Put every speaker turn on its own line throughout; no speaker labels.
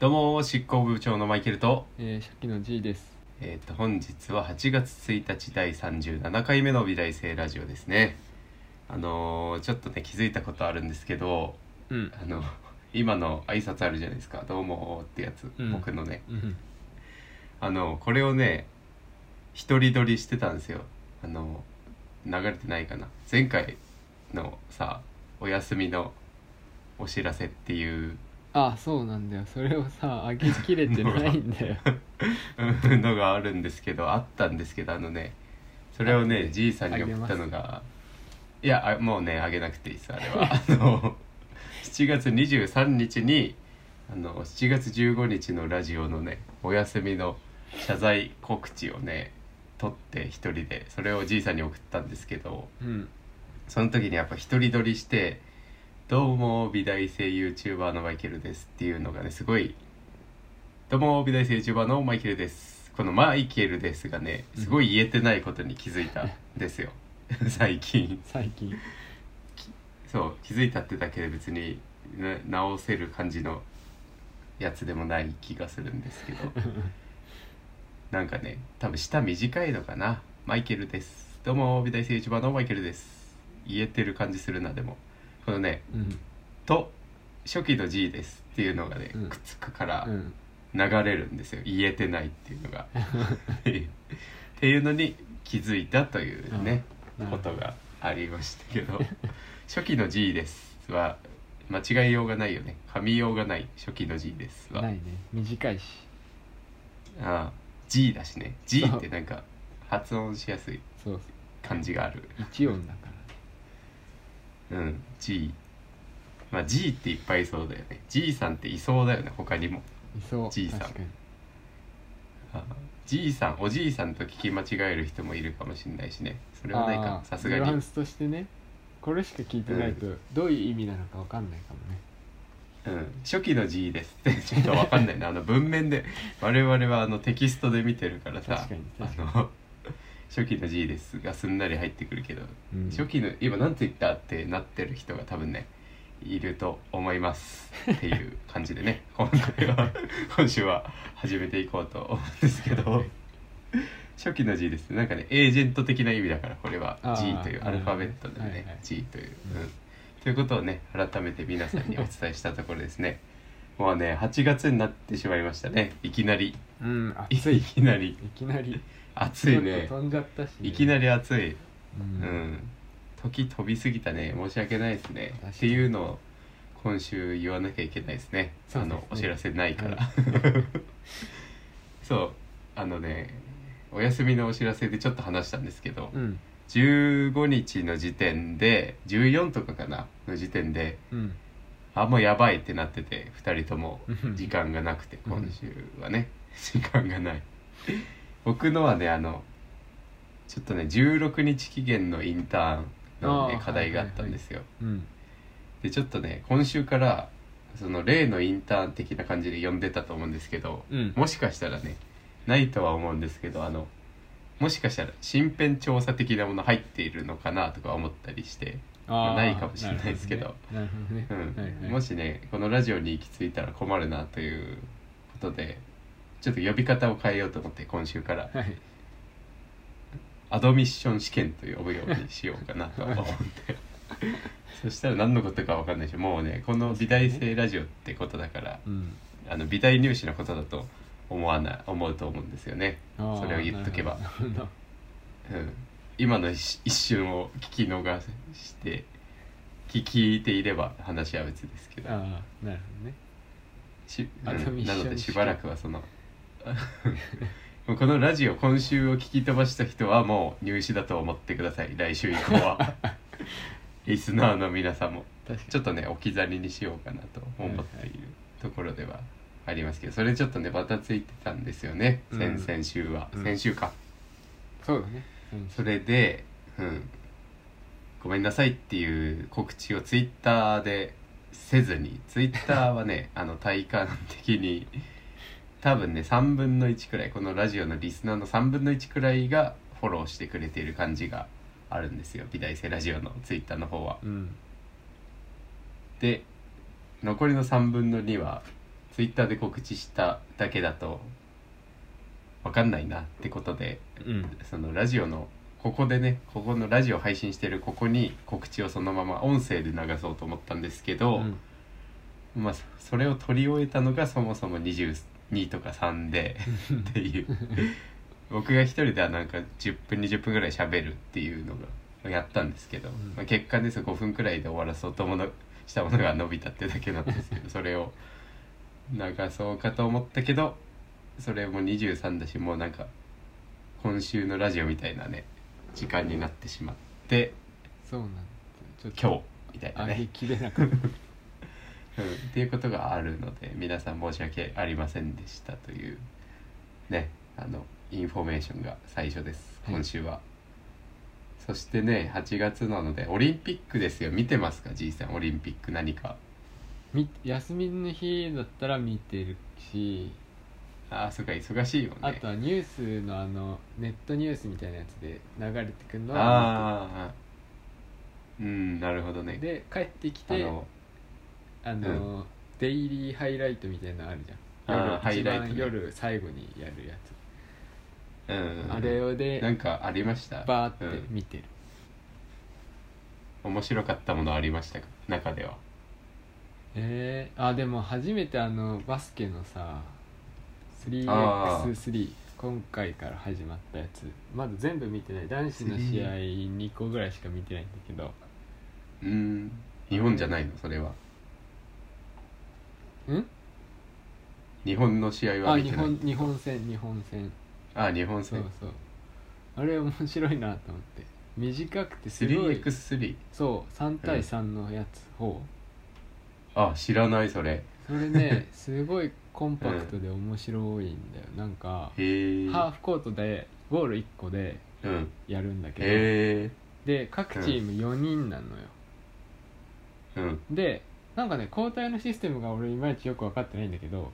どうも執行部長のマイケルと,、
えー、初期の G です。
えー、と本日は8月1日第37回目の美大生ラジオですねあのーちょっとね気づいたことあるんですけど
うん。
あの今の挨拶あるじゃないですか「どうも」ってやつ、
うん
僕のね
うん。
あのこれをね一人撮りしてたんですよあの流れてないかな前回のさお休みのお知らせっていう
あ、そうなんだよ。それをさ、上げきれてない んだよ。
うんのがあるんですけどあったんですけどあのねそれを
あ
ねじいさんに送ったのがいやあもうねあげなくていいですあれはあの7月23日にあの7月15日のラジオのねお休みの謝罪告知をね撮って一人でそれをじいさんに送ったんですけど
うん。
その時にやっぱ一人撮りして「どうも美大生 YouTuber のマイケルです」っていうのがねすごい「どうも美大生 YouTuber のマイケルです」この「マイケルです」がねすごい言えてないことに気づいたんですよ 最近
最 近。
そう気づいたってだけで別にな直せる感じのやつでもない気がするんですけどなんかね多分舌短いのかなマイケルですどうも美大生 YouTuber のマイケルです言えてる感じするなでもこのね
うん。
「と初期の G です」っていうのがね、
うん
くっつくから
うん。
流れるんですよ言えてないっていうの がっていうのに気づいたというね、
うん
ことがありましたけど 初期の G ですは間違いようがないよね噛みようがない初期の G ですは
ないね。短いし。
ああ G だしね G
そう
ってなんか発音しやすい
そう。
感じがある
一音だから。
うん、G まあ G っていっぱいいそうだよね G さんっていそうだよね他にも
いそう。
じいさん
確かに。
ああ G さんおじいさんと聞き間違える人もいるかもしれないしねそれはないか
あー
さすが
ニュア
に
ンスとしてね、これしか聞いてないと、どういう意味なのかわかんないかも
う
ね。
ん、初期の G ですってちょっとわかんないなあの文面で我々はあのテキストで見てるからさ
確かに
あ
確か
の初期の G ですがすんなり入ってくるけど、
に。うん
初期の今なんて言ったってなってる人が多分ねいると思いますっていう感じで ね今回は今週は始めていこうと思うんですけど初期の G ですねなんかねエージェント的な意味だからこれは
あー
G というアルファベットでね、
はいはい
G という、
うん
うんということをね改めて皆さんにお 伝えしたところですねもうね8月になってしまいましたねいきなり
うん。あ
い
い
いきなり
きなり。
暑い
ちょっ
ね
と飛んじゃったしね、
いきな
り。。
り暑いううんん、時飛びすぎたね申し訳ないですね
確かに
っていうのを今週言わなきゃいけないですね
そう
あ
ですね
のお知らせないから、
は
そうあのねお休みのお知らせでちょっと話したんですけど、
うん。
15日の時点で14とかかなの時点で
うん。
あもうやばいってなってて2人とも
うん
時間がなくて
うん
今週はね時間がない僕のはねあのちょっとね16日期限のインターンの、ね
あ、ー
課題があったんですよ、
うん。
でちょっとね今週からその例のインターン的な感じで呼んでたと思うんですけど
うん。
もしかしたらねないとは思うんですけどあのもしかしたら身辺調査的なもの入っているのかなとか思ったりして、まあ
ー
ないかもしれないですけど。
なるほどね。
う
なるほどね
ん
はいはい
もしねこのラジオに行き着いたら困るなということでちょっと呼び方を変えようと思って今週から
はい。
アドミッション試験と呼ぶようにしようかなと思って そしたら何のことか分かんないしもうねこの美大生ラジオってことだから
うん。
あの美大入試のことだと思わない思うと思うんですよね、
あー
それを言っとけば
なるほど
うん、今の一一瞬を聞き逃して聞聞いていれば話は別ですけど
ああ、なるほどね。
し
あ
うん
でも一緒
なので
にし
してばらくはその もうこのラジオ今週を聞き飛ばした人はもう入試だと思ってください来週以降 はリスナーの皆さんも
確かに。
ちょっとね置き去りにしようかなと思っているところではありますけどそれちょっとねバタついてたんですよね
うん
先々週は、
うん
先週か
そうだね。うん
それで、うん、ごめんなさいっていう告知をツイッターでせずにツイッターはねあの体感的に多分ね3分の1くらいこのラジオのリスナーの3分の1くらいがフォローしてくれている感じがあるんですよ美大生ラジオのツイッターの方は。
うん。
で残りの3分の2はツイッターで告知しただけだと分かんないなってことで
うん
そのラジオのここでねここのラジオ配信してるここに告知をそのまま音声で流そうと思ったんですけど、
うん
まあそそれを取り終えたのがそもそも22とか3でっていう僕が一人ではなんか10分20分ぐらい喋るっていうのがやったんですけど、
ん
まあ、結果です5分くらいで終わらそうとものしたものが伸びたってだけなんですけどそれを流そうかと思ったけどそれも23だしもうなんか今週のラジオみたいなね時間になってしまって
そうなんだちょっ
今
と
日みたいな
上
ね
げ。きれなかった
うん、っていうことがあるので皆さん申し訳ありませんでしたというねあのインフォメーションが最初です
はい
今週は、そしてね8月なのでオリンピックですよ見てますかじいさんオリンピック何か
み 休みの日だったら見てるし
ああそうか忙しいよね
あとはニュースのあのネットニュースみたいなやつで流れてくるのは
あーうんなるほど
見
ね
てで帰ってき
あ
て
の
あの、デイリーハイライトみたいなのあるじゃん
あー
夜一
ハイライト
番
ね
夜最後にやるや
うん
つあれを
な
で
んかありました
バーって
うん
見てる、
面白かったものありましたか中では
えー、あでも初めてあのバスケのさ
あー
3x3 今回から始まったやつまだ全部見てない男子の試合2個ぐらいしか見てないんだけど
うん日本じゃないのそれは
うん
日本の試合は
あ
見
日
てない
本日本戦日本戦
あ日本
そう
戦
そうあれ面白いなと思って短くてすごい
3x3
そう3対3のやつほ
あ知らないそれ
うそれ ねすごいコンパクトで面白いんだよなんか
へえ
ハーフコートでゴール1個で
うん
やるんだけ
へ
どで各チーム4人なのよ
えうん
でなんかね交代のシステムが俺いまいちよく分かってないんだけど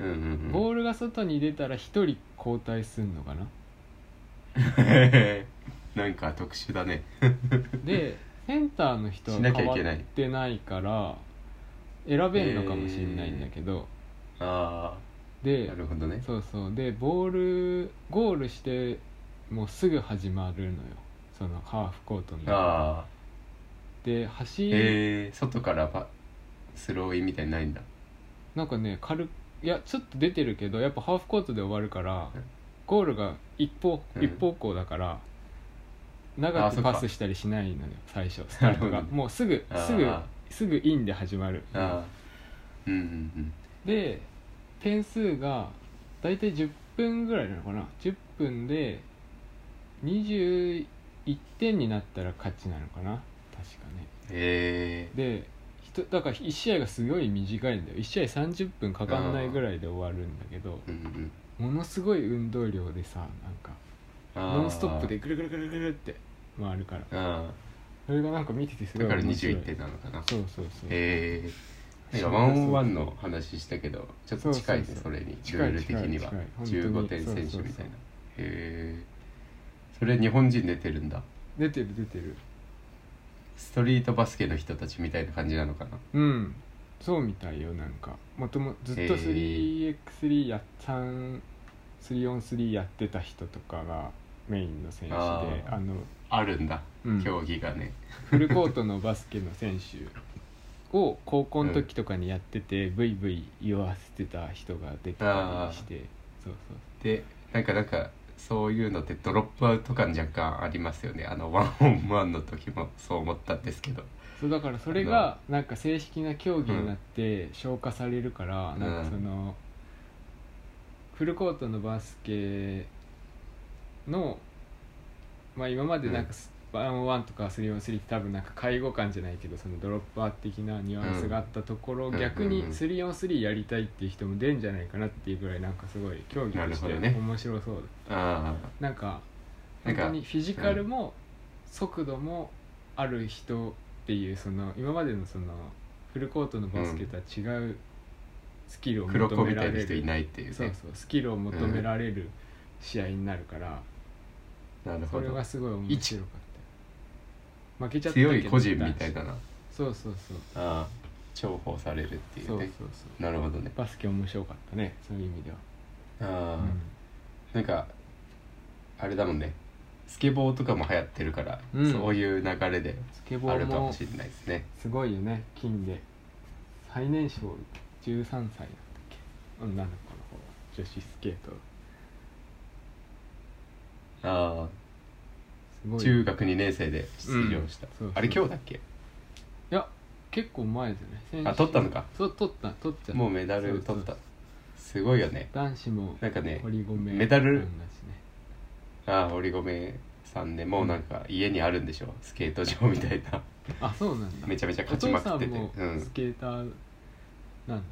うんうんうん
ボールが外に出たら1人交代すんのかな
へー なんか特殊だね
で センターの人は
しなきゃいけ
変
な
わ
い
ってないから選べんのかもしれないんだけど、
ああな
で
るほどね
そうそうでボールゴールしてもうすぐ始まるのよそのハーフコートの中
ああ
で走り
へえ外からパスローインみたいにないんだ
なんかね軽くいやちょっと出てるけどやっぱハーフコートで終わるからゴールが一方
うん
一方向だから長
あそ
く
っか
パスしたりしないのよ最初スタート
な
が
るほどね
もうすぐ
あー
すぐすぐインで始まる
ああうんうん
で点数が大体10分ぐらいなのかな10分で21点になったら勝ちなのかな確かね
うんへえ
でひとだから1試合がすごい短いんだよ1試合30分かかんないぐらいで終わるんだけど
うんうん
ものすごい運動量でさなんか
あー
ノンストップでぐるぐるぐるぐるって回るから
あ
それがなんか見ててす
あ
ごい
だから
面白い
21点なのかな
そうそうそう
へえ
そう
ワンオンワンの話したけどちょっと近いね
そうそう
それにル
近い
ール的には
近い近い本当
15
に
点
そ
選
うそう
手
そう
みたいなへえそれ日本人出てるんだ
出てる出てる
ストリートバスケの人たちみたいな感じなのかな
うんそうみたいよなんかもともずっと
へー
3x3 や343やってた人とかがメインの選手で
あ
あ
ー
の、
あるんだ、
うん
競技がね
フルコートのバスケの選手を高校の時とかにやってて、ブイブイ言わせてた人が出てたりしてそうそう
でなんかなんかそういうのってドロップアウト感若干ありますよねあのワンオンワンの時もそう思ったんですけど
そうだからそれがなんか正式な競技になって消化されるから、
うん
なんかそのフルコートのバスケのまあ今までなんかスワンオンワンとかスリーオンスリーって多分なんか介護感じゃないけどそのドロッパー的なニュアンスがあったところ、
うん
逆
うんうんう
に
ん
スリーオンスリーやりたいっていう人も出んじゃないかなっていうぐらいなんかすごい競技として
なるほどね
面白そうだ
あ
なんか
な
本
んか
当にフィジカルも速度もある人っていうその今までのそのフルコートのバスケとは違うスキル
あ
を
黒
求
子
め
みた
ら
いな
れ
人い
る、
ないっていうね
そうそうスキルを求められる試合になるから、
なる
そ
ほ
れ
ど
がすごい面白かったよ負けちゃったけど
強い個人みたいだな
そうそうそう
ああ重宝されるってい
そううそ
ね
うそう
なるほどね
バスケ面白かったねそういう意味では、
ああ、なんかあれだもんねスケボーとかも流行ってるから、
うん
そういう流れで
スケボ
あ
ー
るかも
も
しれないですね
すごいよね金で最年少13歳だったっけ女の子の方女子スケート
あ
すご
あ
い
中学2年生で出場した、
うんそうそう
あれ今日だっけ
いや結構前じゃない先週
あ取ったのか
そう取った取っちゃった
もうメダル取っ
そうそ
た
う
すごいよね
男子も
なんかね
堀米
メダル
さんだしね
ああ堀米さんねもうなんか家にあるんでしょスケート場みたいな
あそうなんだ
めちゃめちゃ
お
勝ち
父
ま
さ
くっ
ん
てて
も
うん
スケーターなんだもんね確かね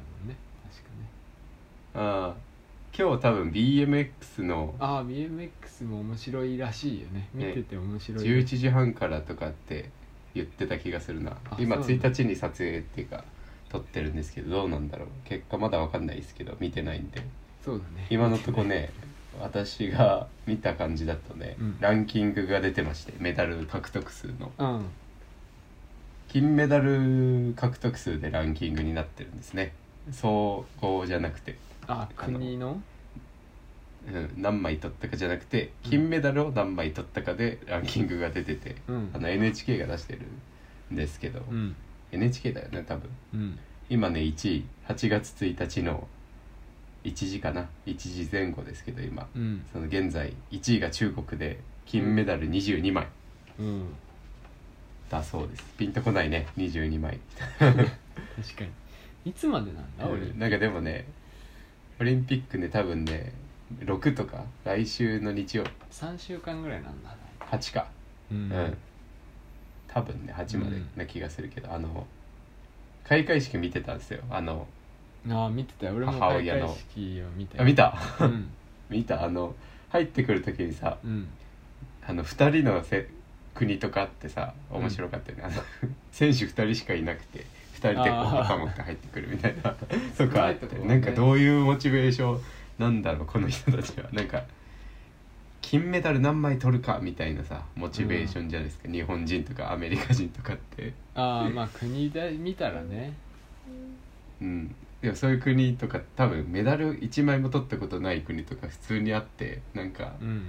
ああ今日多分 BMX の
ああ BMX も面白いらしいよね見
ね
てて面白い、
11時半からとかって言ってた気がするな
あ
今
そうなんだ
1日に撮影っていうか撮ってるんですけどどうなんだろう結果まだわかんないですけど見てないんで
そうだね
今のとこね私が見た感じだとね、
うん
ランキングが出てましてメダル獲得数の
うん
金メダル獲得数でランキングになってるんですね総合じゃなくて、
あ国の
うん、何枚取ったかじゃなくて
うん
金メダルを何枚取ったかでランキングが出てて、
うん
あの NHK が出してるんですけど、
うん
NHK だよね多分
うん
今ね1位8月1日の1時かな1時前後ですけど今
うん
その現在1位が中国で金メダル22枚
うん
だそうですピンとこないね22枚
確かにいつまでなんだ俺、
なんかでもねオリンピックね多分ね6とか来週の日曜
3週間ぐらいなんだ
8か
う
うんん、多分ね8まで
うん
な気がするけど、あの開会式見てたんですよあの
ああ見てたよ俺も
母
開
親の
会式を見たよ
あ見た
うん
見たあの入ってくる時にさ
うん
あの2人のせ国とかってさ
うん
面白かったよね、あの選手2人しかいなくて2人でこう
あー
旗持って入ってくるみたい なとかあって、
少ないところね
なんかどういうモチベーションなんだろうこの人たちはなんか金メダル何枚取るかみたいなさモチベーションじゃないですか、日本人とかアメリカ人とかって、
ああまあ国で見たらね
うん、でもそういう国とか多分メダル1枚も取ったことない国とか普通にあってなんか
うんうんうん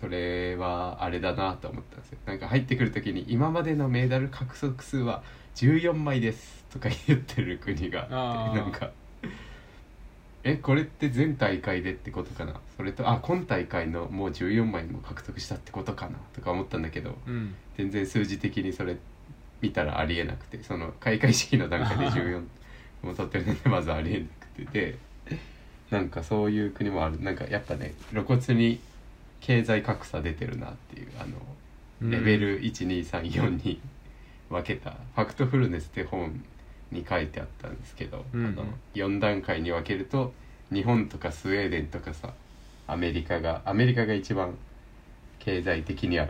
それはあれだなと思ったんですよなんか入ってくる時に「今までのメダル獲得数は14枚です」とか言ってる国があっ
あ
て
ー
なんか「えこれって全大会でってことかなそれとあ今大会のもう14枚も獲得したってことかな」とか思ったんだけど
うん
全然数字的にそれ見たらありえなくてその開会式の段階で14も取ってるのでまずありえなくてでなんかそういう国もあるなんかやっぱね露骨に経済格差出てるなっていうあの
うん
レベル1234に分けた「ファクトフルネス」って本に書いてあったんですけど、
うん
あの4段階に分けると日本とかスウェーデンとかさアメリカがアメリカが一番経済的には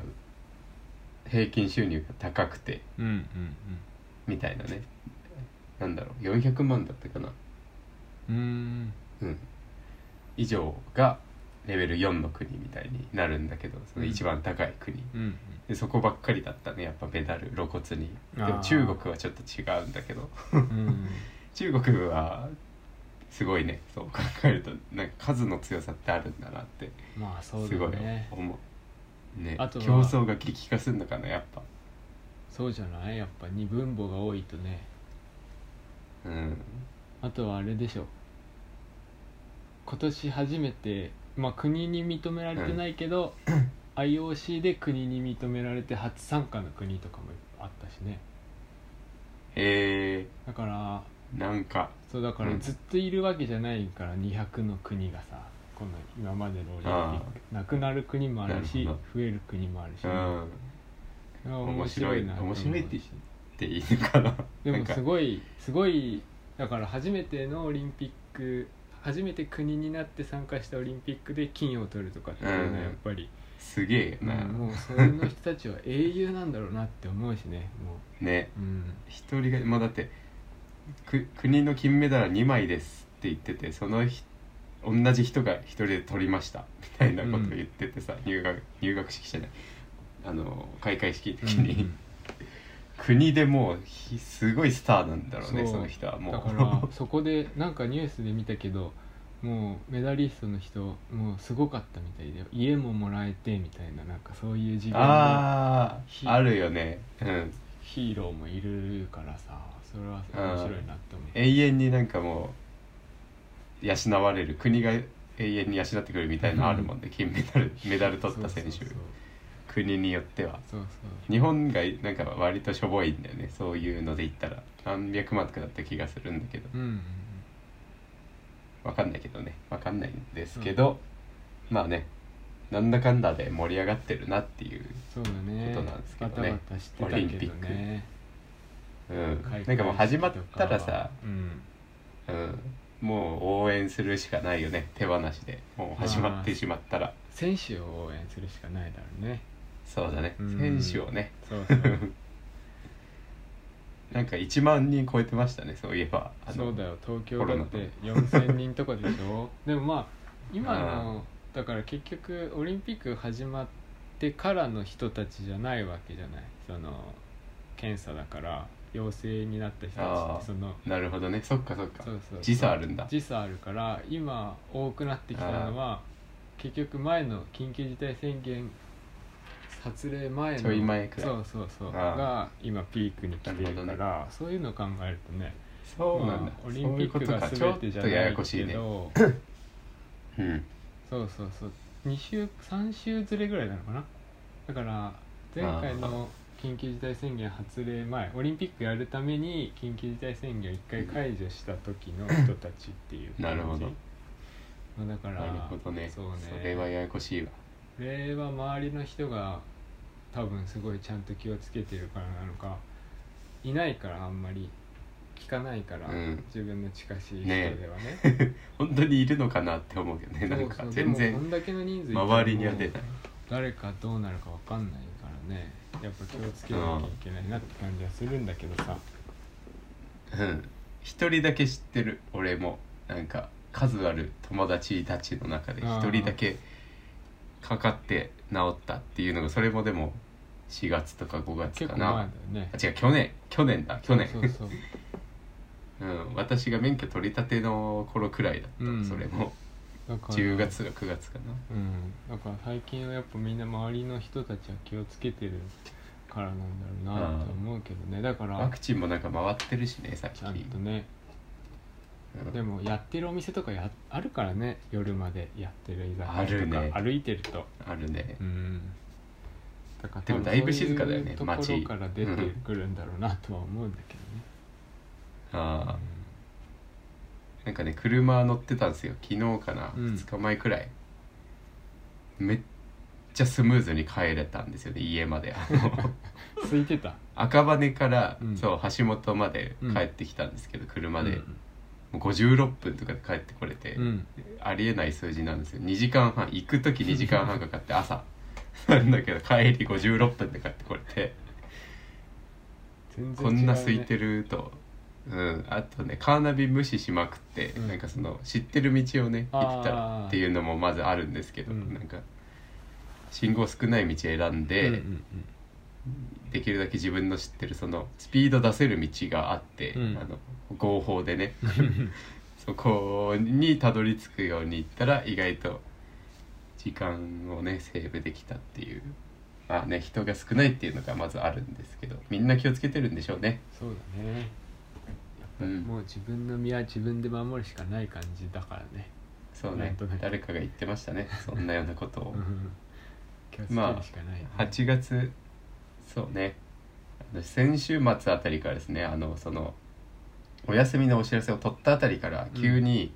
平均収入が高くて
うんうん
みたいなねなんだろう400万だったかな
うんうん
うん以上がレベル4の国みたいになるんだけどその一番高い国、
うん
でそこばっかりだったねやっぱメダル露骨にで
あー
も中国はちょっと違うんだけど
うん
中国はすごいねそう考えるとなんか数の強さってあるんだなって
まあそう
すご
だ
い
ね
思うね
あとは
競争が激化するのかなやっぱ
そうじゃないやっぱ二分母が多いとね
うん
あとはあれでしょ今年初めてまあ国に認められてないけど、IOC で国に認められて初参加の国とかもあったしね
え
だから
ー、なんか
そうだから
うん
ずっといるわけじゃないから200の国がさこの今までのオリンピッ
あ
クなくなる国もあるし
なるほ
増える国もあるし、
うん
いや
面白いな
面白いなと思うし
面白いってっていいのかな
で
なん
も
か
すごいすごいだから初めてのオリンピック初めて国になって参加したオリンピックで金を取るとかっていうのはやっぱり、
すげえよな、
うんもうそういうの人たちは英雄なんだろうなって思うし ねも
ね
う、うん、
一人がまあだってく国の金メダルは2枚ですって言っててそのひ同じ人が一人で取りましたみたいなことを言っててさ、入学入学式じゃないあの開会式の時に、
うん
国でもうひすごいスターなんだろうね
そ
そうの人はもう
だからそこでなんかニュースで見たけどもうメダリストの人もうすごかったみたいで家ももらえてみたいななんかそういう次元の
あ
ひ
ああるよねうん
ヒーローもいるからさそれは面白いなって思う
永遠になんかもう養われる国が永遠に養ってくれるみたいなのあるもんね、金メダルメダル取った選手
そうそう
国によっては
そうそう
日本がなんか割としょぼいんだよねそういうので言ったら何百万とかだった気がするんだけど
そううんうんうん
わかんないけどねわかんないんですけど、まあねなんだかんだで盛り上がってるなっていう、
そうだね
ことなんですけどね
バタバタしてたけどね
オリンピックうん、
開会式と
なんかもう始まったらさ、
うん、
うん、もう応援するしかないよね手放しでもう始まってしまったら
選手を応援するしかないだろうね
そうだね
うん
選手をね
そうそう
なんか1万人超えてましたねそういえばあの
そうだよ東京だっ
コロ
て4000人とかでしょでもまあ今のだから結局オリンピック始まってからの人たちじゃないわけじゃないその検査だから陽性になった人
あ
た
ー
ちその
なるほどねそっかそっか
そうそう
時差あるんだ
時差あるから今多くなってきたのは結局前の緊急事態宣言発令前の
ちょい前くらい
そうそうそう
ああ
が今ピークに来てるか
なるほ
らそういうのを考えるとね
そうなんだ、
まあオリンピックが
そういう
全
こと
て
か
じ
ち
ゃ
ょっと
ない
ややこし
け
いね
ど
うん
そうそうそう2週3週ずれぐらいなのかなだから前回の緊急事態宣言発令前オリンピックやるために緊急事態宣言を1回解除した時 の人たちっていう感じ
なるほど
まあだから
なるほどね
そうね
それはややこしいわ
これは周りの人が多分すごいちゃんと気をつけてるからなのかいないからあんまり聞かないから、
うん
自分の近しい人
ね
ではね
本当にいるのかなって思うけどね なん
そ
か
うそう
全
でもこ
然
んだけの人数いたら
周りには出ない
誰かどうなるかわかんないからねやっぱ気をつけなきゃいけないなって感じはするんだけどさ
うん一人だけ知ってる俺もなんか数ある友達たちの中で一人だけかかって治ったっていうのがそれもでも4月とか5月
結
か
構前だよ
な
ね
あ違う去年去年だ去年
そうそうそう
うん、私が免許取り立ての頃くらいだった、
うん
それも
だから
10月か9月かな
うんだから最近はやっぱみんな周りの人たちは気をつけてるからなんだろうなと思うけどねだか
ワ
ら
クチンもなんか回ってるしねさっき
ちゃんとね
うん
でもやってるお店とかやあるからね夜までやってる居酒屋
あるね
とか歩いてると
あるね
うんだから
でもだいぶ静かだよね
多分そういう
街
ところから出てくるんだろうなとは思うんだけどね
あーなんかね車乗ってたんですよ昨日かな、
うん
2日前くらいめっちゃスムーズに帰れたんですよね家まで あの
うん空いてた
赤羽から、
うん
そう橋本まで帰ってきたんですけど、車で、
うん
もう56分とかで帰ってこれて、
うん
ありえない数字なんですよ2時間半行く時2時間半かかって朝 なんだけど帰り56分で帰ってこれて、
全然
こんな
違うね
空いてると、うん、あとねカーナビ無視しまくって、
うん
なんかその知ってる道をね
あ
行
ー
ったらっていうのもまずあるんですけど、
うん
なんか信号少ない道選んで、
うんうん
できるだけ自分の知ってるそのスピード出せる道があって、
うん
あの合法で ねそこにたどり着くように行ったら意外と時間をねセーブできたっていうまあね人が少ないっていうのがまずあるんですけどみんな気をつけてるんでしょうね。
そうだねやっぱ
うん
もう自分の身は自分で守るしかない感じだからね、
そう
なん
ね
となく
誰かが言ってました ねそんなようなことを
うん、気をつけ
まあ
るしかない、ね
8月そうねあの先週末あたりからですねあのそのお休みのお知らせを取ったあたりから
うん
急に、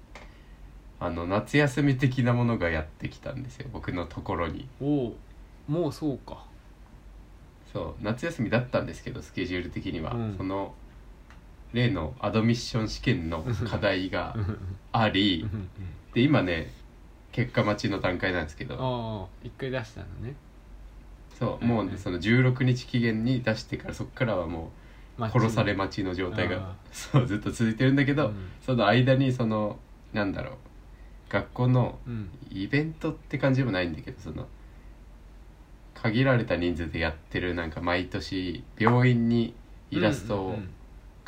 あの夏休み的なものがやってきたんですよ僕のところに
おうもうそうか
そう夏休みだったんですけどスケジュール的には、
うん
その例のアドミッション試験の課題が
うんうん
あ
う
り
んうん
で今ね結果待ちの段階なんですけど
ああ一回出したのね
そう、
うん
もうねその16日期限に出してからそこからはもう殺され待ちの状態
あ
が
あ
そうずっと続いてるんだけど、
うん
その間にそのなんだろう学校の
うん
イベントって感じでもないんだけどその限られた人数でやってるなんか毎年病院にイラスト
うんう
を
んうん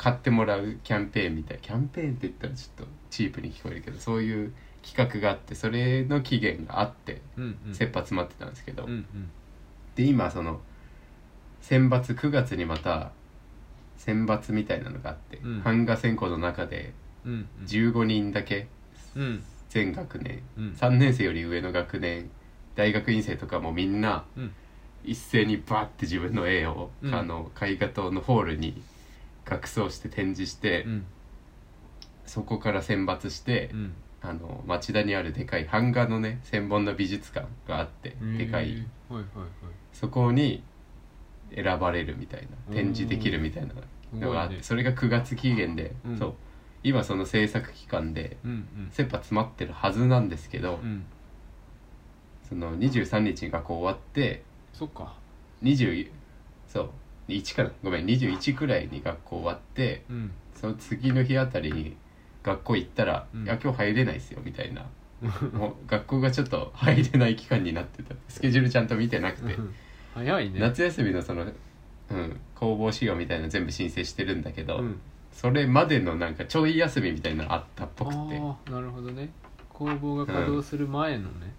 買ってもらうキャンペーンみたいキャンペーンって言ったらちょっとチープに聞こえるけどそういう企画があってそれの期限があって
うんうん
切羽詰まってたんですけど、
うんうん
で今その選抜9月にまた選抜みたいなのがあって、
うん
版画選考の中で
うんうん
15人だけ
うん
全学年
うん
3年生より上の学年大学院生とかもみんな
うん
一斉にバーって自分の絵を、
うん
あの絵画棟のホールに額装して展示して、
うん
そこから選抜して、
うん
あの町田にあるでかい版画のね専門の美術館があって、でか
へ
い
ーはいはいはい
そこに選ばれるみたい
お
な
ー
展示できるみたいな
す
の
ご
があ
い
って、
ね
それが9月期限で、
うん
そう今その制作期間で
うんうん
切羽詰まってるはずなんですけど、
うん
その23日に学校終わって
そっか
20そう1かなごめん21くらいに学校終わって
うん
その次の日あたりに学校行ったら「
うん
いや今日入れないですよ」みたいなもう学校がちょっと入れない期間になってたスケジュールちゃんと見てなくて
早いね
夏休みのその、うん、工房仕様みたいなの全部申請してるんだけど、
うん
それまでのなんかちょい休みみたいなのあったっぽくて
ああなるほどね工房が稼働する前のね、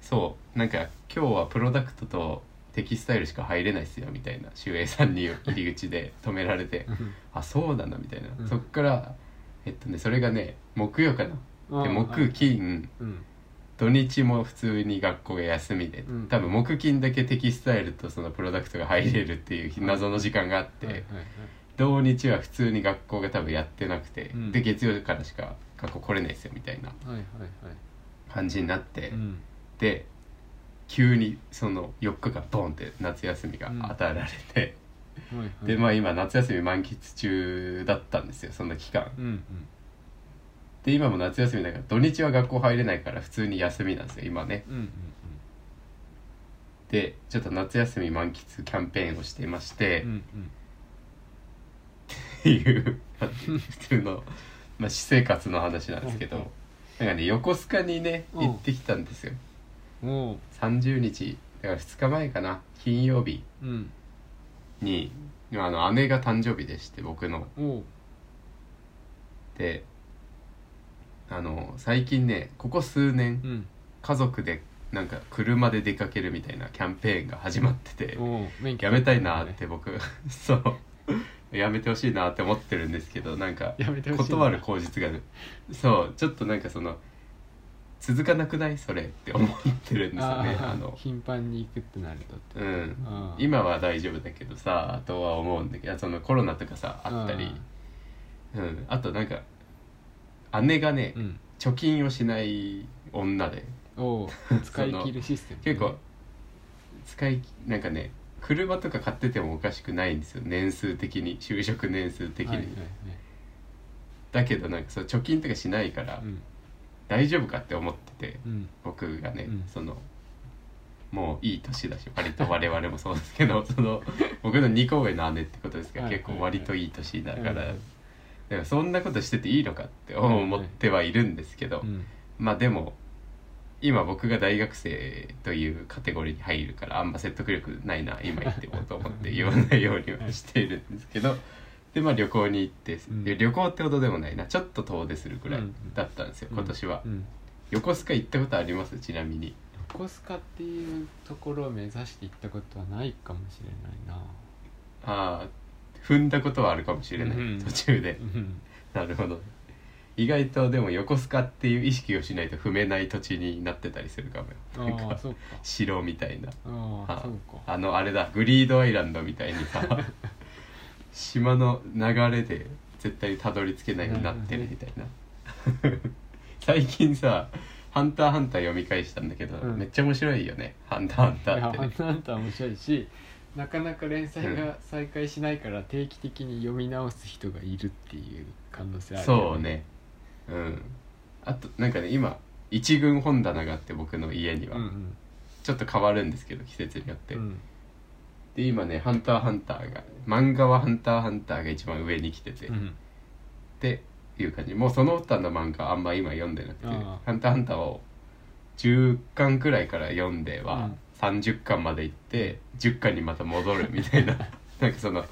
そうなんか今日はプロダクトとテキスタイルしか入れないっすよみたいな秀英さんに入り口で止められてあそうだなみたいな、
うん
そっからえっとねそれがね木曜かな
あ
で
ー
木金
うん
土日も普通に学校が休みで、
うん
多分木金だけテキスタイルとそのプロダクトが入れるっていう謎の時間があって、
はいはいはい
土日は普通に学校が多分やってなくて、
うん
で月曜からしか学校来れないですよみたいな
はいはいはい
感じになって、
うん
で急にその4日間ボンって夏休みが与えられて、
はいはい
でまあ今夏休み満喫中だったんですよその期間
うんうん
で今も夏休みだから土日は学校入れないから普通に休みなんですよ今ね
うんうん
でちょっと夏休み満喫キャンペーンをしていまして、
うん
っていうまあ普通の、まあ、私生活の話なんですけ
うん
どなんかね横須賀にね
うん
行ってきたんですよ
うんおう
30日だから2日前かな金曜日
うん
にあの姉が誕生日でして僕の
おう
であの最近ねここ数年
うん
家族でなんか車で出かけるみたいなキャンペーンが始まってて
おう免許
やめたいなーって僕 そうやめてほしいなーって思ってるんですけどなんか
やめてほしいな
断る口実があるそうちょっとなんかその続かなくないそれって思ってるんですよね
あ
あ
あ
の
頻繁に行くってなるとって
うん
ああ
今は大丈夫だけどさあとは思うんだけどそのコロナとかさあったりうん、あとなんか姉がね、
うん
貯金をしない女で
おう使い切るシステムね
結構使いなんかね車とか買っててもおかしくないんですよ年数的に就職年数的に、
はいはいはい
だけどなんかそう貯金とかしないから
うん
大丈夫かって思ってて
うん
僕がね、
うん
そのもういい年だし割と我々もそうですけ どその僕の2個上の姉ってことですから
はい
結構割といい年だから、
うん
だからそんなことしてていいのかって思ってはいるんですけど、
うん
まあでも今僕が大学生というカテゴリーに入るからあんま説得力ないな今言ってもと思 って言わないようにはしているんですけどでまあ旅行に行って、
うん
で旅行ってほどでもないなちょっと遠出するくらい
うん
だったんですよ、今年は、
うん
横須賀行ったことありますちなみに
横須賀っていうところを目指して行ったことはないかもしれないな
ああ踏んだことはあるかもしれない、
うん
途中で
うん
なるほど意外とでも横須賀っていう意識をしないと踏めない土地になってたりするかもよなん
ああ
か
そうか
城みたいな
ああ
あ
そうか
あのあれだグリードアイランドみたいに さ島の流れで絶対にたどり着けないようになってるみたいな 最近さ「ハンターハンター」読み返したんだけど、
うん
めっちゃ面白いよね「ハンターハンタ
い
ー」
や
って
あ
ね、
んたあんたは面白いしなかなか連載
う
が再開しないから定期的に読み直す人がいるっていう可能性あるよ
そうねうんあとなんかね今一軍本棚があって僕の家には、
うんうん
ちょっと変わるんですけど季節によって、
うん
で今ね「ハンターハンターが」漫画は「ハンターハンター」が一番上に来てて、
うん
っていう感じもうその他の漫画あんま今読んでなくて「
ああ
ハンターハンター」を10巻くらいから読んでは、30巻まで行って10巻にまた戻るみたいななんかその好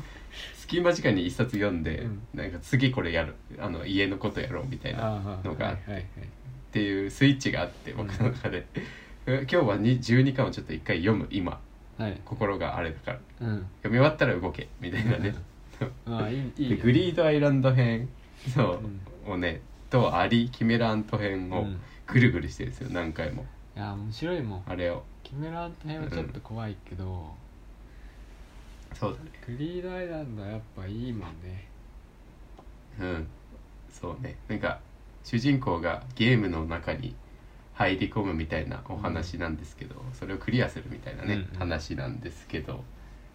隙間時間に一冊読んで、
うん
なんか次これやるあの家のことやろうみたいなっ
ああ
のが
はいはいはい
ていうスイッチがあって僕の中で 今日はに12巻をちょっと一回読む今
はい
心があれだから
うん
読み終わったら動けみたいなね
ああいいいい
で
ね
グリードアイランド編そう
うん、
をねとアリ・キメラント編
う
を
ん
ぐるぐるしてるんですよ何回も
いや面白いもん
あれを
キメラント編はちょっと怖いけど、
そうだね
グリードアイランドはやっぱいいもんね
うんそうねなんか主人公がゲームの中に入り込むみたいなお話なんですけど、それをクリアするみたいなね、
うんうん
話なんですけどま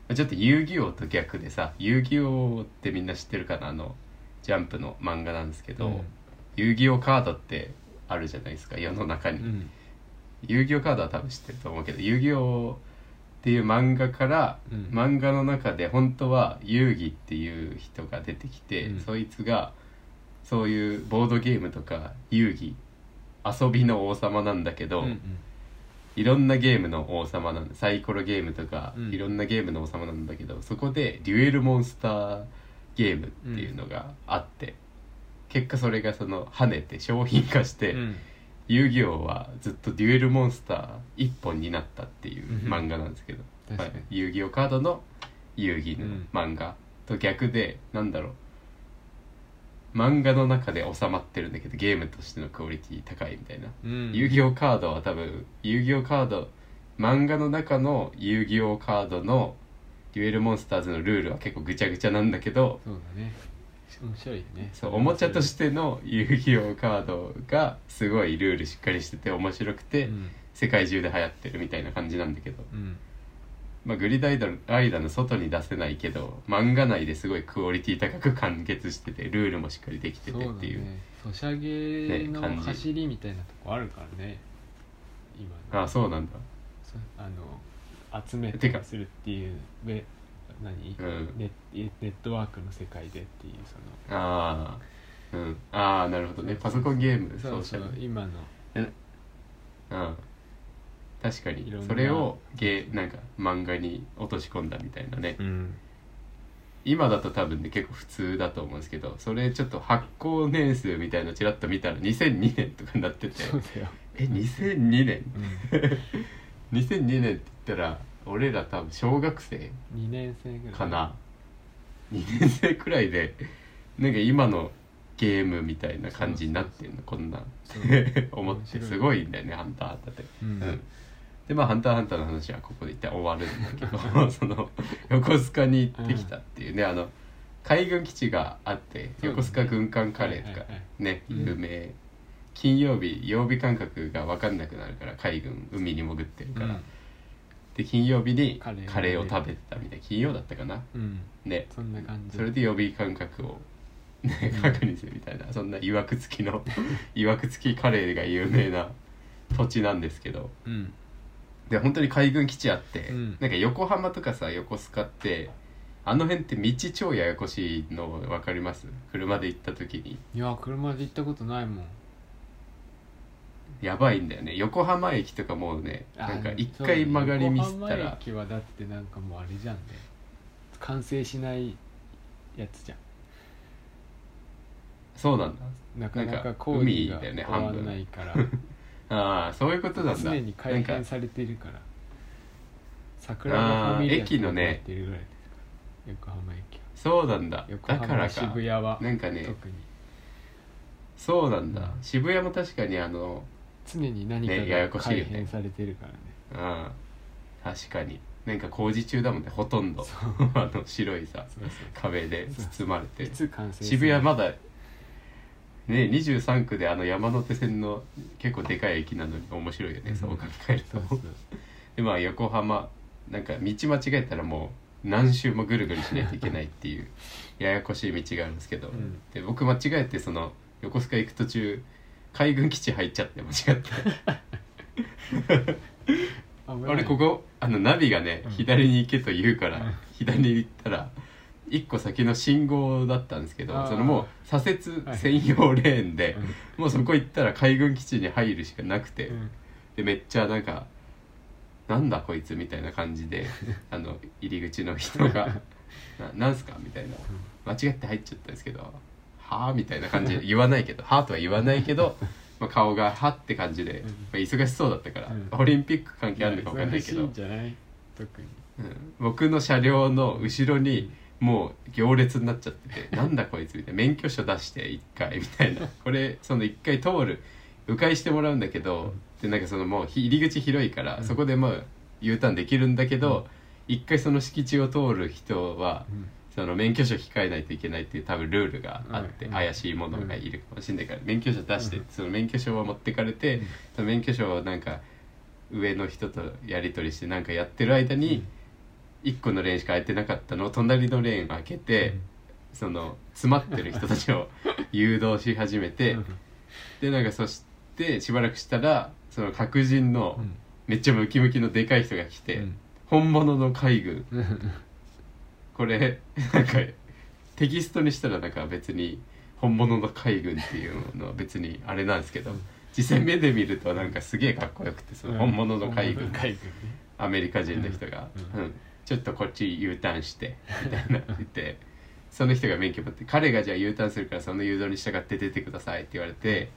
あちょっと遊戯王と逆でさ遊戯王ってみんな知ってるかなあのジャンプの漫画なんですけど、
うん
遊戯王カードってあるじゃないですか世の中に、
うん
遊戯王カードは多分知ってると思うけど遊戯王っていう漫画から、
うん
漫画の中で本当は遊戯っていう人が出てきて、
うん
そいつがそういうボードゲームとか遊戯遊びの王様なんだけど、
うん
いろんなゲームの王様なんだサイコロゲームとか、
うん
いろんなゲームの王様なんだけどそこでデュエルモンスターゲームっていうのがあって、結果それがその跳ねて商品化して。
うん
遊戯王はずっとデュエルモンスター一本になったっていう
うん
漫画なんですけど、
確かに
はい遊戯王カードの遊戯の
うん
漫画と逆で、なんだろう漫画の中で収まってるんだけどゲームとしてのクオリティ高いみたいな、
うん
遊戯王カードは多分遊戯王カード漫画の中の遊戯王カードのデュエルモンスターズのルールは結構ぐちゃぐちゃなんだけど
そうだね面白いよね
そうおもちゃとしての遊戯王カードがすごいルールしっかりしてて面白くて、
うん
世界中で流行ってるみたいな感じなんだけど、
うん
まあ、グリードアイドルアイラの外に出せないけど漫画内ですごいクオリティ高く完結しててルールもしっかりできて
そう
てっ
だ
ていう
ねソシャゲ
ね
の
感じ
走りみたいなとこあるからね今
ああそうなんだ
そあの集め
て
と
か
かするっていうべ何、
うん
ネネットワークの世界でっていうそ
ああうんああなるほどねパソコンゲーム
の
ソ
そ
ー
う
シ
そう
ャル
今の
うん確かに
いろんな
それをゲーなんか漫画に落とし込んだみたいなね、
うん
今だと多分ね結構普通だと思うんですけどそれちょっと発行年数みたいのちらっと見たら2002年とかになってて
そうだよ、
え2002年
う
2002年って言ったら俺ら多分小学生
ん、2年生ぐらい
かな2年生くらいでなんか今のゲームみたいな感じになってんのこんなん
そう
思って
面白い
すごいんだよね「ハンターハンター」って。
うん
うんでまあ「ハンターハンター」の話はここで一旦終わるんだけ どその横須賀に行ってきたっていうね、あの海軍基地があって
そうだね
横須賀軍艦カレーとか
はいはいはい
ね
うん
有名、金曜日曜日感覚が分かんなくなるから海軍海に潜ってるから、
うん
で金曜日に
カレーをね
カレーを食べてたみたいな金曜だったかな
うん、
ね
そんな感じ
それで予備感覚を、ね
うん
確認するみたいなそんな曰く付き の曰く付きカレーが有名な土地なんですけど
うん
で本当に海軍基地あって、
うん
なんか横浜とかさ横須賀ってあの辺って道超ややこしいの分かります車で行った時に
いや車で行ったことないもん
やばいんだよね横浜駅とかもうね
あ
なんか
でも
一回曲がりミスっ
そう
た
だね
ら、
横浜駅はだってなんかもうあれじゃんね完成しないやつじゃ
そうなんだ
んなかな
な
か
んか
工事が
海だよね
終わ
半
ら
分
ない から
ああそういうことなんだ
常に改
なん
変
か
されてるから桜のファミリア
あー駅のね
とかやってるぐらいですから横浜駅は
そうなんだ
横
だから
浜
か
渋谷は
なんかね
特に
そうなんだ、
うん
渋谷も確かにあの
常に何か
ねややこ
が
しい
改
よね
変されてるからね
うん確かになんか工事中だもんねほとんど あの白いさ
そうそう
壁で包まれ
い
て
つ完成する
渋谷まだね23区であの山手線の結構でかい駅なのに面白いよね、
うん
そう考える
そう
と
そう
でまあ横浜なんか道間違えたらもう何周もぐるぐるしないといけないって いうややこしい道があるんですけど、
うん
で僕間違えてその横須賀行く途中海軍基地入っちゃって間違 って
危ない
あれここあのナビがね、
うん
左に行けと言うから、
うん
左に行ったら一個先の信号だったんですけど
あー
そのもう左
は
折
い
専用レーンで、
うん
もうそこ行ったら海軍基地に入るしかなくて、
うん
でめっちゃなんか 「なんだこいつ」みたいな感じであの入り口の人がななんすかみたいな間違って入っちゃったんですけど「はあ?」みたいな感じで言わないけ ど「はあ?」とは言わないけど、まあ、顔が「は」って感じで、
うん
まあ、忙しそうだったから、
うん
オリンピック関係あるのか分かんないけ
忙しい
ど、
んじゃない特に
うん僕の車両の後ろにもう行列になっちゃって て「なんだこいつ」みたいな免許証出して一回みたいなこれその一回通る迂回してもらうんだけど、でなんかそのもう入り口広いから、
うん
そこでまあ U ターンできるんだけど、一回その敷地を通る人は
うん
その免許証控えないといけないっていう多分ルールがあって、
うん
怪しいものがいるかもしれないから、免許証出して、その免許証を持ってかれて、
うん
その免許証をなんか上の人とやり取りしてなんかやってる間に、1個のレーンしか空いてなかったのを隣のレーン開けて、
うん
その詰まってる人たち を誘導し始めて、
うん
でなんかそしてしばらくしたらその白人の
うん
めっちゃムキムキのでかい人が来て、
うん
本物の海軍
うん
これなんかテキストにしたらなんか別に本物の海軍っていうのは別にあれなんですけど実際目で見るとなんかすげえかっこよくてその本物の海軍
本物の海軍
アメリカ人の人が、う
うんん
ちょっとこっち U ターンしてみたいな言ってその人が免許持って彼がじゃあ U ターンするからその誘導に従って出てくださいって言われて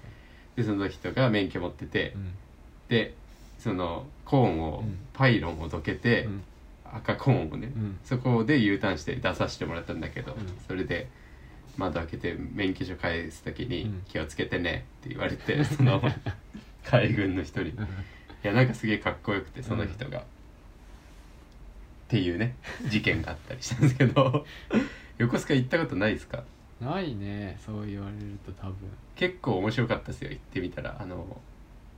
でその人が免許持ってて、
ね
でそのコーンを、
うん
パイロンをどけて、
うん
赤コーンをね、
うん
そこで U ターンして出させてもらったんだけど、
ん
それで窓開けて免許証返す時
う
に
ん
「気をつけてね」って言われて、そ の海軍の人に。いやなんかすげえかっこよくてその人が、っていうね事件があったりしたんですけど 横須賀行ったことないですか
ないねそう言われると多分
結構面白かったですよ行ってみたらあの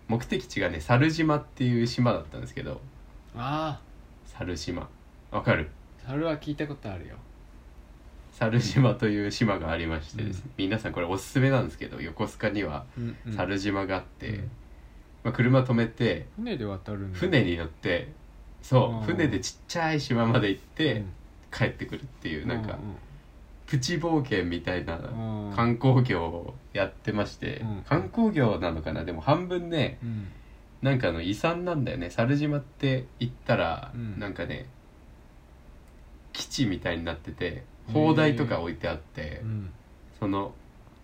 目的地がね猿島っていう島だったんですけど
あ
猿島わかる
あ猿は聞いたことあるよ
猿島という島がありましてですね、皆さんこれおすすめなんですけど横須賀には猿島があって、
うん
まあ、車止めて
船で渡るんだ
船に乗ってそ
うん
う船でちっちゃい島まで行って、
うん
帰ってくるっていうなんか
う
プチ冒険みたいな
うんうん
観光業をやってまして
うん
観光業なのかなでも半分ね
うん
なんかあの遺産なんだよね猿島って行ったら
うん
なんかね基地みたいになってて砲台とか置いてあって
うん
その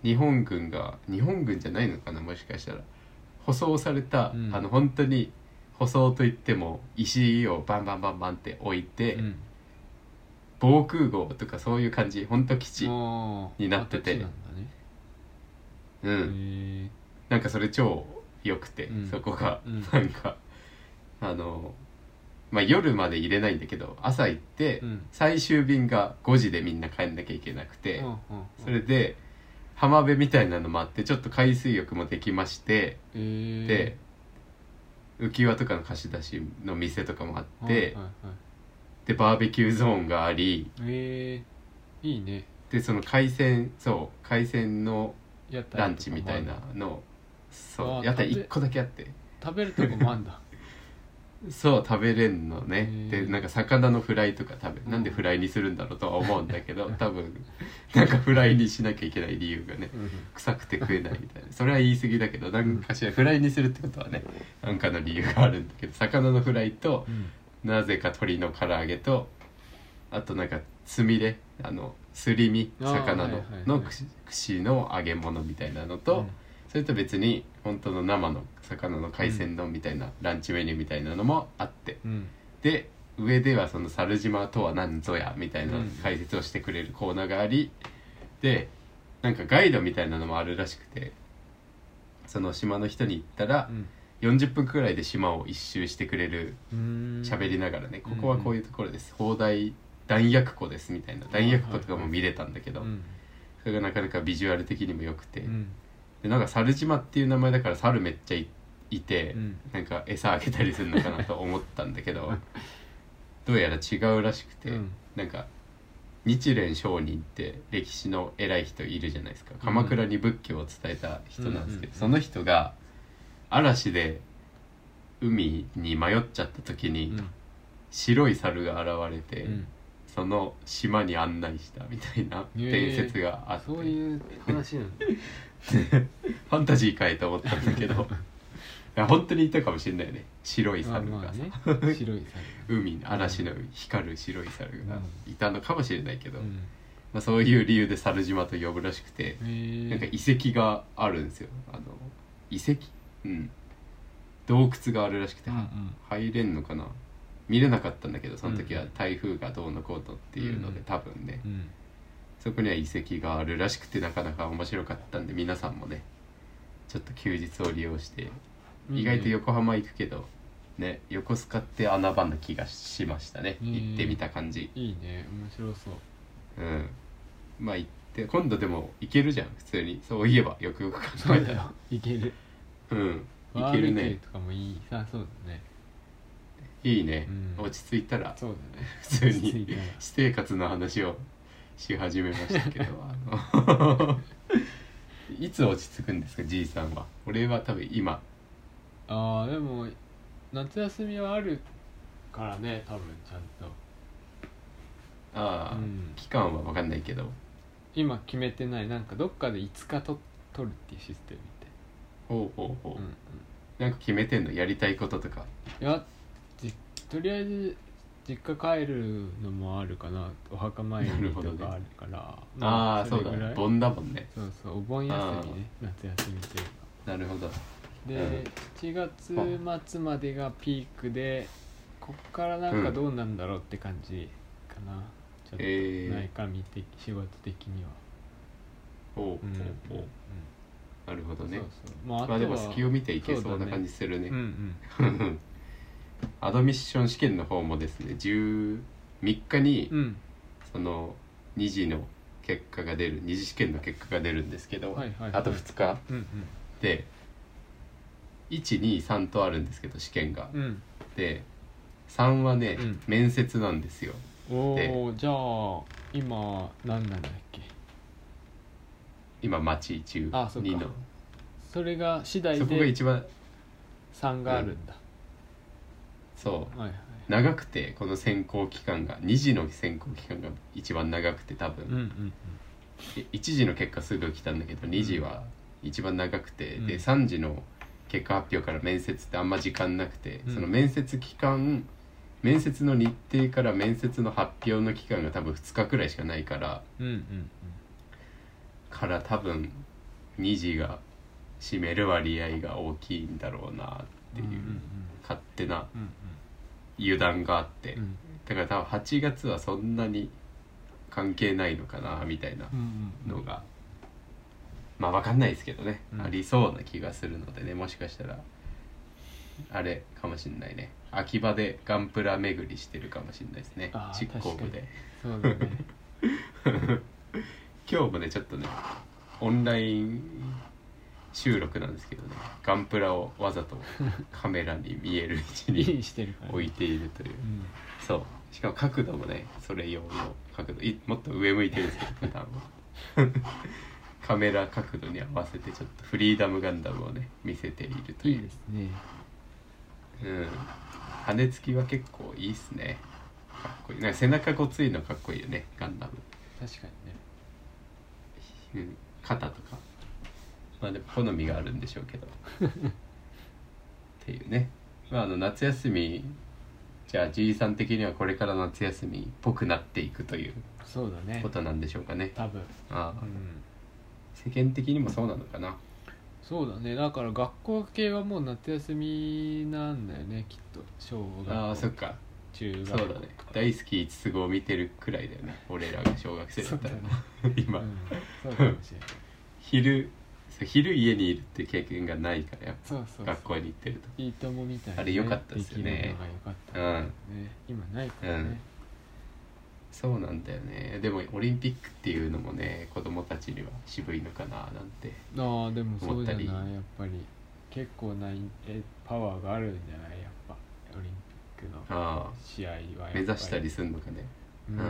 日本軍が日本軍じゃないのかなもしかしたら舗装された、
うん
あの本当に舗装といっても石をバンバンバンバンって置いて、
うん
防空壕とかそういう感じ本当基地、
もう
になってて
跡地なんだね
うん、
へ
なんかそれ超良くて、
うん
そこが、
うん
なんかあのまあ夜まで入れないんだけど朝行って、
えうん
最終便が5時でみんな帰んなきゃいけなくて、
うんうん
それで浜辺みたいなのもあってちょっと海水浴もできまして、
へえ
で浮き輪とかの貸し出しの店とかもあって、
はいはいはい
でバーベキューゾーンがあり
えー、いいね
でその海鮮そう海鮮の
屋台とかもある
ランチみたいなのそ
あ
う
ー
屋台
食べ
1個だけあって
食べるとこもあんだ
そう食べれんのね
へー
でなんか魚のフライとか食べなんで
うん
フライにするんだろうとは思うんだけど 多分なんかフライにしなきゃいけない理由がね
うん
臭くて食えないみたいなそれは言い過ぎだけど何かしらフライにするってことはねなんかの理由があるんだけど魚のフライと
うん
なぜか鶏の唐揚げとあとなんかつみれあのすり身
あー
魚
はい
の
はいはい
の串串の揚げ物みたいなの と、それと別に本当の生の魚の海鮮丼みたいな、ランチメニューみたいなのもあって
うん
で上ではその猿島とは何ぞやみたいな
うん
解説をしてくれるコーナーがあり、でなんかガイドみたいなのもあるらしくてその島の人に行ったら
うん
40分くらいで島を一周してくれる
うん
喋りながらね、
うん
ここはこういうところです砲台弾薬庫ですみたいな弾薬庫とかも見れたんだけど、
うん
それがなかなかビジュアル的にも良くて、
うん
でなんか猿島っていう名前だから猿めっちゃいいて、
うん
なんか餌あげたりするのかなと思ったんだけ どどうやら違うらしくて、
うん
なんか日蓮聖人って歴史の偉い人いるじゃないですか鎌倉に仏教を伝えた人なんですけど、
うん
その人が嵐で海に迷っちゃった時に、
うん
白い猿が現れて、
うん
その島に案内したみたいな伝説があって、
そういう話なんだ
ファンタジーかいと思ったんだけどや本当にいたかもしれないよね白い
まあ
猿
ま
が
あ
さ、
ね白い
海嵐の光る白い猿がいたのかもしれないけど、
猿、うん
まあ、そういう理由で猿島と呼ぶらしくて、
へ
なんか
え
遺跡があるんですよあの遺跡うん洞窟があるらしくて、
うんうん
入れんのかな見れなかったんだけどその時
う
は
ん
台風がどうのこうのっていうので、
うん
多分ね
うん
そこには遺跡があるらしくてなかなか面白かったんで皆さんもねちょっと休日を利用して意外と横浜行くけどね横須賀って穴場な気がしましたね
うん
行ってみた感じ
いいね面白そう
うんまあ行って今度でも行けるじゃん普通にそういえばよくよく考えたら
いける
うん行
バ
け
ー
る
ベキュー
ね
とかもいいさそうだね
いいね
うん
落ち着いたら
そうだね
普通
落ち着い
に
たら
私生活の話をし始めました けどあのいつ落ち着くんですかじいさんは俺は多分今
ああでも夏休みはあるからね多分ちゃん
ああ、
と、うん、
期間は分かんないけど
今決めてないなんかどっかで5日と取るっていうシステムみ
ほうほうほう、
たい、うんうん、
なんか決めてんのやりたいこととか
いやじとりあえず実家帰るのもあるかなお墓参りとかあるから
ああそうだ
れぐらい
盆だもんね
そうそうお盆休みね夏休みというか
なるほど
で、7月末までがピークでこっからなんかどうなんだろうって感じかな、ちょっと
えー
内科見的仕事的には
ほう
うん
ほうほう、なるほど
うん
ね
そうそうまああと
まあ
は
でも隙を見ていけ
そ
そう
う
な
だね
感じする
う
ね
んうん
アドミッション試験の方もですね13日に
うん
その2次の結果が出る2次試験の結果が出るんですけど、
はいはいはい
あと2日
うん
で123とあるんですけど試験が、
うんうん
で3はね、
うん
面接なんですよ
おおじゃあ今何なんだっけ
今待ち中
あそっか
2の
それが次第
そこが
で
一番
3があるんだ、
そう
はいはい
長くてこの選考期間が2次の選考期間が一番長くて多分、
うんうん
い一時の結果すぐ来たんだけど2時は一番長くて、
うん
で3時の結果発表から面接ってあんま時間なくて、
うん
その面接期間面接の日程から面接の発表の期間が多分2日くらいしかないから
うんうんうん
から多分2時が占める割合が大きいんだろうなっていう
うんうん
勝手な
うん
油断があって、
うん
だから多分8月はそんなに関係ないのかなみたいな
うんうん
のが、まあ分かんないですけどね、
うん
ありそうな気がするのでねもしかしたらあれかもしんないね秋葉でガンプラ巡りしてるかもしんないですね
あー
執行部で
そうだね
今日もねちょっとねオンライン収録なんですけどねガンプラをわざとカメラに見える位置
いい
に
してるから、
置いているという
うん
そうしかも角度もねそれ用の角度いもっと上向いてるんですけど普段はカメラ角度に合わせてちょっとフリーダムガンダムをね見せていると
い
いう
いですね
うん羽根付きは結構いいっすねかっこいいなんか背中ごついのかっこいいよねガンダム、
確かにね
うん、肩とかまあでも好みがあるんでしょうけどっていうねまああの夏休みじゃあじいさん的にはこれから夏休みっぽくなっていくという
そうだね
ことなんでしょうかね。
多分、
あ
う
あ
ん、
世間的にもそうなのかな。
そうだねだから学校系はもう夏休みなんだよねきっと小学校
ああ、そっか。
中
そう
学校
だね。大好き五つ子を見てるくらいだよね。俺らが小学生だったら
そ う。
今、
うん、そう かもしれない
昼、そう昼家にいるっていう経験がないから、やっ
そう
ぱ
そうそう
学校に行ってると。
いいともみたいな、
あれ良かったですよね
できるのが良かった
う
ね、
ん。
今ないからね、
うんそうなんだよね。でもオリンピックっていうのもね、子供たちには渋いのかななんて。
ああでもそうじゃない
思
や
ったり
っぱり結構なえパワーがあるんじゃないやっぱオリンピックの
あ
試合はやっぱ
あ、
り
目指したりするのかね。
う
うん
ん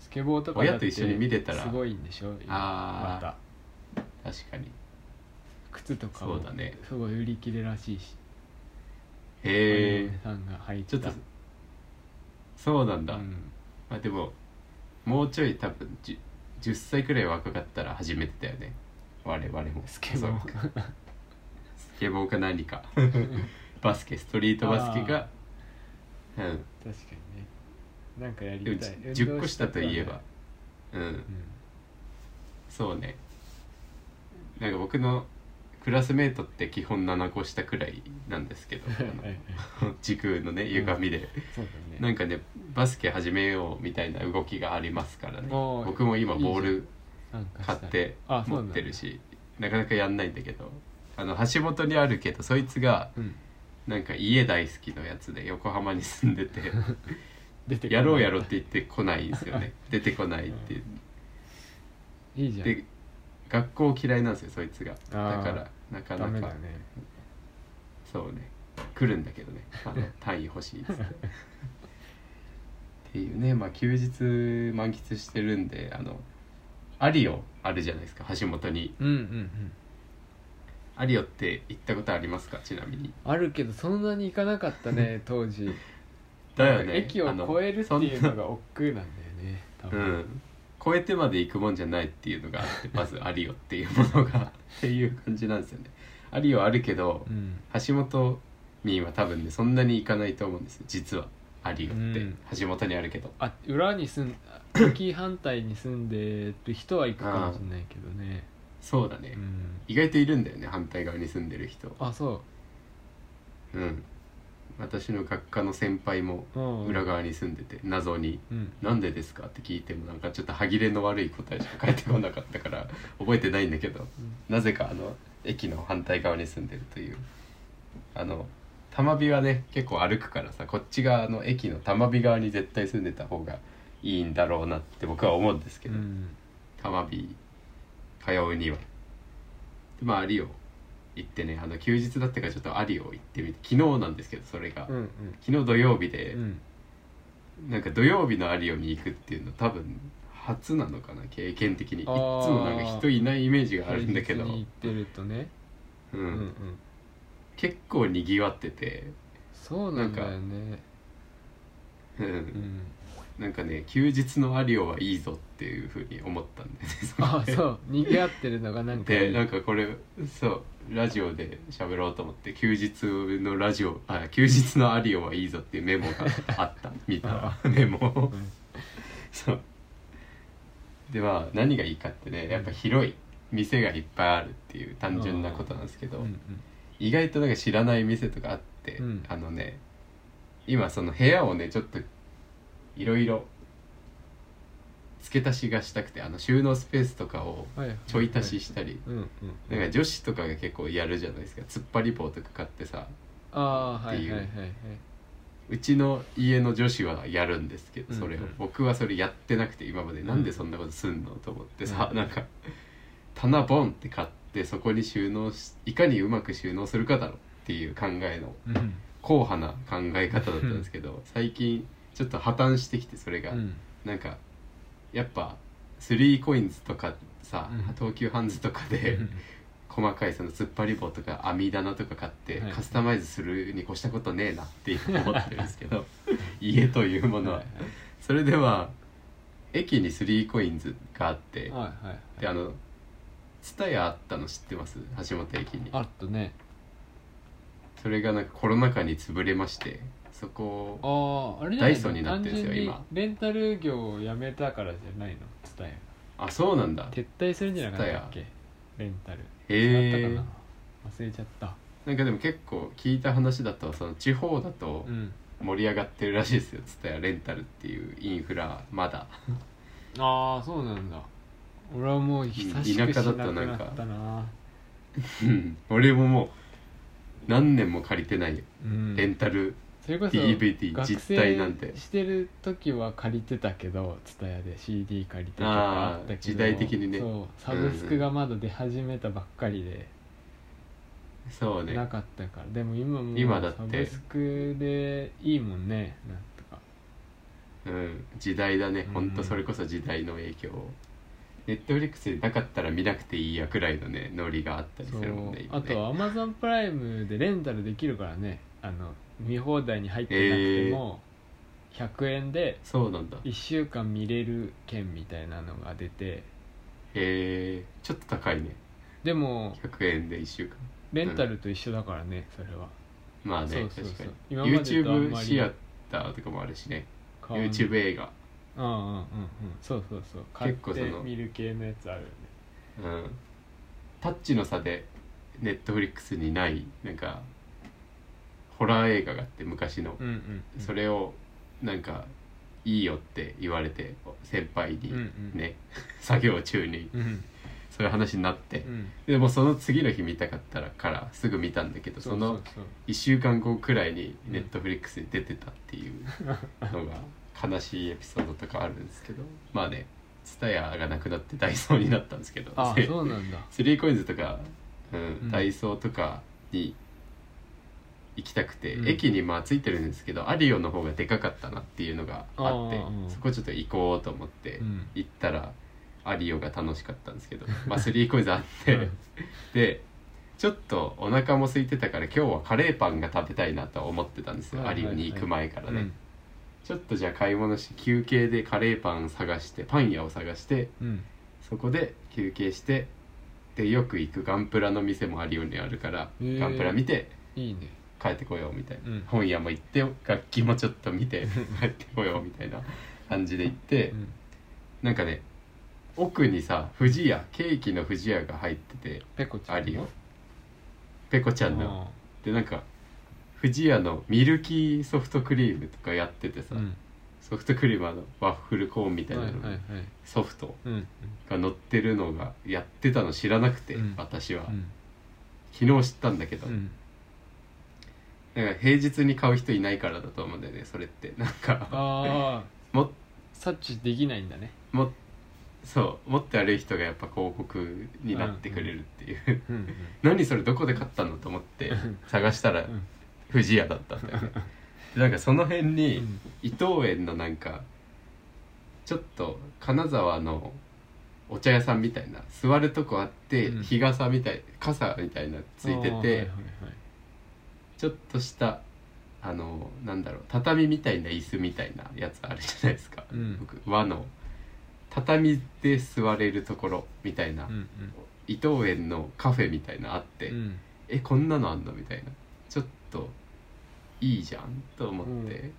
スケボーとか
親と一緒に見れたら
だってすごいんでしょ今
あ
ま
ー
た
確かに。
靴とか
そ
も
うだね。
すごい売り切れらしいし
へ
お
え
嫁、さんが入った
ちょっと、そうなんだ。
うん
まあでももうちょい多分じゅ 10, 歳くらい若かったら初めてだよね我々も
スケボー
おそらくスケボンか何かバスケストリートバスケがうん
確かにねなんかや
で
り
も
たい
じ10個下といえば、うん
運動
そうねなんか僕のクラスメートって基本7個下くらいなんですけど
したくはないうんはいはい
あの時空のね歪みで、
そうだ
な
ね
んかねバスケ始めようみたいな動きがありますからね
おー
僕も今ボール
なんかした
買
い
って
あそ
持
うな
っ
んだ
てるしなかなかやんないんだけどあの橋本にあるけどそいつが
うん
なんか家大好きのやつで横浜に住ん でて
出てこな
や
い
ろうやろうって言ってこないんですよ ね出てこないって言っ
いいじゃん
てで学校嫌いなんですよそいつがだ
あー
からなか
ダメ
な
だ
か
ね
そうね来るんだけどねあ の単位欲しいっつってっていうねまあ休日満喫してるんであのアリオあるじゃないですか橋本に
うんうんうん
アリオって行ったことありますかちなみに
あるけどそんなに行かなかったね当時
だよ
なんか
ね
駅を
あの
越えるっていう
そんな
のが億劫なんだよね多
う
分
ん超えてまで行くもんじゃないって いうのがあってまずアリオっていうものがっていう感じなんですよねアリオあるけど
うん
橋本民は多分ねそんなに行かないと思うんですよ実はアリオって、
うん
橋本にあるけど
あ裏に住ん駅反対に住んでる人は行くかもしれないけどね
そうだね、
うん
意外といるんだよね反対側に住んでる人
あそ
うん私の学科の先輩も
ううん
裏側に住んでて謎に
うん
「なんでですか?」って聞いてもなんかちょっと歯切れの悪い答えしか返ってこなかったから覚えてないんだけどなぜかあの駅の反対側に住んでるというあの玉火はね結構歩くからさこっち側の駅の玉火側に絶対住んでた方がいいんだろうなって僕は思うんですけ
う
ど、
ん
玉火通うにはでまあアリオ行ってねあの休日だったからちょっとアリオ行ってみて昨日なんですけどそれが、
うんうん
昨日土曜日
う
で、
ん
なんか土曜日のアリオに行くっていうの多分初なのかな経験的にいっつ
あー
もなんか人いないイメージがあるんだけど、
平日に行ってるとね
うん
うんうん
結構にぎわってて、
そうなんだよね
う、
うんん
なんかね休日のアリオはいいぞっていうふうに思ったんで、ね、
あそう賑わってるのがなんかい
で
い
なんかこれそうラジオで喋ろうと思って休日のラジオあ休日のアリオはいいぞっていうメモがあった 見た
あ
メモを
うん
そうでは何がいいかってねやっぱ広い店がいっぱいあるっていう単純なことなんですけど、
うん
意外となんか知らない店とかあって、
うん
あのね今その部屋をねちょっといろいろ付け足しがしたくてあの収納スペースとかを
うんはい
ちょい足ししたり、
うんうん
なんか女子とかが結構やるじゃないですか突っ張り棒とか買ってさ
ああーは
って
い
いう
はいはいはいう
ちの家の女子はやるんですけどそれを、
うんうん
僕はそれやってなくて今までなんでそんなことすんのと思ってさ、
うん
なんか棚ボンって買ってそこに収納しいかにうまく収納するかだろうっていう考えの
うん
硬派な考え方だったんですけど最近ちょっと破綻してきてそれが、
うん
なんかやっぱ 3COINS とかさ、
うん
東急ハンズとかで。細かいその突っ張り棒とか網棚とか買って
はい
カスタマイズするに越したことねえなって思ってるんですけ ど家というものはそれでは駅に 3COINS があって
はいはいはい
であの蔦屋あったの知ってます橋本駅に
あっとね
それがなんかコロナ禍に潰れましてそこを
あああれじゃない
ダイソンになってるんですよ
単純に
今
レンタル業をやめたからじゃないのツタヤ
あそうなんだへ
撤退するんじゃなかったっけレンタル違っ
え
たかな忘れちゃった
なんかでも結構聞いた話だとその地方だと
うん
盛り上がってるらしいですよ蔦屋レンタルっていうインフラまだ
ああそうなんだ俺はもう久しくしなく
田舎
な
だ
っ
となんか
たな
うん俺ももう何年も借りてないよ
うん
レンタル
それこそ
DVD
学
実体なんて
生してる時は借りてたけど TSUTAYA で CD 借りてと
あー
かあったけど
時代的にね
そうサブスクがまだ出始めたばっかりで、
そうね
なかったからでも今もう
今だって
サブスクでいいもんねなんとか
うん時代だね
うん
ほんとそれこそ時代の影響ネットフリックスでなかったら見なくていいやくらいのねノリがあったりす
そう、
るもんね今
あ
ね
とは Amazon プライムでレンタルできるからねあの見放題に入ってなくても、100円で
そうなんだへ
1週間見れる券みたいなのが出て
えちょっと高いね
でも
100円で1週間
レンタルと一緒だからね、それは
まあね
そうそうそう
確かに
今までとあんま
YouTube
り
シアターとかもあるしね
変わんない
YouTube 映画
うんうんうんうんそうそうそう買っ
結構そ
て
の
見る系のやつあるよね
うんタッチの差で Netflix にないなんかホラー映画があって昔の
うんうんうん
それをなんかいいよって言われて先輩に
うんうん
ね 作業中に
うん
そういう話になって
うん
でもその次の日見たかったらからすぐ見たんだけどその
そうそう
1週間後くらいに
うん
Netflix に出てたっていうのが悲しいエピソードとかあるんですけどまあね TSUTAYA がなくなってダイソーになったんですけど
あ
せ
そうなんだ
スリーコインズとか、うん
うん
ダイソーとかに行きたくて、
うん
駅にまあついてるんですけどアリオの方がでかかったなっていうのがあって
あーうん
そこちょっと行こうと思って
うん
行ったら、アリオが楽しかったんですけど、まあ、スリーコインズあって、
うん
でちょっとお腹も空いてたから今日はカレーパンが食べたいなと思ってたんですよ、
はいはい
ア
はい
リオに行く前から
う
ね、
ん
ちょっとじゃあ買い物して休憩でカレーパン探してパン屋を探して
うん
そこで休憩してでよく行くガンプラの店もあるようにあるから、
へー
ガンプラ見て
いいね
帰ってこようみたいな、
うん
本屋も行って楽器もちょっと見 て帰ってこようみたいな感じで行って、
うん
なんかね奥にさ不二家ケーキの不二家が入ってて
ペコちゃん
あるよペコちゃんの
あ
でなんか不二家のミルキーソフトクリームとかやってて
ー
さ、
うん
ソフトクリームあのワッフルコーンみたい
は
ないの
はいはい
ソフト、
うんうん
が乗ってるのがやってたの知らなくて、
うん
私は
うん
昨日知ったんだけど、
うん
なんか平日に買う人いないからだと思うんだよねそれって なんか
ああ
も
察知できないんだね
もそう持って歩い人がやっぱ広告になってくれるっていう、
うんうん
何それどこで買ったのと思って
うん
探したら
うん
不二家だったん だよねでなんかその辺に、
うん
伊藤園のなんかちょっと金沢のお茶屋さんみたいな座るとこあって、
うん
日傘みたい傘みたいなついてて、
あーはいはいはい
ちょっとしたあのなんだろう畳みたいな椅子みたいなやつあるじゃないですか、
うん
僕和の畳で座れるところみたいな、
うんうん
伊藤園のカフェみたいなあって、
うん
えこんなのあんのみたいなちょっといいじゃんと思って、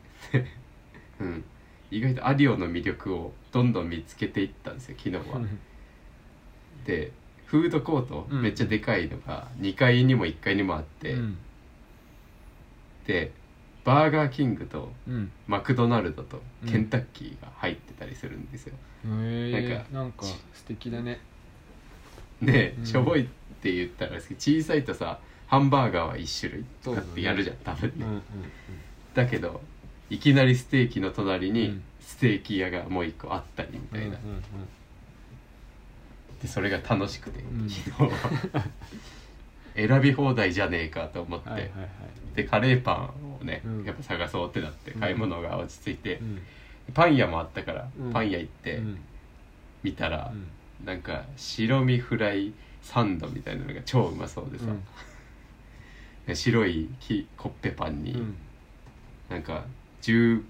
うん意外とアリオの魅力をどんどん見つけていったんですよ昨日は。でフードコート、
うん
めっちゃでかいのが2階にも1階にもあって、
うん
でバーガーキングと
うん
マクドナルドと
うん
ケンタッキーが入ってたりするんですよ。
へ
なん
えなんか素敵だね
で、
うん
しょぼいって言ったらですけど小さいとさハンバーガーは1種類とかってやるじゃん多分ね。
うんうん
だけどいきなりステーキの隣
う
に
ん
ステーキ屋がもう一個あったりみ
う
た
んう
い
ん
な、でそれが楽しくて、
うん
昨日は選び放題じゃねえかと思って、
はいはいはい
でカレーパンをね、
うん
やっぱ探そうってなって
うん
買い物が落ち着いて
う、ん
パン屋もあったから、
うん
パン屋行って
うん
見たら
う、ん
なんか白身フライサンドみたいなのが超うまそうでさ、白いきコッペパンに、
うん
なんか15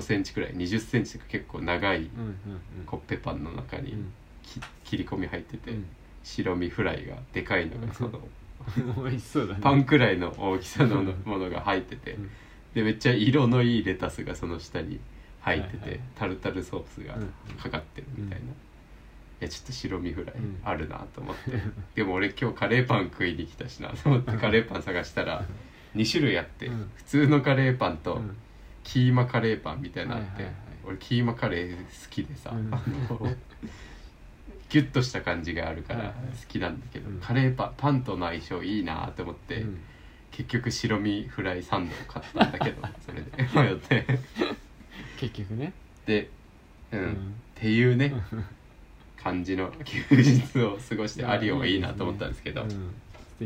センチくらい20センチとか結構長い
うんうん
コッペパンの中に
うん
き、切り込み入ってて、
うん
白身フライがでかいの
うん
がその
美味しそうだね
パンくらいの大きさの
うん
ものが入ってて、
うん
でめっちゃ色のいいレタスがその下に入ってて、
はいはい
タルタルソースが
うん
かかってるみたいな、
うん
いやちょっと白身フライ
うん
あるなと思って、でも俺今日カレーパン食いに来たしなと思ってカレーパン探したら2種類あって、
うん
普通のカレーパンと、
うん
キーマカレーパンみたいなのあって、
はいはいはい
俺キーマカレー好きでさ、
うん
あのギュッとした感じがあるか
はい
ら
はい
好きなんだけど、
うん
カレーパンパンとの相性いいなと思って、
うん
結局白身フライサンドを買ったんだ けどそれで迷って
結局ね
で、うん
うん
っていうね感じの休日を過ごして
や
アリオがいいなと思ったんですけど
いいすねうん素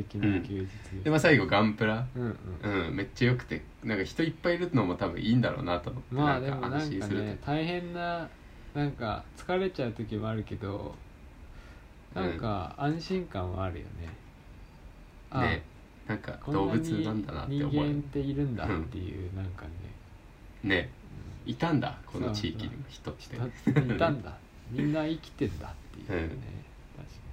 敵な休日
でまあ最後ガンプラ、
うんうん
うん、めっちゃ良くてなんか人いっぱいいるのも多分いいんだろうなと思って、
まあでもなん
安心
かね大変ななんか疲れちゃう時もあるけどなんか安心感はあるよね、あ
ねなんか
こん
動
な
物
に
なんだなって思う
人間っているんだっていう、なんかね
ねいたんだこの地域の
そう
人って
人っていたんだみんな生きてんだっていうね、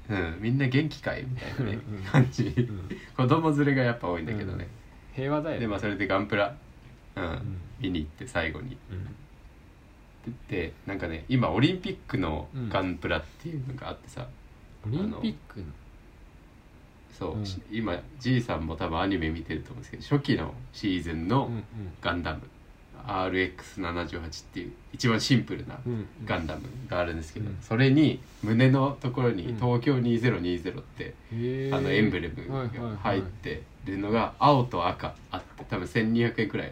うん
確
うん、みんな元気かいみたいなね
うん
感じ
うん
子供連れがやっぱ多いんだけどね、
平和だよね
でまあそれでガンプラ、うん
ん
見に行って最後に
うん
ででなんかね今オリンピックの
うん
ガンプラっていうのがあってさ、
オリンピックの
そう、
うん
し今じいさんも多分アニメ見てると思うんですけど初期のシーズン
う
の
んうん
ガンダム、RX78 っていう一番シンプルな
うんうん
ガンダムがあるんですけど、
うん
それに胸のところ
う
に
ん
「東京2020」って、
へー
あのエンブレム
はいはい
が
はい
入ってるのが青と赤あって多分1200円くらい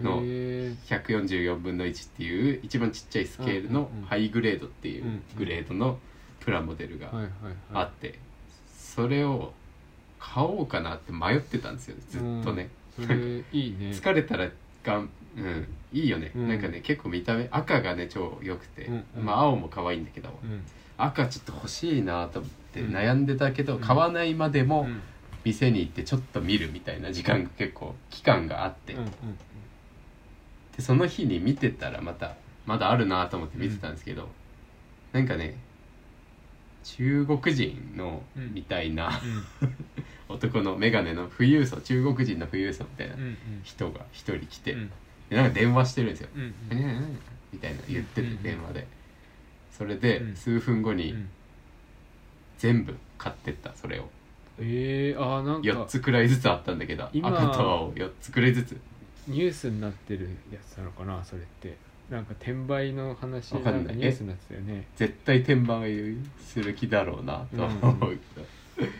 の
へー
144分の1っていう一番ちっちゃいスケールの
うんうんうん
ハイグレードってい
んう
うんグレードのプラモデル
はい
が
はい
あ
はい
ってそれを買おうかなって迷ってたんですよずっとね
それいいね
疲れたらがん、うん、いいよね、
うん
なんかね結構見た目赤がね超良くて、
うんうん
まあ青も可愛いんだけど、
うん
赤ちょっと欲しいなと思って
うん
悩んでたけど、
うん
買わないまで
う
も
ん
店に行ってちょっと見るみたいな時間が結構期間があって、
うんうん
でその日に見てたらまたまだあるなと思って見てたんですけど、なんかね中国人の
うん
みたいな、
うん
男の眼鏡の富裕層中国人の富裕層みたいな
うんうん
人が一人来て、
うん
でなんか電話してるんですよ、
うん
ねえねえみたいな言ってて
うん
電話でそれで
うん
数分後
う
に
ん
全部買ってったそれを
えー、あーなん
4
か
つくらいずつあったんだけど赤
今
と青4つくらいずつ
ニュースになってるやつなのかなそれってなんか転売の話
わかんない
んかニュースになってたよね
絶対転売する気だろうなと思うけど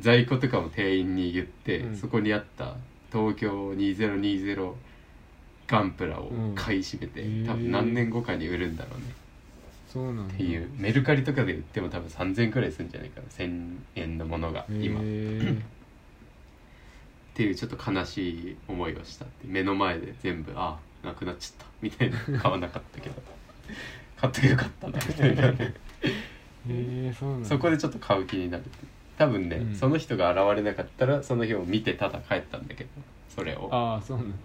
在庫とかも店員に言って、
うん
そこにあった東京2020ガンプラを買い占めて、
うん
多分何年後かに売るんだろうね
そうなんだ
っていうメルカリとかで売っても多分3000くらいするんじゃないかな1000円のものが今、
へ
っ
ー
ていうちょっと悲しい思いをしたって目の前で全部あなくなっちゃったみたい な買わなかったけど買ったけど買ったなみたいなね
へーそうなんだ
そこでちょっと買う気になるって多分ね、
うん
その人が現れなかったらその日を見てただ帰ったんだけどそれをあ
ああそうなんだ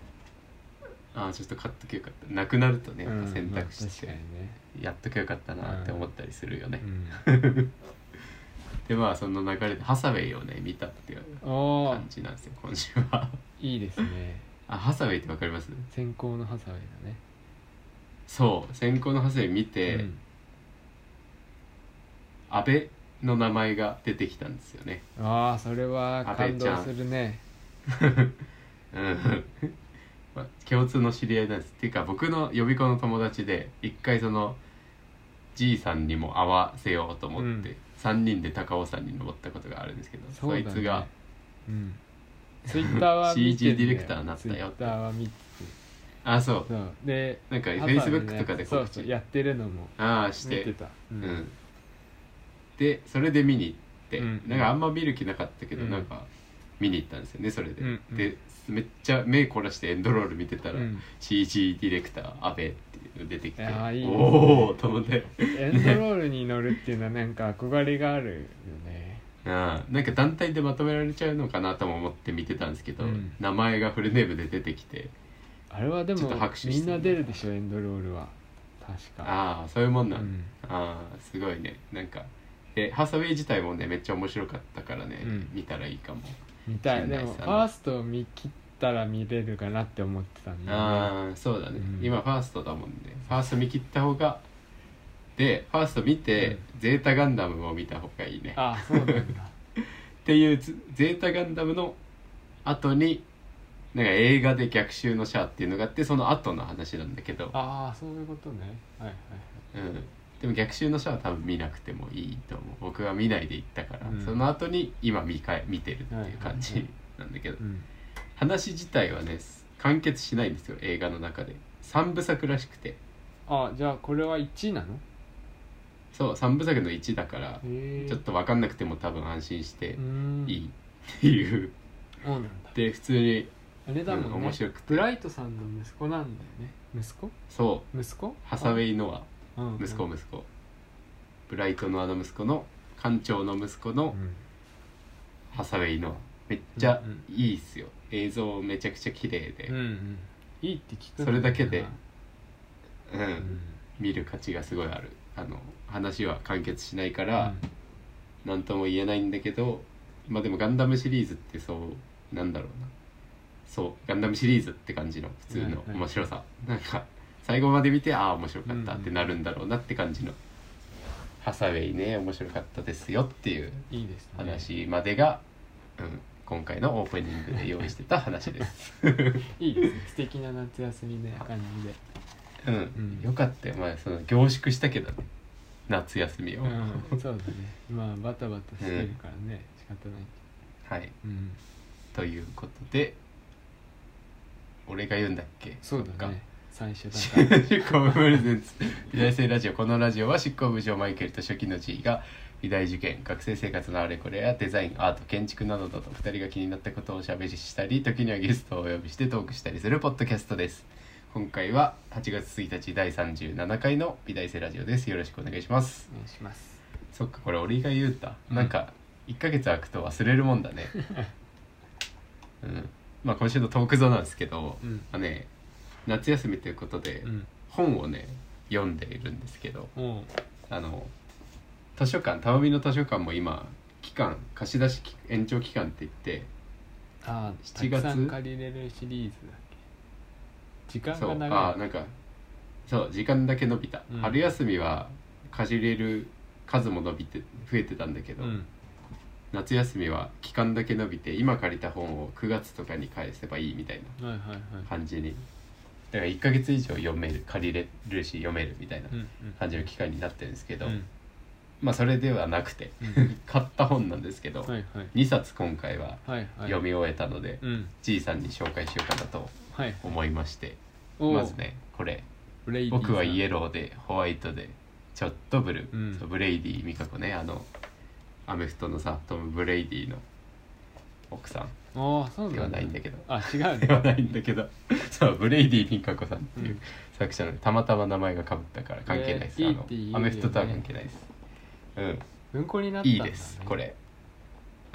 あちょっと買っときゃよかったなくなるとねやっ
う
ぱ
ん
選択肢
まあ
し
確か
て
にね
やっときゃよかったなって思ったりするよね、
うん
でまあその流れでハサウェイをね見たっていう
ああ
感じなんですよ今週は
いいですね
あハサウェイってわかります
先行のハサウェイだね
そう先行のハサウェイ見て、
うん
安倍の名前が出てきたんですよね
ああそれは感
安倍ちゃ
動
ん
するね
うん、 まあ共通の知り合いなんですっていうか僕の予備校の友達で一回そのじいさんにも会わせようと思って、
うん
3人で高尾山に登ったことがあるんですけどそ,、
そうだ
い
ね
つが
うんツイッターは見て
CG ディレクターになったよ
ツイッターは見て
あそう
そうで
なんかフ
朝
ェイスブッ
の
ク
や
と
つ
かで
そ
告
うそう
知
やってるのも
ああし
見
て
てた
う
う
んでそれで見に行って、
うん
なんかあんま見る気なかったけど、
うん
なんか見に行ったんですよねそれで、
うんうん
でめっちゃ目凝らしてエンドロール見てたら、
うん
CG ディレクター阿部っていうの出てきて
いやーいいね
おおと思って。
エンドロールに乗るっていうのはなんか憧れがあるよね。
ああなんか団体でまとめられちゃうのかなとも思って見てたんですけど、
うん
名前がフルネームで出てきて
あれはで
ちょ
も
っと拍手して
みんな出るでしょエンドロールは確か。
ああそういうもん
う
なん、
ん
ああすごいねなんかでハサウェイ自体もねめっちゃ面白かったからね、
うん
見たらいいかも、
見た
知
い
ら
で
ない
も
です
ファーストを見切ったら見れるかなって思ってたんだよね。
ああそうだね、
うん
今ファーストだもんねファースト見切った方がでファースト見て、ゼータガンダムも見た方がいいね
ああそうなんだ。
っていうつゼータガンダムの後になんか映画で逆襲のシャアっていうのがあってその後の話なんだけど
ああそういうことね。はいはい
うん、でも逆襲のシャアは多分見なくてもいいと思う僕は見ないで行ったから、
うん
その後に今見か見てるっていう感
はい
じ
は
なんだけど、
うん
話自体はね完結しないんですよ映画の中で3部作らしくて
あじゃあこれは1位なの
そう3部作の1だから
へえ。
ちょっと分かんなくても多分安心して
うん
いいっていう、
そうなんだ。
で普通に、
あれだもんね。
うん面白くて
ブライトさんの息子なんだよね。息子
そう
息子
ハサウ
イ
ェイ・ノア息
息
子息子ブライトのあの息子の艦長の息子のハサウェイのめっちゃいいっすよ、映像めちゃくちゃ綺麗で、
うんうん、いいって聞くん
それだけでうん
うん
見る価値がすごいあるあの話は完結しないから、何とも言えないんだけどまあでもガンダムシリーズってそうなんだろうなそうガンダムシリーズって感じの普通の
はいはい
面白さ、なんか最後まで見てああ面白かったってなるんだろうなって感じの、ハサウェイね面白かったですよっていう
いいですね
話までが、うん、今回のオープニングで用意してた話 です。
いいですね素敵な夏休みな感じで
うん
ん
よかったよ、まあ、その凝縮したけどね夏休みを、
うんそうだねまあバタバタしてるからね、仕方ない
はい
うん
ということで俺が言うんだっけ
そう
そっ
だ
か
ね最初だから
執行部プレゼンツ美大生ラジオこのラジオは執行部長マイケルと初期の G が美大受験学生生活のあれこれやデザインアート建築などなど2人が気になったことをおしゃべりしたり時にはゲストをお呼びしてトークしたりするポッドキャストです今回は8月1日第37回の美大生ラジオですよろしくお願いします
お願いします
そっかこれ俺が言うた、
うん
なんか1ヶ月空くと忘れるもんだねうんまあ今週のトークゾーンなんですけど、
うん
まあね夏休みということで、
うん
本をね読んでいるんですけど
おう
あの図書館たまみの図書館も今期間貸し出し期延長期間って言って
ああた
7
く
月
さん借りれるシリーズだっけ時間
そう
が長
あ
い
なんかそう時間だけ伸びた、
うん
春休みは貸しれる数も伸びて増えてたんだけど、
うん
夏休みは期間だけ伸びて今借りた本を9月とかに返せばいいみたい
はいはいは
な
い
感じにだから1ヶ月以上読める借りれるし読めるみたいな
うんうん
感じの期間になってるんですけど、
うん
まあそれではなくて
うん
買った本なんですけど、
はいはい
2冊今回は
はいはい
読み終えたので、
うん
じいさんに紹介しようかなと
はい
思いまして
おう
まずねこれ
ブレイディさん
僕はイエローでホワイトでちょっとブルー、
うん
そうブレイディ美香子ねあのアメフトのさトム・ブレイディの奥さん
ああそう
では
なんだ
ないんだけど、
あ違う
で
ね
はないんだけどそうブレイディ美香子さん っていううん作者の、たまたま名前がかぶったから関係ないです、
えーいいって言う
あ
よね
のアメフトとは関係ないですうん
文庫になったん
いい
だね
ですこれ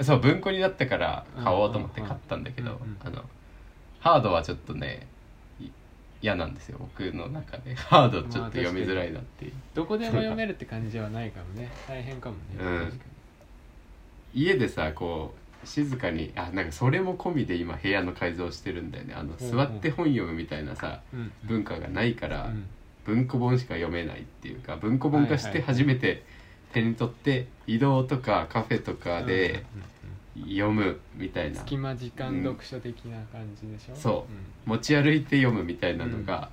そう文庫になったから買おうと思って
うんうん
買ったんだけど、
うんうん
あのハードはちょっとねい嫌なんですよ僕の中で ハードちょっと読みづらいなっていう、
どこでも読めるって感じではないかもね大変かもね
うん
確か
家でさこう静かにあなんかそれも込みで今部屋の改造してるんだよねあの
うんうん
座って本読むみたいなさ
にうん
文化がないから
うん
文庫本しか読めないっていうか文庫本化し
はい
て
はい
初めて手に取って移動とかカフェとかで
うんうんうん
読むみたいな
隙間時間読書的な感じでしょ、
うんそ持ち歩いて読むみたいなのが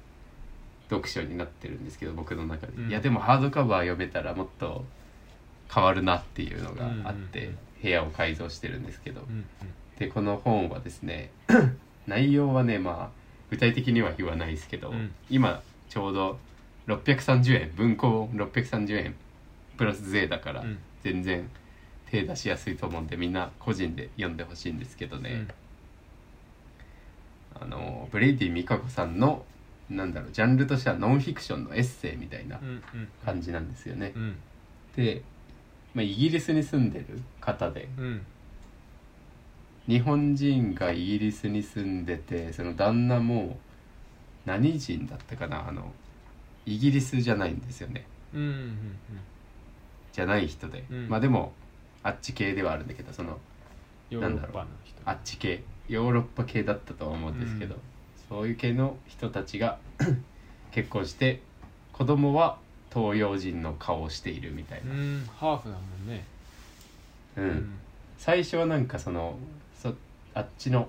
読書になってるんですけど僕の中で、
うん
いやでもハードカバー読めたらもっと変わるなっていうのがあって、
うんうんうん
部屋を改造してるんですけど、
うん、うん
でこの本はです ね内容はねまあ具体的には言わないですけど、
うん
今ちょうど630円文庫本630円プラス税だから、
うんうん
全然手出しやすいと思うんでみんな個人で読んでほしいんですけどね、あ
うん
のブレイディ・ミカコさんのなんだろうジャンルとしてはノンフィクションのエッセイみたいな
うんうん
感じなんですよね
う。ん
で、まあ、イギリスに住んでる方で
うん
日本人がイギリスに住んでてその旦那も何人だったかなあのイギリスじゃないんですよね
うんうん
じゃない人で、
うん
まあでもあっち系ではあるんだけどその
ヨーロッパの人
あっち系ヨーロッパ系だったとは思うんですけど、
うん
そういう系の人たちが 結婚して子供は東洋人の顔をしているみたいうな、
んハーフだもんね
うん最初はなんかそのそあっちの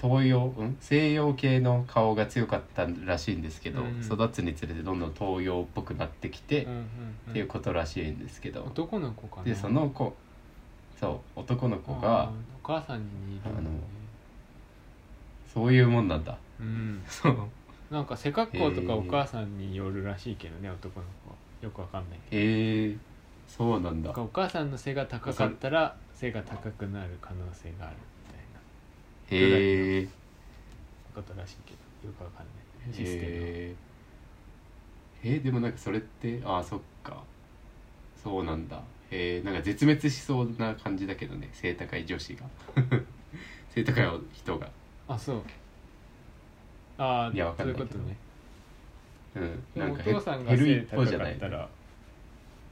東洋、うん、西洋系の顔が強かったらしいんですけど、
うん
育つにつれてどんどん東洋っぽくなってきて、
うんうんうん
っていうことらしいんですけど、
男の子かな
でその子そう男の子
あー
が
お母さんに似てるよね
そういうもんなんだ。
うん
そう
なんか背格好とかお母さんによるらしいけどね男の子はよくわかんないけど
えー、そうなんだ
なんかお母さんの背が高かったら背が高くなる可能性があるみたいな
へえ
ことらしいけどよくわかんないシステ
えー、えーでもなんかそれってああそっかそうなんだえー、なんか絶滅しそうな感じだけどね背高い女子が 背高い人が
ムあそうあ
いやわ
あ
か
そ
ん
うい
な
う
いけ
こ
ど
とね
うん
で
なん
もお
かへ
父さんが
減
背
る一
高
方じゃ
か
な
っ
い
たら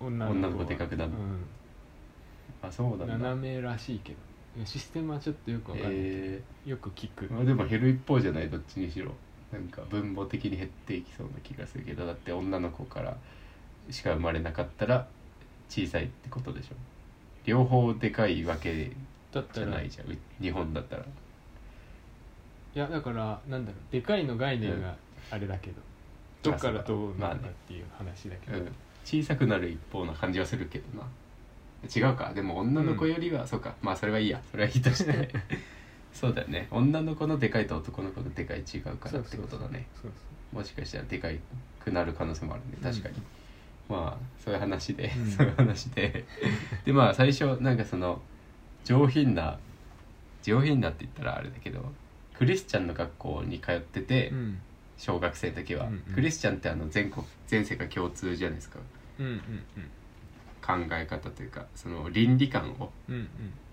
女
女の
の
子
子
でかくなる
うん
あそうなんだ
斜めらしいけどシステムはちょっとよくわかんないけど、
え
よく聞く
ーまあ、でも減る一方じゃないどっちにしろなんか分母的に減っていきそうな気がするけどだって女の子からしか生まれなかったら小さいってことでしょ両方でかいわけ
だった
じゃ
ら
ないいじゃんう日本だったら
やだからなんだろうでかいの概念があれだけど、どっからどう
ま
な
あ
る
ね
かっていう話だけ
う
ど、
ん小さくなる一方な感じはするけどな違うかでも女の子よりは、そうかまあそれはいいやそれはいいとして そうだよね女の子のでかいと男の子のでかい違うからってことだね
そうそう
もしかしたらでかいくなる可能性もあるね
うん
確かに、まあそういう話で、
うん
そういう話で でまあ最初なんかその上品な上品なって言ったらあれだけどクリスチャンの学校に通ってて、
そううん
小学生の時は、
うんうん
クリスチャンってあの全国全世界共通じゃないですか
うんうん
考え方というかその倫理観を
うんうんうん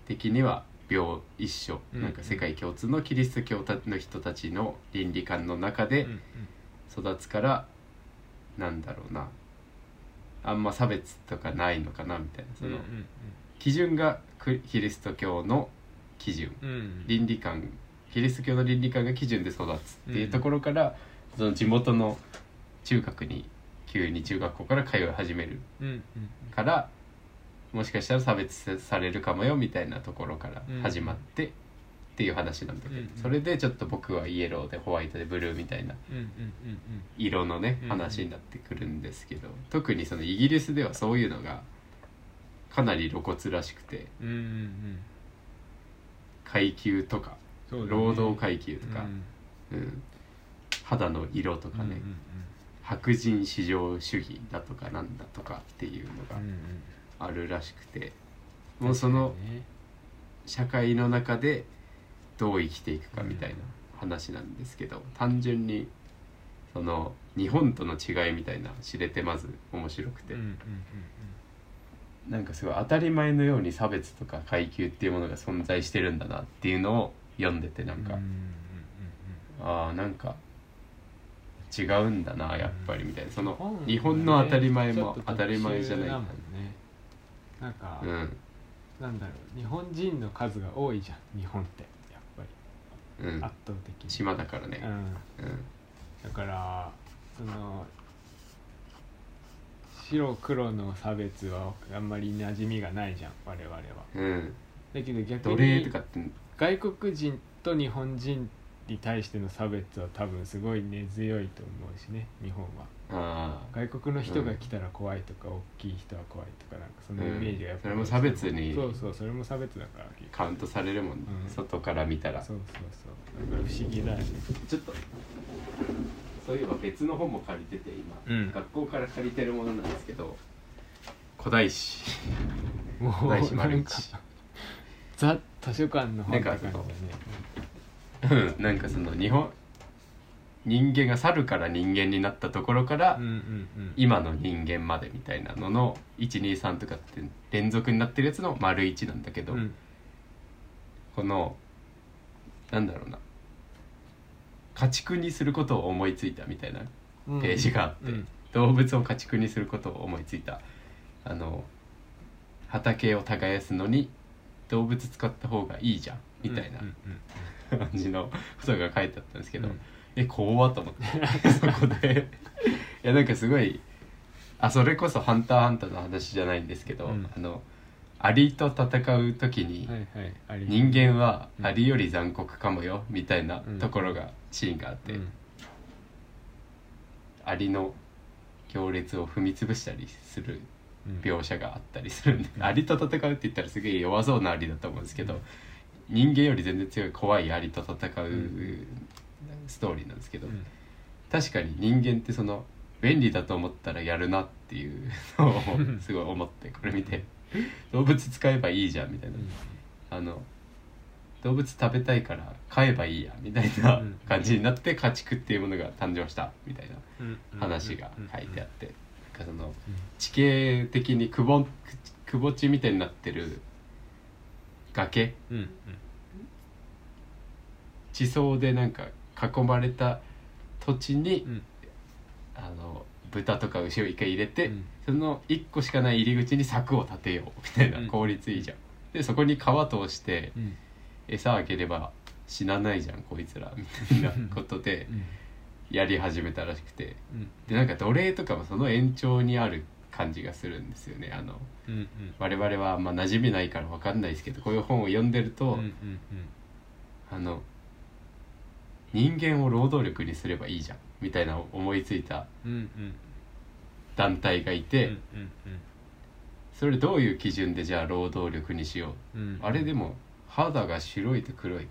的には平一緒、
うん
なんか世界共通のキリスト教たの人たちの倫理観の中で、
うんうん
育つからなんだろうなあんま差別とかないのかなみたいなそ
うん
の、
うん
基準がクキリスト教の基準
うんうん
倫理観キリスト教の倫理観が基準で育つっていうところから、その地元の中学に急に中学校から通い始める
うんうん
からもしかしたら差別されるかもよみたいなところから始まって、っていう話なんだけど、
うんうん
それでちょっと僕はイエローでホワイトでブルーみたいな
うんうんうん
色のね
うん
話になってくるんですけど、特にそのイギリスではそういうのがかなり露骨らしくて
うんうんうん
階級とか
そうだね
労働階級とか
う、ん
うん肌の色とかね、
うん
白人至上主義だとかなんだとかっていうの
うんうん
が
うん
あるらしくて、
うん
もうその
ね
社会の中でどう生きていくかみたいな話なんですけど、単純にその日本との違いみたいなの知れてまず面白くて。
うんうんうん
なんかすごい当たり前のように差別とか階級っていうものが存在してるんだなっていうのを読んでてな
うんん
か、
うんうん
ああなんか違うんだなやっぱりみたいなそ
うんう
の
ん
日本の当たり前も
ちょっと
当
特
たり前じゃない
殊だもんねなんか、
うん
なんだろう日本人の数が多いじゃん日本ってやっぱり
うん
圧倒的に、
島だから
う
ね
ん、
うん
だからその白黒の差別はあんまり馴染みがないじゃん我々は
うん
だけど逆
奴隷と
に
かって
外国人と日本人に対しての差別は多分すごい根強いと思うしね日本は
ああ
外国の人が来たら怖いとか、大きい人は怖いとかなんかそのイメージがやっぱり、
うんそれも差別に
そうそうそれも差別だから結
カウントされるもん、ね
うん
外から見たら
構そうそうそうだから不思議だよね
ちょっとそういえば別の本も借りてて今、
うん
学校から借りてるものなんですけど古代史
もう
大島
な
ル
ん
ン
か
チ
ザ図書館の本って
な
感
ん
じ
か
だね
うんなんかその日本人間が猿から人間になったところから、
うんうんうん
今の人間までみたいなのの123とかって連続になってるやつの丸1なんだけど、
うん
このなんだろうな家畜にすることを思いついたみたいな
うん
ページがあって、
うん
動物を家畜にすることを思いついたあの畑を耕すのに動物使った方がいいじゃんみたいな
うんうん
感じのことが書いてあったんですけど、
うん
え怖っと思って そこでいやなんかすごいあそれこそ「ハンターハンター」の話じゃないんですけど、
うん
あのアリと戦う時に
はいはいあり
人間は
うん
アリより残酷かもよみたいな
うん
ところがシーンがあって、
うん
アリの行列を踏み潰したりする
うん
描写があったりするんで、
うん
アリと戦うって言ったらすげえ弱そうなアリだと思うんですけど、人間より全然強い怖いアリと戦ううんストーリーなんですけど、
うん
確かに人間ってその便利だと思ったらやるなっていうのをすごい思ってこれ見て動物使えばいいじゃんみたいな、あの動物食べたいから飼えばいいやみたいな
うん
感じになって家畜っていうものが誕生したみたいな
うんうん
話が書いてあって、なんかその
うん
地形的にくぼくぼ地みたいになってる崖
うんうん
地層でなんか囲まれた土地に、
うん
あの豚とか牛を一回入れて、
うん
その1個しかない入り口に柵を立てようみたいな効率いいじゃん、でそこに川通して
うん
餌あげれば死なないじゃんこいつらみたいなことで
うん
やり始めたらしくて
うん
でなんか奴隷とかもその延長にある感じがするんですよねあの
うんうん
我々はあんま馴染みないから分かんないですけどこういう本を読んでると、
うんうん
あの人間を労働力にすればいいじゃんみたいな思いついた
うんうんうん
団体がいて、
うんうん
それどういう基準でじゃあ労働力にしよ
うん
うあれでも肌が白いと黒い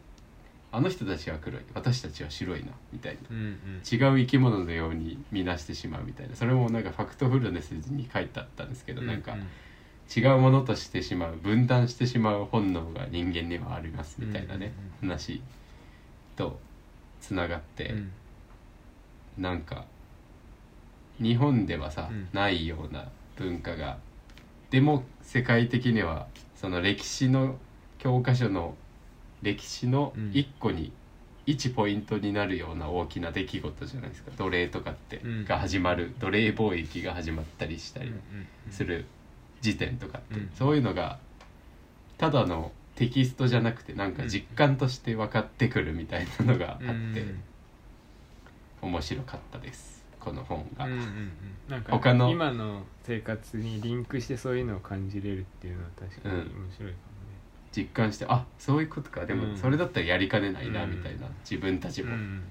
あの人たちは黒い私たちは白いなみたいな
うんうん
違う生き物のように見なしてしまうみたいなそれもなんかファクトフルネスに書いてあったんですけど、なんか違うものとしてしまう分断してしまう本能が人間にはありますみたいなね、
うん
話とつながって。
うん
なんか日本ではさ、
うん
ないような文化がでも世界的にはその歴史の教科書の歴史の
うん
一個に、一ポイントになるような大きな出来事じゃないですか奴隷とかって、
うん
が始まる奴隷貿易が始まったりした
うん
り
うん
する時点とかって、
うん
そういうのがただのテキストじゃなくてなんか実感として分かってくるみたいなのがあって。
うん
面白かったですこの本が、
うんうんうんなんか
他の
今の生活にリンクしてそういうのを感じれるっていうのは確かに面白いか
実感してあそういうことかで
う
も
ん
それだったらやりかねないな、
う
み
ん
たいな自分たち
もね
も、
うん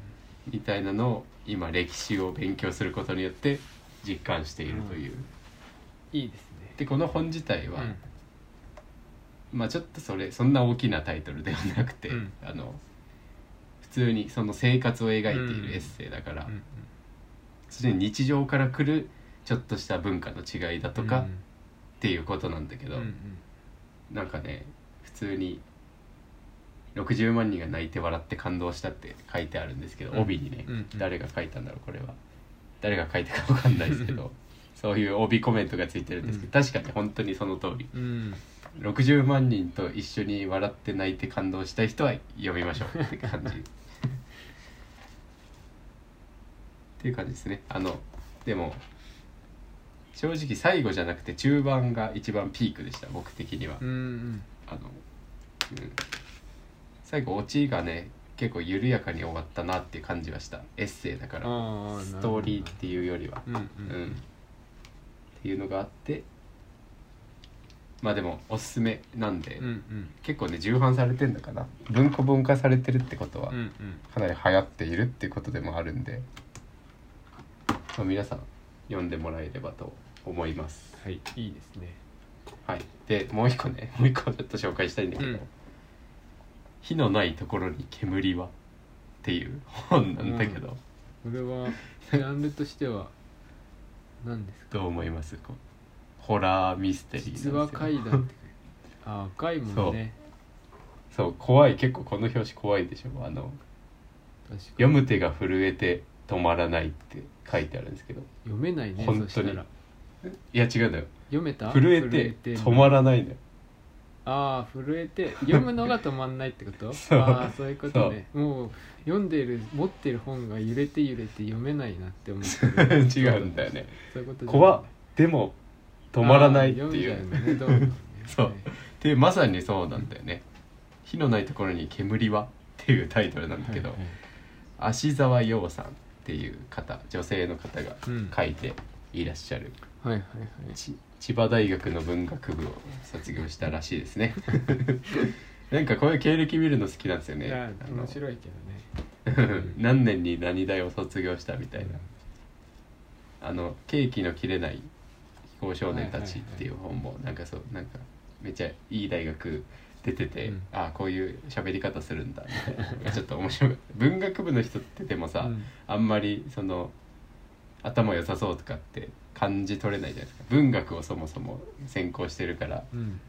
みたいなのを今歴史を勉強することによって実感しているという、
いいですね
でこの本自体は、まあちょっとそれそんな大きなタイトルではなくて、
うん
あの普通にその生活を描いてい
うん
るエッセイだから、
うんうん
常に日常から来るちょっとした文化の違いだとか
う
っ
ん
ていうことなんだけど、
うんうん
なんかね普通に60万人が泣いて笑って感動したって書いてあるんですけど、
うん
帯にね、
うんうん
誰が書いたんだろうこれは誰が書いたかわかんないですけどそういう帯コメントがついてるんですけど、確かに本当にその通り
うん
60万人と一緒に笑って泣いて感動したい人は読みましょうって感 じっていう感じですねあのでも正直最後じゃなくて中盤が一番ピークでした僕的には
うんうん
あの、うん、最後オチがね結構緩やかに終わったなっていう感じはしたエッセイだから
ああ
ストーリーっていうよりは、
うん
う
う
んんっていうのがあってまあでもおすすめなんで、
うんうん
結構ね重版されてんのかな文庫本化されてるってことは
うんうん
かなり流行っているっていうことでもあるんで、まあ、皆さん読んでもらえればと思います。
はいいいですね
はい、でもう一個ねもう一個ちょっと紹介したいんだけど「
うん
火のないところに煙は」っていう本なんだけど、
これはジャンルとしては何ですか
どう思いますこうホラーミステリーなんです
実
よ
話怪談って書いてあー赤いもんね
そう怖い結構この表紙怖いでしょあの
確か
読む手が震えて止まらないって書いてあるんですけど
読めないね
本当に
そしたら
いや違うんだよ
読めた
震えて止まら ないんだよ
ああ震えて読むのが止まんないってこと
そう
ああそういうことねもう読んでる持ってる本が揺れて揺れて読めないなって思ってる
違うんだよね
そういうことじゃない
怖っでも止まらないって
あー
い
読
うん
じゃうのねどうなんだろね
そう
はい
でまさにそうなんだよね「火のないところに煙は」っていうタイトルなんだけど、
はいはい
芦沢洋さんっていう方女性の方が
うん
書いていらっしゃる、
はいはいはい
ち千葉大学の文学部を卒業したらしいです ねなんかこういう経歴見るの好きなんですよ
いや
ねあの
面白いけど
何年に何大を卒業したみたいなあの「ケーキの切れない飛行少年たち」っていう本もなんかそうなんかめっちゃいい大学出てて、
うん
ああこういう喋り方するんだみたいなのがちょっと面白い文学部の人ってでもさ、
ね
あんまりその頭良さそうとかって感じ取れないじゃないですか文学をそもそも専攻してるから
うんうん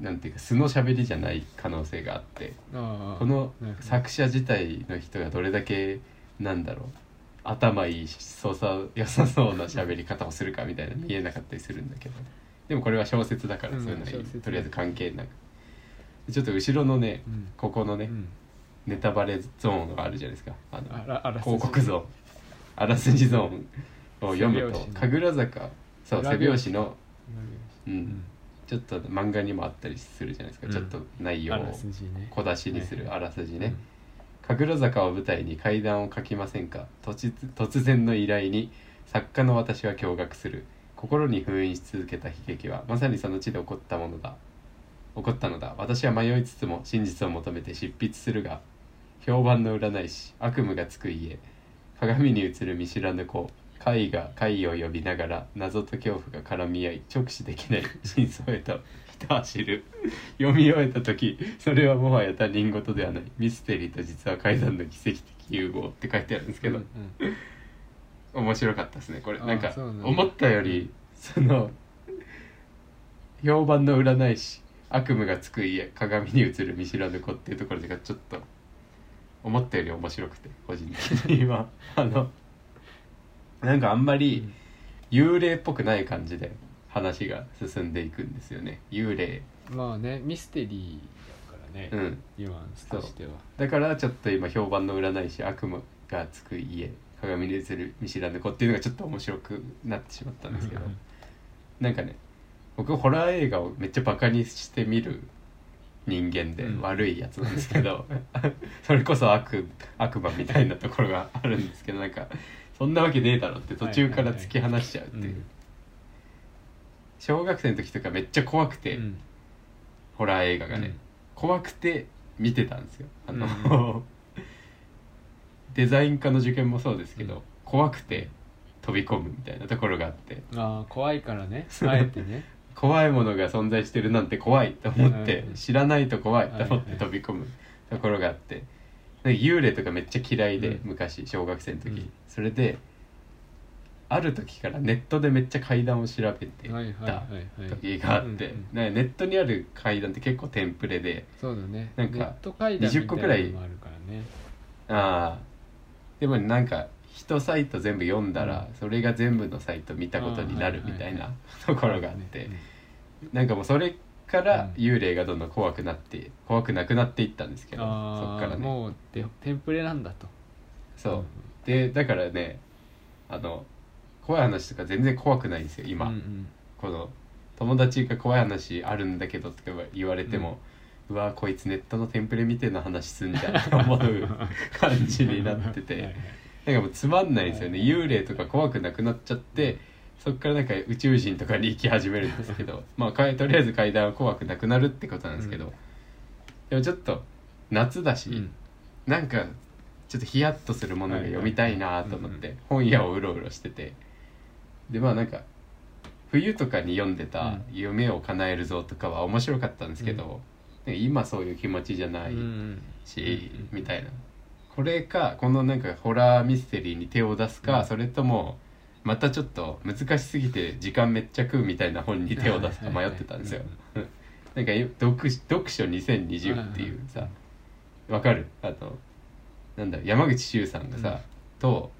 なんていうか素の喋りじゃない可能性があって
ああ
この
なるほど
作者自体の人がどれだけなんだろう頭いいしそうさ良さそうな喋り方をするかみたいな見えなかったりするんだけどでもこれは小説だから
うん
そういうのは
小説
とりあえず関係なくちょっと後ろのね
うん
ここのね
うん
ネタバレゾーンがあらあるじゃないですかあの
あらあら
広告ゾーンあらすじゾーンを読む
背
と
表紙の
神楽坂そう背
裏表紙
表紙の、うん
うん
ちょっと漫画にもあったりするじゃないですか、
うん
ちょっと内容
あ
を
らすじね
小出しにする
は
あらすじね、神楽坂を舞台に階段を書きませんか突突然の依頼に作家の私は驚愕する心に封印し続けた悲劇はまさにその地で起こったものだ起こったのだ私は迷いつつも真実を求めて執筆するが評判の占い師悪夢がつく家鏡に映る見知らぬ子怪が怪を呼びながら謎と恐怖が絡み合い直視できない真相へとひた走る読み終えた時それはもはや他人事ではないミステリーと実は怪談の奇跡的融合って書いてあるんですけど、
うんうん
面白かったですねこれ
あー
なんか
そうなんだ
思ったよりその評判の占い師悪夢がつく家鏡に映る見知らぬ子っていうところがちょっと思ったより面白くて個人的に 今あのなんかあんまり幽霊っぽくない感じで話が進んでいくんですよね幽霊
まあねミステリーだからね、
うん
ニュアンスとしては
だからちょっと今評判の占い師悪夢がつく家鏡に映る見知らぬ子っていうのがちょっと面白くなってしまったんですけどなんかね僕ホラー映画をめっちゃバカにして見る人間で
うん
悪いやつなんですけど、 それこそ悪悪魔みたいなところがあるんですけどなんかそんなわけねえだろって途中から突き放しちゃうっていう、
うん
小学生の時とかめっちゃ怖くて、
うん
ホラー映画がね、
うん
怖くて見てたんですよあの、
う
デザイン科の受験もそうですけど、
うん
怖くて飛び込むみたいなところがあって
ああ怖いからねあえ てね
怖いものが存在してるなんて怖いと思って、
うん
知らないと怖いと思っ
はいは
て
い
飛び込むところがあってなんか幽霊とかめっちゃ嫌いで、
うん
昔小学生の時、
うん
それである時からネットでめっちゃ階段を調べて
はいはい
た
はいはい
時があって、
うんうん
なんかネットにある階段って結構テンプレで。
そうだね
なんか
ネット階段みたいなのもあるからね
ああでもなんか一サイト全部読んだら、それが全部のサイト見たことになる
あー
みたい
は
なところがあって、
ね
なんかもうそれから
うん
幽霊がどんどん怖くなって怖くなくなっていったんですけどそ
あ
っ
あ
からね
もうでテンプレなんだと
そう、でだからねあの怖い話とか全然怖くないんですよ今、
うんうん
この友達が怖い話あるんだけどとか言われても、うわこいつネットのテンプレみたいな話すんじゃんって思う感じになって て。
はいはい
なんかもうつまんないんですよね
はい
幽霊とか怖くなくなっちゃってそっからなんか宇宙人とかに行き始めるんですけどまあかいとりあえず階段は怖くなくなるってことなんですけど、
うん
でもちょっと夏だし、
うん
なんかちょっとヒヤッとするものが読みたいなと思って、本屋をうろうろしててでまあなんか冬とかに読んで
う
た
ん
「夢を叶えるぞ」とかは面白かったんですけど、
うん
なんか今そういう気持ちじゃない、
うん
し、
うん
みたいなこれかこのなんかホラーミステリーに手を出すか、
うん
それともまたちょっと難しすぎて時間めっちゃ食うみたいな本に手を出すか迷ってたんですよ
はいはいはい。
なんか読読書2020っていうさわかるあとなんだ山口周さんがさ、
うん
と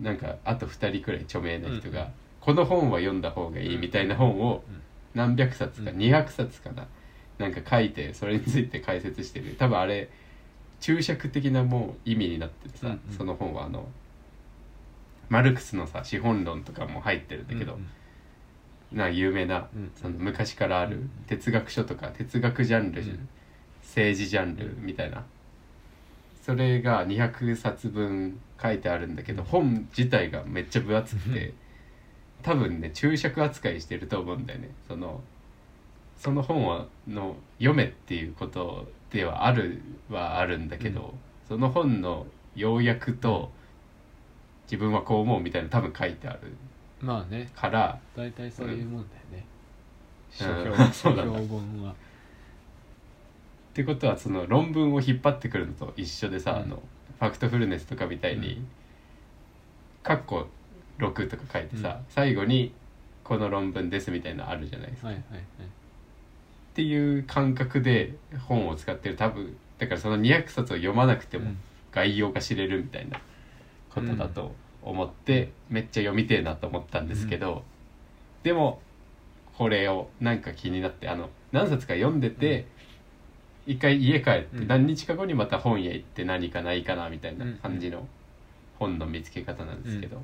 なんかあと2人くらい著名な人が、この本は読んだ方がいいみたいな本を
うん
何百冊か
うん
200冊かななんか書いてそれについて解説してる多分あれ注釈的なもう意味になっててさ、
うんうん
その本はあのマルクスのさ資本論とかも入ってるんだけど、
うん
な有名な
うん
その昔からあ
う
る
ん
哲学書とか哲学ジャンル、
うん
政治ジャンルみたいなそれが200冊分書いてあるんだけど本自体がめっちゃ分厚く
う
て多分ね注釈扱いしてると思うんだよねそのその本はの読めっていうことではあるはあるんだけど、
う
その本の要約と自分はこう思うみたいなの多分書いてある
まあね
から
大体そういうもんだよね書
うん
評
そ
書
うなんだ
評本は
ってことはその論文を引っ張ってくるのと一緒でさ、
うん
あのファクトフルネスとかみたいうに
ん
「カッコ6」とか書いてさ、
うん
最後に「この論文です」みたいなのあるじゃないですか。
はいはいは
っ
い
ていう感覚で本を使ってる多分だからその200冊を読まなくて
う
も
ん
概要が知れるみたいなことだと思って、めっちゃ読みてえなと思ったんですけど、でもこれをなんか気になってあの何冊か読んでて、一回家帰って
うん
何日か後にまた本屋行って何かないかなみたいな感じの本の見つけ方なんですけど、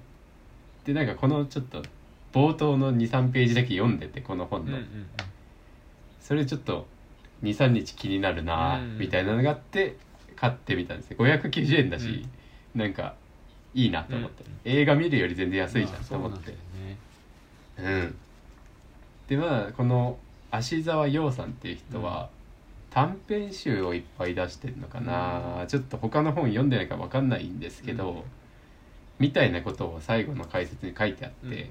でなんかこのちょっと冒頭の23ページだけ読んでてこの
う
本
んうん
の、
うん
それちょっと23日気になるな
うん
みたいなのがあって買ってみたんですよ590円だし、なんかいいなと思って、
う
映画見るより全然安いじゃん
まあ
と
そう
思
なん
っ
だ
て
よね
うん、でまあこの芦沢洋さんっていう人は、短編集をいっぱい出してるのかな、ちょっと他の本読んでないか分かんないんですけど、
うん
みたいなことを最後の解説に書いてあって、
うんうん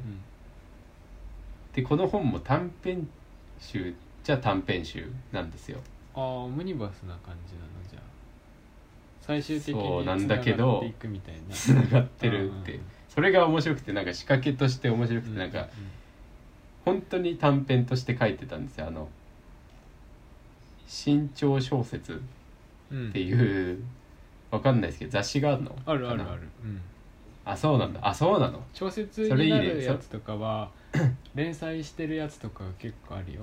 でこの本も短編集じゃ短編集なんですよ。
ああオムニバスな感じなのじゃあ最終的に
そうなん
つ
だ
な
け
が
ど
っていくみたいな
つながってるって、
うんうん
それが面白くてなんか仕掛けとして面白くてなんか本当に短編として書いてたんですよあの新潮小説
うんうん
っていうわかんないですけど雑誌があるの
あるある
か
あ
な
る、うん、
あそうなんだあそうなの
調節
それいい
にな
ね
るやつとかは連載してるやつとか結構あるよ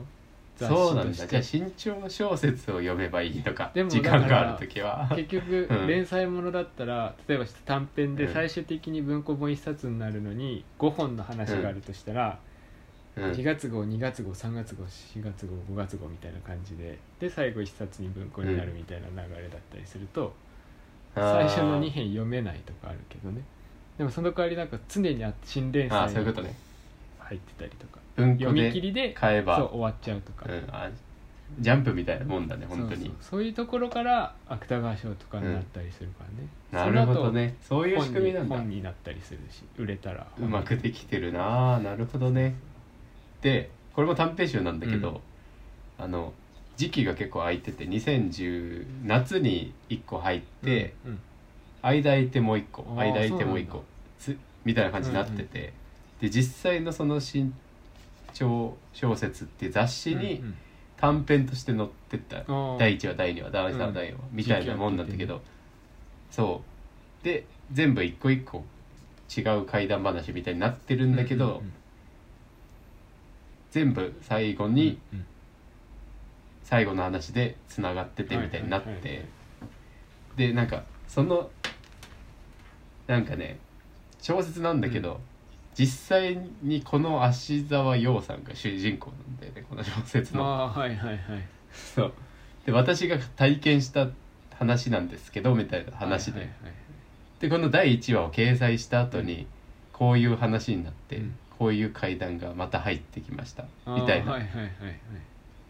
そうなん
雑誌
だ
と
じゃあ
して
新潮小説を読めばいいのか
でも
時間がある時は
結局
うん
連載ものだったら、例えば短編で
うん
最終的に文庫本1冊になるのに5本の話があるとしたら、
う
2
ん
月号2月号3月号4月号5月号みたいな感じでで最後1冊に文庫になるみたいな流れだったりすると、最初の2編読めないとかあるけどねでもその代わりなんか常にあ新連
あーあー
載
そういうこと
が
ね
入ってたりとか
文庫
読み
で
切りで
買えば
そう終わっちゃうとか、
うん、あジャンプみたいなもんだね本当
そう
に
そうそういうところから芥川賞とかになったりするからね、
なるほ
その後
どねそういう仕組みなんだ
本に本になったりするし売れたら
うまくできてるなあなるほどねでこれも短編集なんだけど、あの時期が結構空いてて2010夏に1個入って、
うんうん
間空いてもう一個
あー
間空いてもう一
そう
個つみたいな感じになってて、で実際のその新潮小説っていう雑誌
う
に
んうん
短編として載ってった、
あー
第1話第2話第3話、
うん
第4話みたいなもんなんだけど、
時
そうで全部一個一個違う怪談話みたいになってるんだけど、
うんうん
全部最後
うん
に
うんうん
最後の話でつながっててみたいになって、
はいはいはいはい
でなんかそのなんかね小説なんだけど、
う
実際にこの芦沢洋さんが主人公なんだよねこの小説の。
ああはいはいはい
そうで私が体験した話なんですけどみたいな話で、
はいはいはい
でこの第1話を掲載した後にこういう話になって、
うん
こういう階段がまた入ってきました
あー
みたいな
は
い
はいはいはい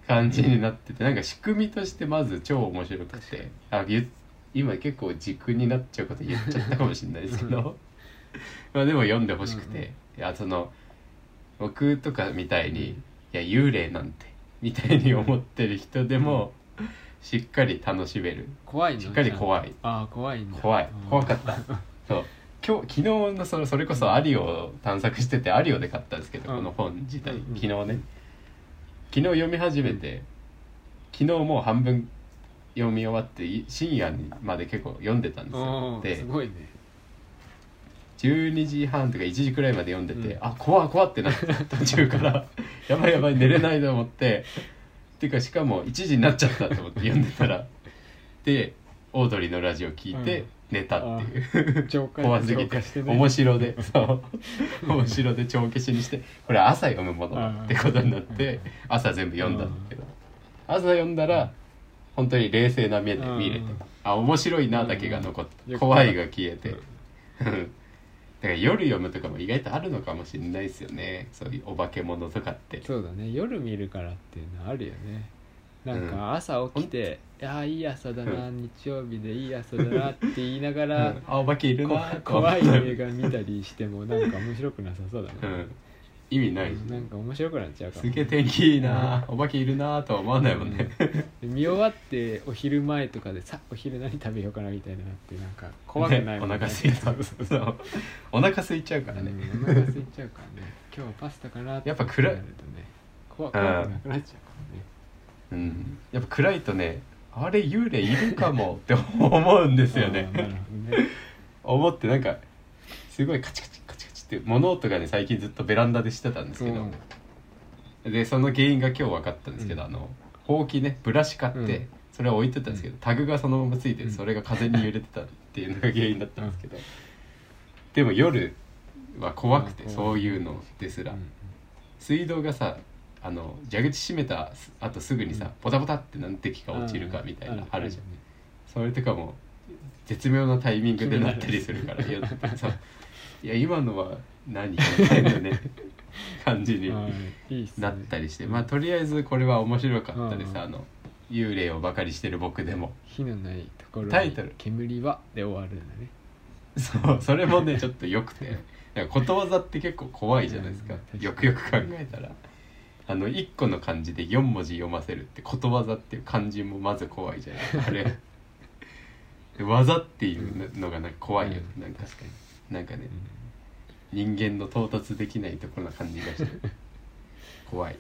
感じになっててなんか仕組みとしてまず超面白く
確か
てあ言っ今結構軸になっちゃうこと言っちゃったかもしれないですけど まあでも読んでほしくて、
うんうん
いやその僕とかみたいに、
うん
いや幽霊なんてみたいに思ってる人でも、しっかり楽しめる
怖いの
しっかり怖い
ああ怖いんだ
怖い
あー
怖か ったそう今日昨日のそのそれこそアリオを探索しててアリオで買ったんですけど、
うん
この本自体、
うん
昨日ね昨日読み始めて、昨日もう半分読み終わってい深夜にまで結構読んでたんです
お
よ
ーす
で
ごいね
12時半とか1時くらいまで読んでて、
うん
あ怖い怖いってなって途中から やばいやばい寝れないと思ってっていうかしかも1時になっちゃったと思って読んでた らでオードリーのラジオ聞いて
うん
寝たっていう。
浄化
怖すぎ
浄化
て
してね
面白でそう面白で帳消しにしてこれ朝読むものだってことになっ
うんうん
て朝全部読んだんだけど朝読んだら本当に冷静な目で見れて
うん
あ面白いなだけが残っ
うん
た怖いが消えて だから夜読むとかも意外とあるのかもしれないですよねそういうお化け物とかって
そうだね夜見るからっていうのはあるよねなんか朝起きて「いやーいい朝だな日曜日でいい朝だな」って言いながら
うんあお化けいる
こ
なと思っ
怖
て
い映画見たりしてもなんか面白くなさそうだ
う
な、
ん意味ない
なんか面白くなっちゃうかも
すげえ天気いいなお化けいるなとは思わないもんね
で見終わってお昼前とかでさお昼何食べようかなみたいになってなんか怖くない
ねお
んね
腹空いたそうお腹空いちゃうからね、
うんお腹空いちゃうからね今日はパスタかなって
やっぱ暗い
なるとね怖怖くなくなっちゃうからね
うん、やっぱ暗いとねあれ幽霊いるかもって思うんですよ
あーなる
ね
ほど ね
思ってなんかすごいカチカチカチカチって物音がね最近ずっとベランダでしてたんですけど、でその原因が今日分かったんですけど、
うん
あのほうきねブラシ買って、
うん
それを置いてたんですけど、タグがそのままついて
うん
それが風に揺れてたっていうのが原因だったんですけど、でも夜は怖くて、
うん
そういうのですら、水道がさあの蛇口閉めたすあとすぐにさ、
うん
ポタポタって何滴か落ちるかみたいな、あるじゃん、それとかも絶妙なタイミングでなったりするからいやそういや今のは何みたいな ね感じに
ゃんいいっすね
なったりしてまあとりあえずこれは面白かったです、
うん
あの幽霊をばかりしてる僕でも
火のないところに
タイトル
煙は」で終わるんだね
そうそれもねちょっとよくてなんかことわざって結構怖いじゃないですか
うん
よくよく考えたらあの1個の漢字で4文字読ませるってことわざっていう漢字もまず怖いじゃないですかあれ で技っていうのがなんか怖いよね、
うん
なんか
確かに、
なんかね
うん
人間の到達できないところな感じがして怖い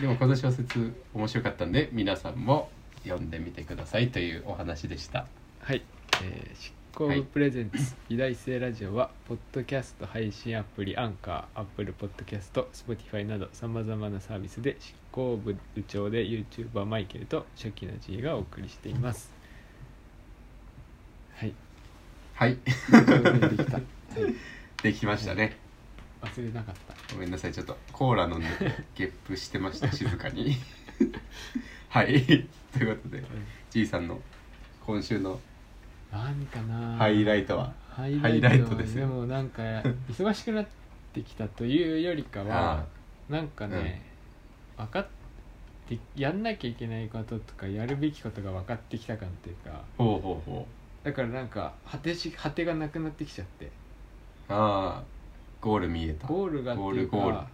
でもこの小説面白かったんで皆さんも読んでみてくださいというお話でした
はい、えー、執行部プレゼンツ、美大生ラジオはポッドキャスト配信アプリアンカーアップルポッドキャスト Spotify などさまざまなサービスで執行部部長で YouTuber マイケルと初期の G がお送りしています はい
はい
表現できた、はい、
できましたね
忘れなかった
ごめんなさいちょっとコーラ飲んでゲップしてま した静かにはいということでじいさんの今週の
何かな
ハイライトは
ハイ
ハ
ラ
イ
イ
ラ
ト
イトですよ
でもなんか忙しくなってきたというよりかは
あ
なんかね、分かってやんなきゃいけないこととかやるべきことが分かってきた感っていうか
ほうほうほ
だからなんか果てし果てがなくなってきちゃって
うああゴール見えた
ゴールがっていう
ゴールゴール
か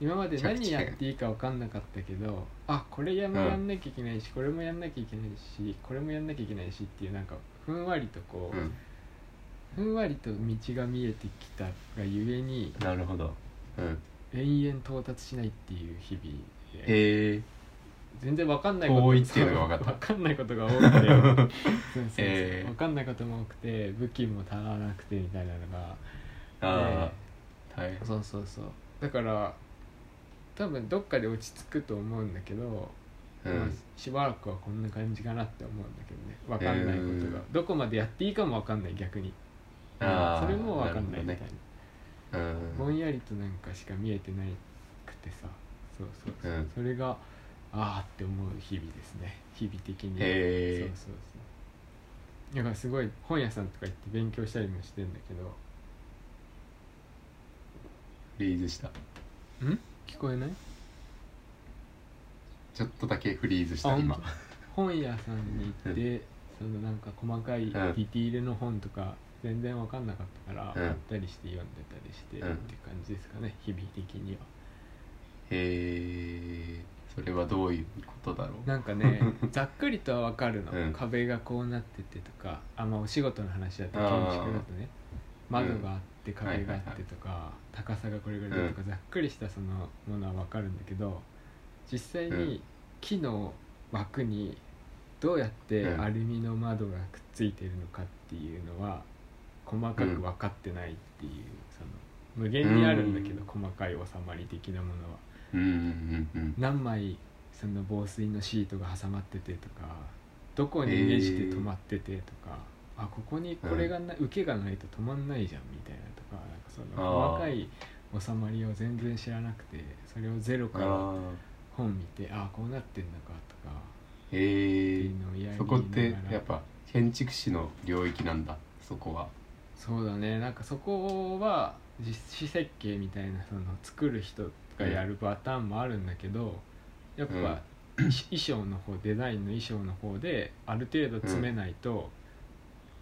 今まで
着地
何
点
やっていいか分かんなかったけどあこれやもやんなきゃいけないし、これもやんなきゃいけないしこれもやんなきゃいけないしっていうなんかふんわりとこう、
うん
ふんわりと道が見えてきたがゆえに
なるほどうん
延々到達しないっていう日々で
へえ
全然わかんないこと
多いっていうのが分かった
わかんないことが多 くてそうそう そう
えー
わかんないことも多くて武器も足らなくてみたいなのが
ああはい
でそうそうそうだから多分どっかで落ち着くと思うんだけど、
う
まあ
ん
しばらくはこんな感じかなって思うんだけどねわかんないことが、
う
どこまでやっていいかもわかんない逆に
あー
それもわかんないみたいな
なるほどねうん
ぼんやりとなんかしか見えてないくてさそうそうそう、
うん
それがああって思う日々ですね日々的に
へー
そうそうそうだからすごい本屋さんとか行って勉強したりもしてんだけど
フリーズした
ん聞こえない
ちょっとだけフリーズした今
あ本屋さんに行って、そのなんか細かいディティールの本とか全然わかんなかったから、
うん
買ったりして読んでたりして、
うん
って感じですかね日々的には
へえそれはどういうことだろう
なんか ねざっくりとは分かるの、
うん
壁がこうなっててとかあまあお仕事の話だと
あ
建
ー
築だとね窓があって壁があってとか、高さがこれぐらいだとか、ざっくりしたそのものは分かるんだけど実際
う
に木の枠にどうやって
うん
アルミの窓がくっついてるのかっていうのは細かく分かってないっていう、その無限にあるんだけど、
うん
細かい収まり的なものは。
うんうんうんうん
何枚その防水のシートが挟まっててとかどこにネジで止まっててとか、あここにこれがな、受けがないと止まんないじゃんみたいなとかなんかその
あー
細かい収まりを全然知らなくてそれをゼロ
あ
から
ー
本見てあこうなってんだかとかって
へ
い
え
うのをやりながら
そこってやっぱ建築士の領域なんだそこは
そうだねなんかそこは実施設計みたいなその作る人がやるパターンもあるんだけど、やっぱ、衣装の方デザインの衣装の方である程度詰めないと、
うん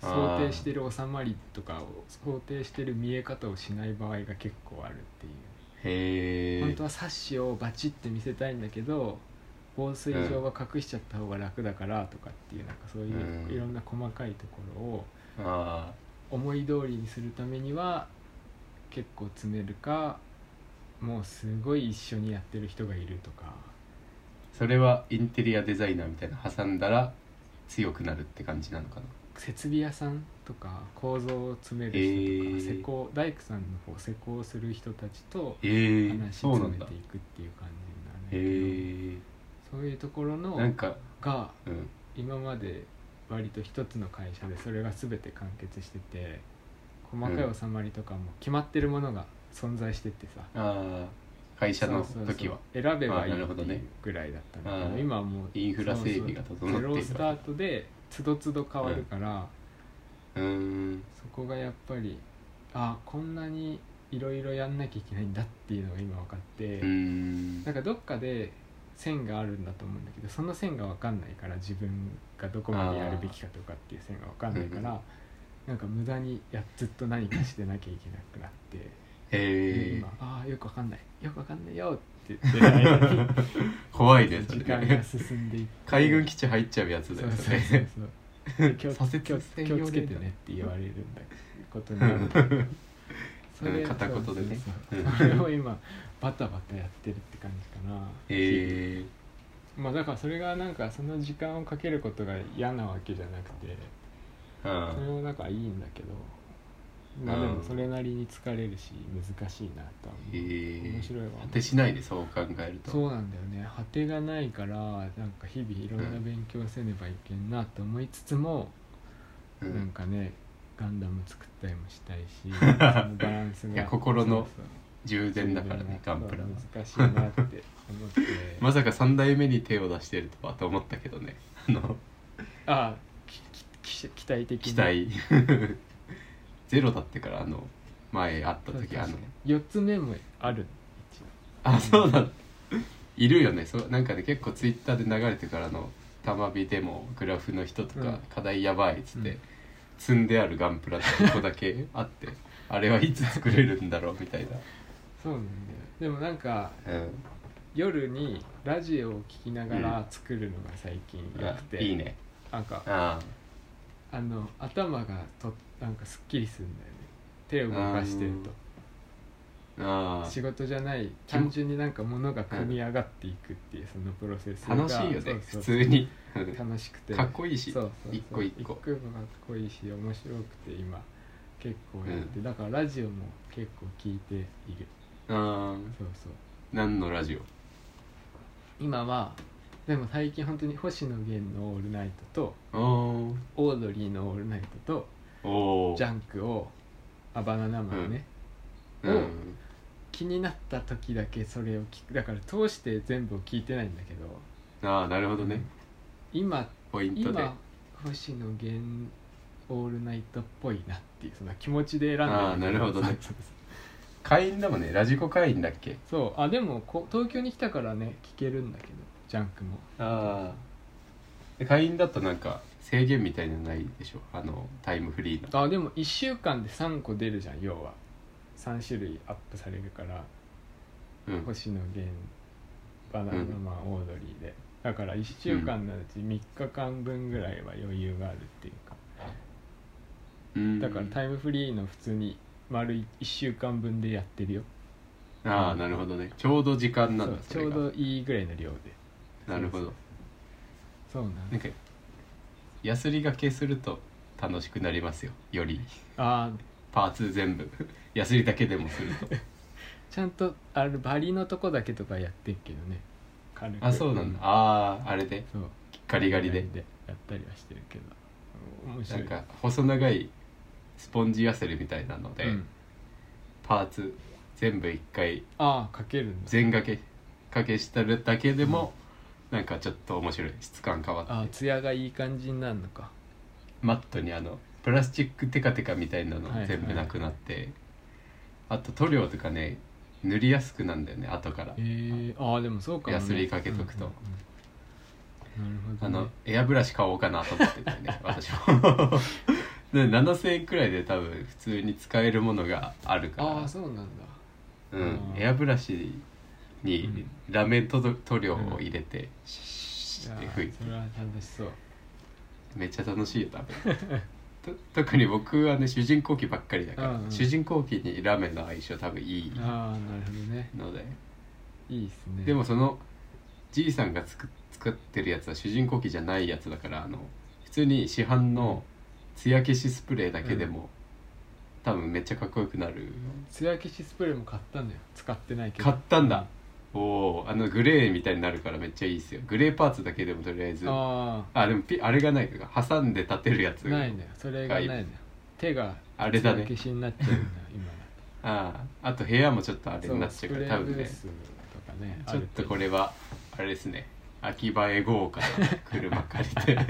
想定してる収まりとかを想定してる見え方をしない場合が結構あるっていう、
へ
本
え
当はサッシをバチって見せたいんだけど防水上は隠しちゃった方が楽だからとかっていうなんかそういう
うん
いろんな細かいところを
あ
思い通りにするためには結構詰めるかもうすごい一緒にやってる人がいるとか
ーそれはインテリアデザイナーみたいな挟んだら強くなるって感じなのかな
設備屋さんとか構造を詰める人とか、
えー
施工大工さんの方施工する人たちと
へえ
話
そ
を
うな
詰
ん
め
だ
ていくっていう感じ
へ
になるんだけど、
え
そういうところの
なんか
が
うん
今まで割と一つの会社でそれが全て完結してて細かい収まりとかも決まってるものが存在してってさ、
ああ会社の
そうそうそう
時は
選べばいい
あなる
っ
ほ
て
ど
いう
ね
ぐらいだったんだけ
あ
ど
ー
今はもう
インフラ整備が
そう
整って
そうゼ
る
ロスタートでつどつど変わるから、
うーん
そこがやっぱりあこんなにいろいろやんなきゃいけないんだっていうのが今分かって、
うーん
なんかどっかで線があるんだと思うんだけどその線が分かんないから自分がどこまでやるべきかとかっていう線が分かんないか
あ
らなんか無駄にやずっと何かしてなきゃいけなくなって、
へえ
今ああよく分かんないよく分かんないよって言ってる間に
怖いねそ
時間が
れ
進んでいって
海軍基地入っちゃうやつだ
そ
よ
うそうそう
ね
そうで気を
左折
気を
専
気
用
をつけてねって言われるんだことになるんだけどそれ
うん片言でね
そう
うん
それを今バタバタやってるって感じかな
へえ
まあだからそれがなんかその時間をかけることが嫌なわけじゃなくて
うん
それもなんかいいんだけどまあでもそれなりに疲れるし難しいなとは
へえ
思う面白いわ
果てしないでそう考えると
そうなんだよね果てがないからなんか日々いろんな勉強せねばいけんなと思いつつも、
う
なん
ん
かねガンダム作ったりもしたいしそ のバランス
い
が
や心の
そうそう
充電だからね
自
ガ
分
ン
の
プラは
難しいなっ て思って
まさか3代目に手を出してるとはと思ったけどねあの
ああききき期待的
期
に
待 ゼロだってからあの前会った時あの
4つ目もある一応
あそうだいるよねそうなんかね結構ツイッターで流れてからの「たまびでもグラフの人」とか、
うん
課題やばい」っつって、
うん
積んであるガンプラって1個だ けあってあれはいつ作れるんだろうみたい
そうなんだよでもなんか
な、うん
夜にラジオを聞きながら作るのが最近よくて、
いいね
なんか
あ
あの頭がとなんかすっきりするんだよね手を動かしてると
ーあ
仕事じゃない
気も
単純になんか物が組み上がっていくっていうそのプロセス
ー
が
楽しいよ
そ
ね
うそう
普通にうん
楽しくて
かっこいいし
そうそうそう
一個一個
もかっこいいし面白くて今結構やって、だからラジオも結構聞いている
あー
そうそう
何のラジオ
今はでも最近本当に星野源の「オールナイト」と
お
オードリーの「オールナイト」
ーお
と「
ー
ジャンクを」あバナナマンね、
うん
気になった時だけそれを聞くだから通して全部を聞いてないんだけど
ああなるほどね、
今
ポイントで
今星野源オールナイトっぽいなっていうその気持ちで選んだ
あーなるほどね
そうそうそう
会員だもんねラジコ会員だっけ
そうあでもこ東京に来たからね聞けるんだけどジャンクも
ああ会員だとなんか制限みたいなのないでしょあのタイムフリーの
あでも1週間で3個出るじゃん要は3種類アップされるから、
うん
星野源バナナマン、オードリーでだから1週間のうち3日間分ぐらいは余裕があるっていうか、
うん
だからタイムフリーの普通に丸1週間分でやってるよ
ああなるほどねちょうど時間なんだ
そうちょうどいいぐらいの量で
どなるほど
そうなん
なんかやすりがけすると楽しくなりますよより
ああ
パーツ全部 やすりだけでもすると
ちゃんとあれバリのとこだけとかやってるけどね軽く
あそうなんだあああれで
そう
ガリガリで
やったりはしてるけど面
な
白い
んか細長いスポンジやすりみたいなので、
うん
パーツ全部一回
ああかけるんだ
全掛け掛けしたるだけでも、なんかちょっと面白い質感変わって
ああ艶がいい感じになるのか
マットにあのプラスチックテカテカみたいなの
はい
全部なくなって、あと塗料とかね塗りやすくなんだよね後から
えー、ああでもそうかも、ね、
ヤスリかけとくと
うんうんうん
あ
なるほど、
の
ね、
エアブラシ買おうかなと思ってて ね私も で7000円くらいで多分普通に使えるものがあるか
あ
ら
あそうなんだ
うん
あ、ー
エアブラシ
う
に
ん
ラメ塗塗料を入れて、シュッ
い
て
や
拭いて
それは楽しそう
めっちゃ楽しいよ多分 と特に僕はね主人公機ばっかりだから、
うんうん
主人公機にラメの相性多分いい
ああなるほどね
ので、
いいっすね
でもそのじいさんが作作ってるやつは主人公機じゃないやつだからあの普通に市販の艶消しスプレーだけでも、多分めっちゃかっこよくなる、
艶消しスプレーも買ったんだよ使ってないけど
買ったんだおおあのグレーみたいになるからめっちゃいいっすよグレーパーツだけでもとりあえずあ
あ
でもピあれがないか挟んで立てるやつ
あないのよそれがないのよ手が
あれだね
つや消しになっちゃうんだ今
あああと部屋もちょっとあれになっちゃうから多
そ
分
うスプレーブー
ね
スとかね
ちょっとこ
れ
れはあれですね秋葉え豪華な車借りてっ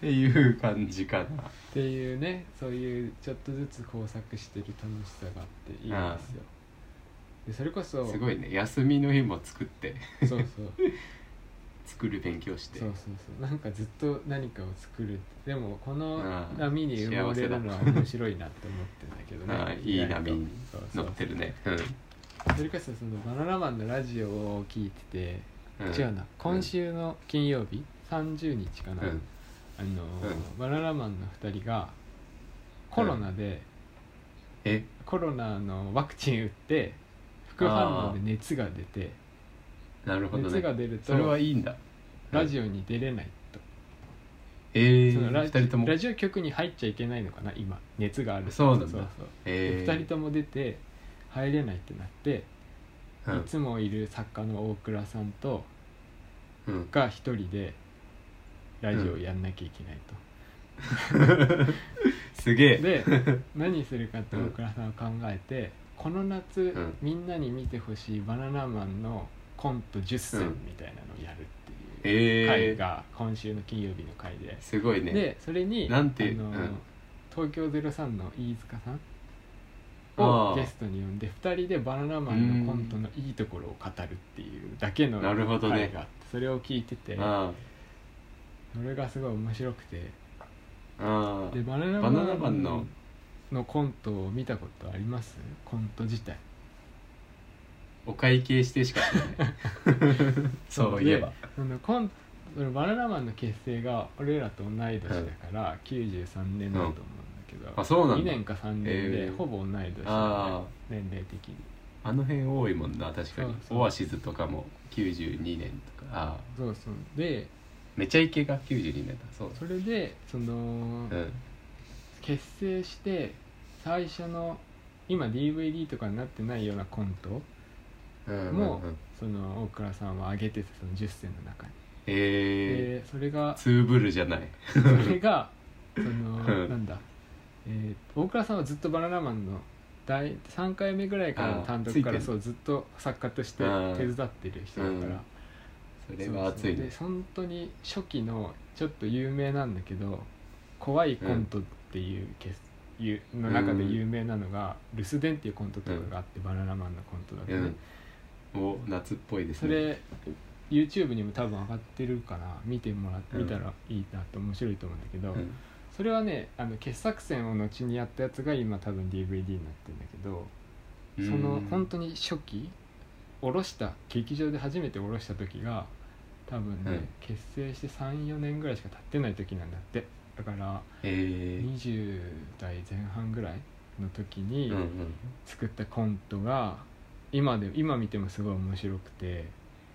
ていう感じかな
っていうねそういうちょっとずつ工作してる楽しさがあっていいんですよでそれこそ
すごいね休みの日も作って
そうそう
作る勉強して
そうそうそうなんかずっと何かを作るでもこの
うん
波に埋もれるのは
幸せだ
面白いなって思ってんだけど
ああ
ね
いい波に
そうそ
乗
う
ってるねう
それこそそのバナナマンのラジオを聞いて
ん、うん、
て違うな今週の金曜日30日かな、
うん
あのー
う
バナナマンの2人がコロナで、
え
コロナのワクチン打って副反応で熱が出て
なるほど
熱が
ね
出ると
それはいいんだ
ラジオに出れないと、
えー、
そのラ
2人とも
ラジオ局に入っちゃいけないのかな今熱がある
そうなんだ
そうそうで
え
2人とも出て入れないってなって、
と
いつもいる作家の大倉さんと
うん、うん、
が1人でラジオをやんなきゃいけないと、
すげえ
で何するかって大倉さんは考えて、この夏、
ん
みんなに見てほしいバナナマンのコント10選
うん
みたいなのをやるっていう
え
回
ー、
が今週の金曜日の回で、
すごいね
でそれに
なんて
あの、
うん
東京03の飯塚さん
あ
を
あ
ゲストに呼んで2人でバナナマンのコントのいいところを語るっていうだけの
なるほどね
回があってそれを聞いてて
あ
それがすごい面白くて
ああ
でバナナ
バナナマンの
のコントを見たことありますコント自体
お会計してしかしないねそういえば
で そのコンそのバナナマンの結成が俺らと同い年だから、93年だと思うんだけど、
あそうなん
2
だ
年か3年
へえ
でほぼ同い年だね、
あ
年齢的に
あの辺多いもんな確かに
そうそう
オアシズとかも92年とかああ
そうそうで
めちゃイケが92年だそう
それでその、
だうん
結成して最初の今 DVD とかになってないようなコントを
うん
も
うんうん
その大倉さんは上げててその10選の中に、
え
でそれが
ー、ツーブルじゃない
それがその
うん
なんだ、えー大倉さんはずっとバナナマンの第3回目ぐらいから
あ
の
ー
単
つ
独
いて
か
ん
ら
の
そうずっと作家として
あー
手伝ってる人だから、
それは熱い
そうそう
ね
で本当に初期のちょっと有名なんだけど怖いコントっていうけす、ゆの中で有名なのが、留守電っていうコントとかがあって、バナナマンのコントだとね、
うんお夏っぽいです
そ
ね
れ YouTube にも多分上がってるから見てもらっ
うん
見たらいいなって面白いと思うんだけど、
うん
それはねあの傑作選を後にやったやつが今多分 DVD になってるんだけど、その本当に初期下ろした劇場で初めて下ろした時が多分ね、
うん
結成して34年ぐらいしか経ってない時なんだってだから
えー
20代前半ぐらいの時に
うんうん
作ったコントが今で今見てもすごい面白くて、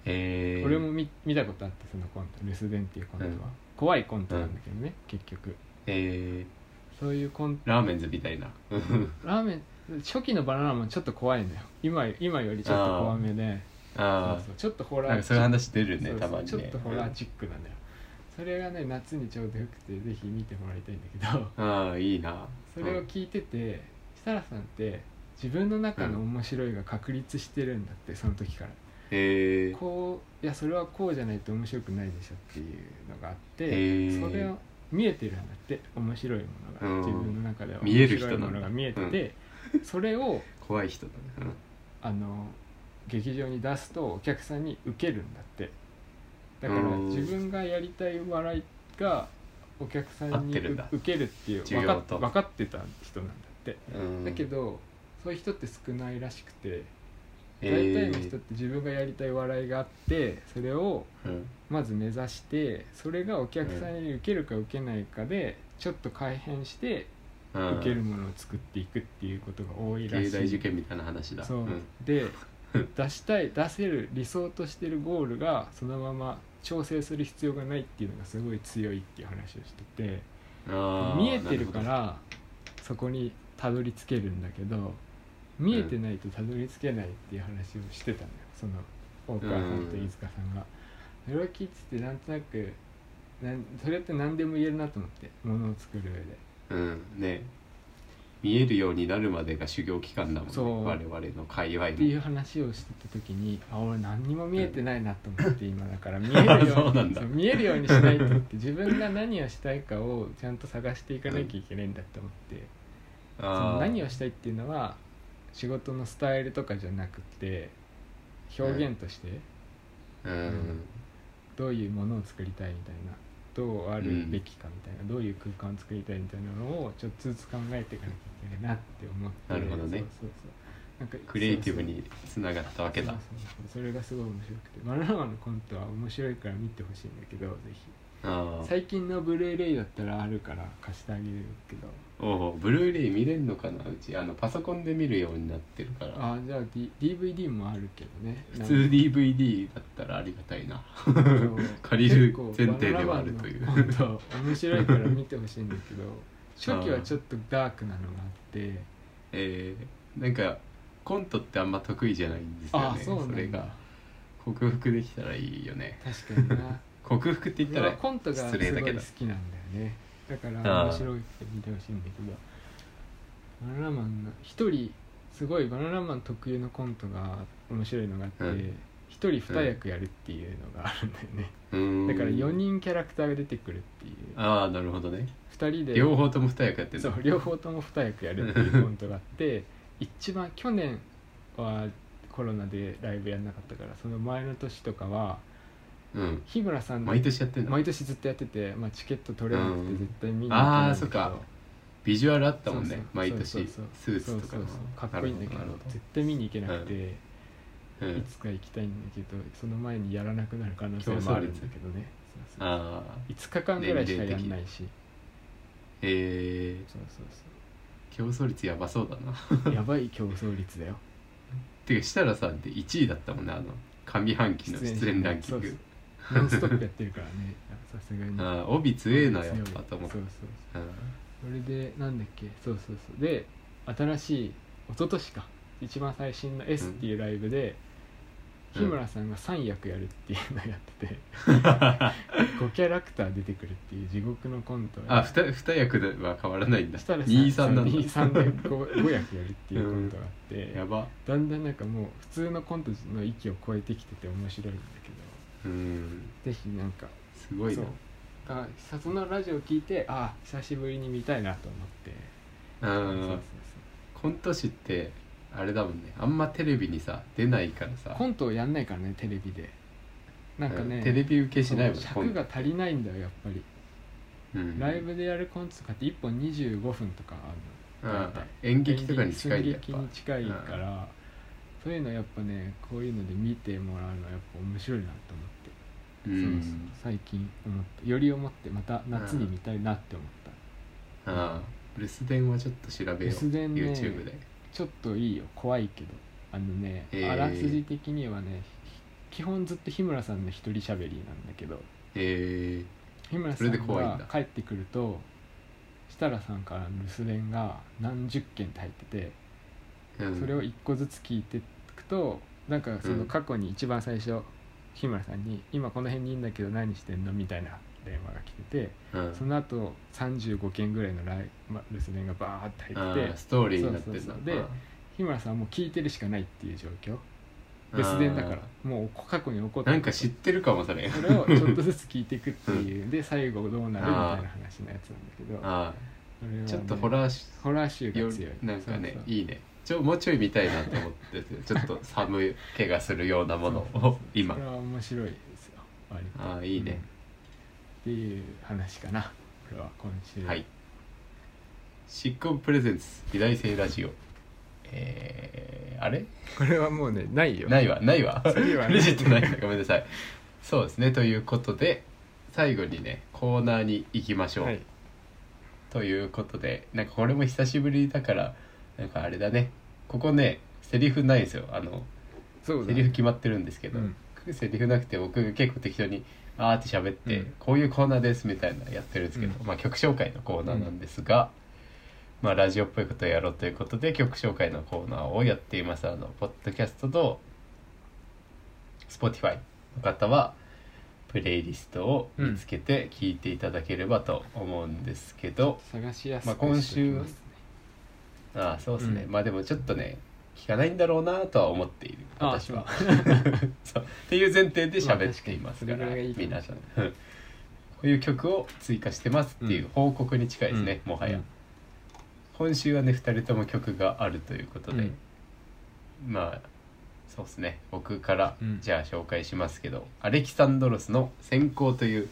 えー、
俺も見見たことあってそのコント「留守電」っていうコントは、
うん
怖いコントなんだけどね、結局
え
そういうコント
ー、ラーメンズみたいなうん
ラーメン初期のバナナマンちょっと怖いのよ今今よりちょっと怖めでそ
あ
うそうちょっとホ
あ
ラー
なんかそういう話出るね
そうそう
たまにね
ちょっとホラーチックなんだよそれがね夏にちょうどよくてぜひ見てもらいたいんだけど
ああいいな
それを聞いてて設楽さんって自分の中の面白いが確立してるんだってその時から
えー、
こういやそれはこうじゃないと面白くないでしょっていうのがあっ
へ
て
ー
それを見えてるんだって面白いものが
うん
自分の中では
見え
面
る人
白
ないんだ
ものが見えててそれを
怖い人だね、うん
あの劇場に出すとお客さんに受けるんだってだから
うん
自分がやりたい笑いがお客さんに
合ってるんだ
う受けるっていう
需
分
要
かっ
と
分かってた人なんだって、
うん
だけどそういう人って少ないらしくて大体
え
の人って自分がやりたい笑いがあってそれを
ーうん
まず目指してそれがお客さんに受けるか受けないかでちょっと改変して
うん
受けるものを作っていくっていうことが多いらし
芸
い
大受験みたいな話だ
そう、
ん
で出したい出せる理想としてるゴールがそのまま調整する必要がないっていうのがすごい強いっていう話をしてて
あー
見えてるか
な
らそこにたどり着けるんだけど見えてないとたどり着けないっていう話をしてたのよその大川さんと飯塚さんが。それを聞いててなんとなくなんそれって何でも言えるなと思ってものを作る上で。
うんね見えるようになるまでが修行期間だもんね
そう
我々の界隈
っていう
の
話をしてた時にあ俺何にも見えてないなと思って今だから見える よ
そう
う
な
に
んだ
そう見えるようにしないとって自分が何をしたいかをちゃんと探していかなきゃいけないんだと思って、そ
あ
の
ー
何をしたいっていうのは仕事のスタイルとかじゃなくて表現として
うん
どういうものを作りたいみたいなどうあるべきかみたいな、どういう空間を作りたいみたいなのをちょっとずつ考えていかなきゃいけないなって思って
なるほどね
そうそうそうなんか
クリエイティブにつながったわけだ
そうそうそうそれがすごい面白くてバナナマンのコントは面白いから見てほしいんだけどぜひ
あー
最近のブルーレイだったらあるから貸してあげるけど
おうブルーレイ見れるのかなうちあのパソコンで見るようになってるから
あじゃあ、D、DVD もあるけどね
普通 DVD だったらありがたいな
なんか
借りる前提ではあるという
結構バナナマンのコント面白いから見てほしいんだけど初期はちょっとダークなのがあって
えー、なんかコントってあんま得意じゃないんですよ
あ
ね
そうなんだ
れが克服できたらいいよね
確かにな
克服って言った
俺は
ら
コントがすごい
失礼だ
好きな
け
ん
ど
だよねだから
ああ
面白いって見てほしいんだけどバナナマンの一人すごいバナナマン特有のコントが面白いのがあって
うん
一、人二役やるっていうのがあるんだよね、
うーん
だから4人キャラクターが出てくるっていう
ああなるほどね
二人で
両方とも二役やってる
そう両方とも二役やるっていうコントがあって 一番去年はコロナでライブやんなかったからその前の年とかは
うん
日村さんの
毎年やってんだ
毎年ずっとやってて、まあ、チケット取れなく
うん
て絶対見に行けないん
あ
だけど、
ーそっかビジュアルあったもん
そ
ね
うそう
毎
そう
年
そう
スーツとか
そう
の
そうそうかっこいいんだけど
なるほど
絶対見に行けなくて、
なるほどう
い
ん
つか行きたいんだけどその前にやらなくなる可能性もあるんだけどねそうそう
ああ
5日間ぐらいしかやんないし
えー、
そうそう
競争率やばそうだな
そうやばい競争率だよ
てか設楽さんって1位だったもんねあの上半期の 出演ランキン
そう
グ
そうノンストップやってるからねさすがに
ああ帯強えなやっぱと
そう
思っ
そ
た
う
うん
それでなんだっけそうそうそうで新しい一昨年か一番最新の S っていうライブで、
うん
日村さんが3役やるっていうのをやって て、5キャラクター出てくるっていう地獄のコントをや
あ
って
二二役では変わらないんだ
したら
二三なんだ
23で 5, 5役やるっていうコントがあって、
やば
だんだんなんかもう普通のコントの域を超えてきてて面白いんだけ
うん
どぜひなんか
すごい
そ
な
うだからさそのラジオ聞いてああ久しぶりに見たいなと思って
う
そうそうんそ
コント師ってあれだもんねあんまテレビにさ出ないから
う
さ
コントをやんないからねテレビでなんかね
テレビ受けしないもん
そう
コン
尺が足りないんだよやっぱり、
うん
ライブでやるコントとかって1本25分とかあ
う
るの
ん演劇とかに近いんだ
演
やっ
劇に近いから、そういうのやっぱねこういうので見てもらうのはやっぱ面白いなと思って、
ぱう
そうそうん最近思ったより思ってまた夏に見たいなって思った、
ああ留守電はちょっと調べよ
留
う
守電ね
YouTube で
ちょっといいよ怖いけどあのね、
えー
あらすじ的にはねひ基本ずっと日村さんの一人喋りなんだけど
え
日村さ
それで
ん
怖いんだ
が帰ってくると設楽さんからの留守電が何十件って入ってて、
えうん
それを一個ずつ聞いていくとなんかその過去に一番最初、日村さんに「今この辺にいるんだけど何してんの?」みたいな電話が来てて、
うん
その後35件ぐらいのライ、ま、留守電がバーって入
あ
ってて
あストーリーになってん
そう
だ
そうそうで日村さんはもう聞いてるしかないっていう状況留守電だからもう過去に起こ
ああ
った
なんか知ってるかもそれ
それをちょっとずつ聞いていくってい うで最後どうなるみたいな話のやつなんだけど
あ
それはね
あちょっとホラーし
ホラー集
よ
が強い
なんかね
そうそう
いいねちょもうちょい見たいなと思っててちょっと寒い気がするようなもの
そうそう
を
そう
今
それは面白いですよ割と
ああいいね、
うんっていう話かなこれは今週
はい執行プレゼンツ美大生ラジオえー、あれ
これはもうねないよ
ないわないわ
次は
ク
ね
レジットないんだごめんなさいそうですねということで最後にねコーナーに行きましょう、
はい
ということでなんかこれも久しぶりだからなんかあれだねここねセリフないんですよあの
そうだ
セリフ決まってるんですけど、
うん
セリフなくて僕結構適当にあーって喋って、
うん
こういうコーナーですみたいなのやってるんですけど、
うん
まあ曲紹介のコーナーなんですが、まあラジオっぽいことをやろうということで曲紹介のコーナーをやっていますあのポッドキャストと Spotify の方はプレイリストを見つけて聞いていただければと思うんですけど、
探しやすく
まあ今週
しておきますね
ああそうですね、
うん
まあでもちょっとね聞かないんだろうなとは思っている
ああ
私は そうっていう前提で喋っていますから、
まあ確かにそれぐら
皆
いがいいか
さ
も
ん
し
うんこういう曲を追加してますっていう報告に近いですね、
うん
もはや、
うん
今週はね2人とも曲があるということで、
うん
まあそうですね僕から
うん
じゃあ紹介しますけど、アレキサンドロスの「閃光」という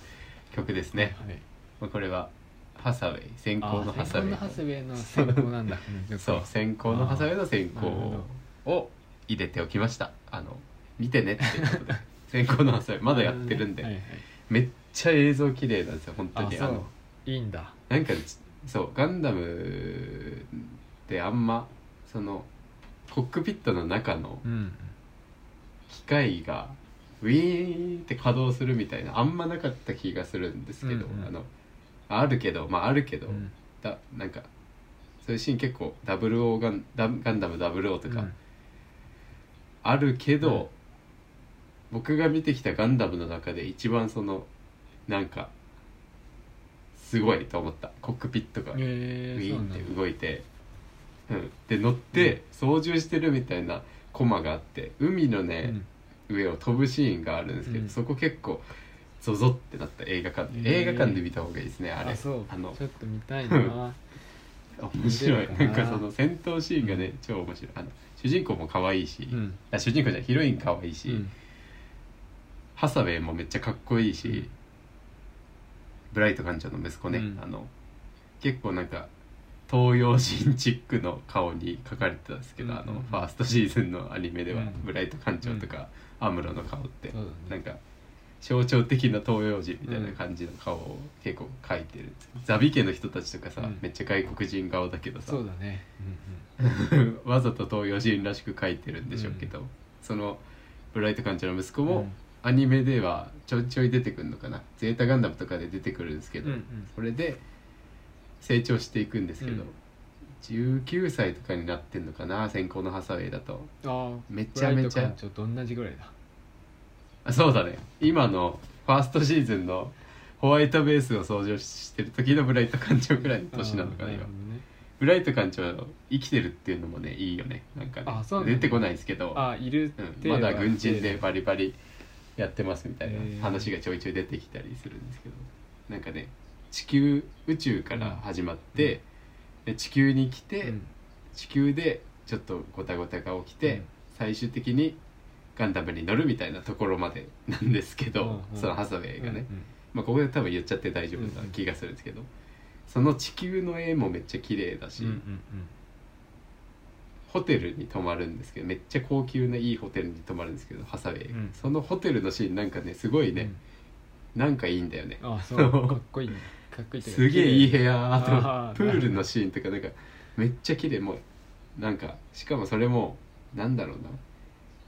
曲ですね、
はい
まあこれはハサウェイ閃光のハサウ
先行
ェ
のハ
イ
サウェイの先行なんだん
そう閃光のハサウェイの閃
なるほ
光を入れておきましたあの見てねっていう ことで閃光のハサウェイまだやってるんで、
はいはい
めっちゃ映像綺麗なんですよ本当
あ
に
そ
あ
う
の
いいんだ
なんかちそうガンダムってあんまそのコックピットの中の
うん
機械がウィーンって稼働するみたいなあんまなかった気がするんですけど、
うんうん
あのあるけどまああるけど、
うん
だなんかそういうシーン結構00ガンダガンダム00と
う
か
ん
あるけど、
うん
僕が見てきたガンダムの中で一番そのなんかすごいと思ったコックピットがウィ
へえ
ー
そう
ン
な
っ
んだ
て動いて、うん、で乗って操縦してるみたいなコマがあって海のね、
うん
上を飛ぶシーンがあるんですけど、
うん
そこ結構ゾゾってなった映画館で、
へー
映画館で見た方がいいですねあれ
あそう
あの
ちょっと見たいな
面白い
見
な
れる
ん
かな
かその戦闘シーンがね、超面白いあの主人公も可 愛いし、
うん
あ主人公じゃないヒロイン可愛いし、
うん
ハサウェイもめっちゃかっこいいし、
うん
ブライト艦長の息子ね、
うん
あの結構なんか東洋人チックの顔に描かれてたんですけど、
うん
あのファーストシーズンのアニメでは、
うん
ブライト艦長とか、アムロの顔って、
そうだ
なん
ね
か象徴的な東洋人みたいな感じの顔を結構描いてる、ザビ家の人たちとかさ、
うん
めっちゃ外国人顔だけどさ
そうだねうん
わざと東洋人らしく描いてるんでしょうけど、そのブライト艦長の息子
うん
も、アニメではちょいちょい出てくるのかな「ゼータ・ガンダム」とかで出てくるんですけ
うんう
ど、
ん
それで成長していくんですけど、
うん
19歳とかになってんのかな先行のハサウェイだと
あ
めちゃめちゃ
ちょっと同じぐらいだ
あそうだね今のファーストシーズンのホワイトベースを操縦してる時のブライト艦長くらいの年なのかな
あーる
今
ほどね
ブライト艦長生きてるっていうのもねいいよねなんかね
あそうなんだ
出てこないですけど、
あいる
うん
って
まだ軍人でバリバリやってますみたい
へー
な話がちょいちょい出てきたりするんですけどなんかね地球宇宙から始まって、で地球に来て、
うん
地球でちょっとゴタゴタが起きて、
うん
最終的にガンダムに乗るみたいなところまでなんですけど、
うんうん
そのハサウェイがね、
うんうん
まあ、ここで多分言っちゃって大丈夫な気がするんですけど、その地球の絵もめっちゃ綺麗だし、
うんうんうん
ホテルに泊まるんですけどめっちゃ高級ないいホテルに泊まるんですけどハサウェイ、
うん
そのホテルのシーンなんかねすごいね、なんかいいんだよね
うんあそうかっこいいねかっこいいっていうか
すげえいい
綺
部屋と
あー
プールのシーンとかなんかめっちゃ綺麗もうなんかしかもそれもなんだろうな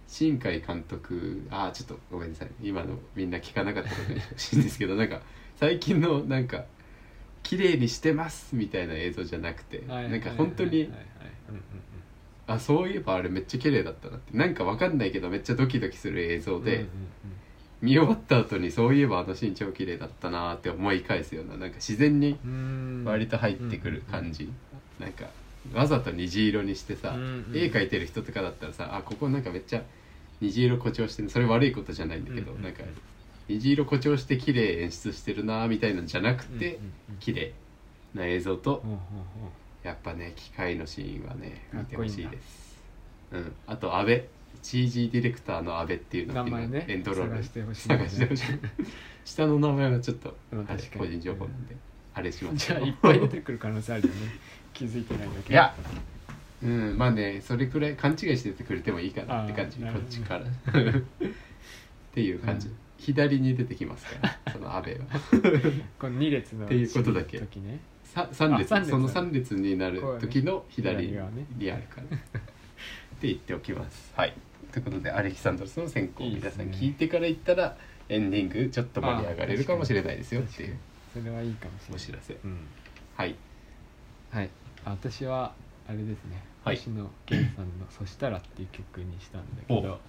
新海監督ああちょっとごめんなさい今のみんな聞かなかったことに してほしいんですけどなんか最近のなんか綺麗にしてますみたいな映像じゃなくて、
麗はい
なんか本当に、
はいはいはいうんうん
あそういえばあれめっちゃ綺麗だったなってなんかわかんないけどめっちゃドキドキする映像
うん
で、
うんうん
見終わった後にそういえばあのシーン超綺麗だったなーって思い返すようななんか自然に
うん
割と入ってくる感じ、なんかわざと虹色にしてさ、
うんうん
絵描いてる人とかだったらさあここなんかめっちゃ虹色誇張してるそれ悪いことじゃないんだけど、
うんうん
なんか虹色誇張して綺麗演出してるなーみたいなんじゃなく
うんうん
て、綺麗な映像と
うんうんほうほうほう
やっぱね機械のシーンはね
かっ
見て
こい
ほ
いんだ
しいですうん、あと阿部 CG ディレクターの阿部っていうの
名前ね
エンドロール
探してほしいね
探してほしい 下の名前はちょっと、
うん
あれ
確かに
個人情報なんで、あれしまし
じ
ょ
ゃあ
う
いっぱい出てくる可能性あるよね気づいてないだけ
いやうんまあねそれくらい勘違いしててくれてもいいかなって感じ
あ
こ
ーなるほ
っ
ど
ちから っていう感じ、
うん
左に出てきますからその阿部は
この二列の
っていうことだけ
時ね
さ三列
あ三列
その3列になる時の左
左側ね
リアルから、って言っておきますはいということでアレキサンドロスの選考
いいで
皆
す
さ
ね
ん聞いてから行ったらエンディングちょっと盛り上がれるかもしれないですよっていう
それはいいかもしれ
お
ない
知らせ
うん
はい
はい、あ私はあれですね、
はい
星野源さんの「そしたら」っていう曲にしたんだけ
お
ど
は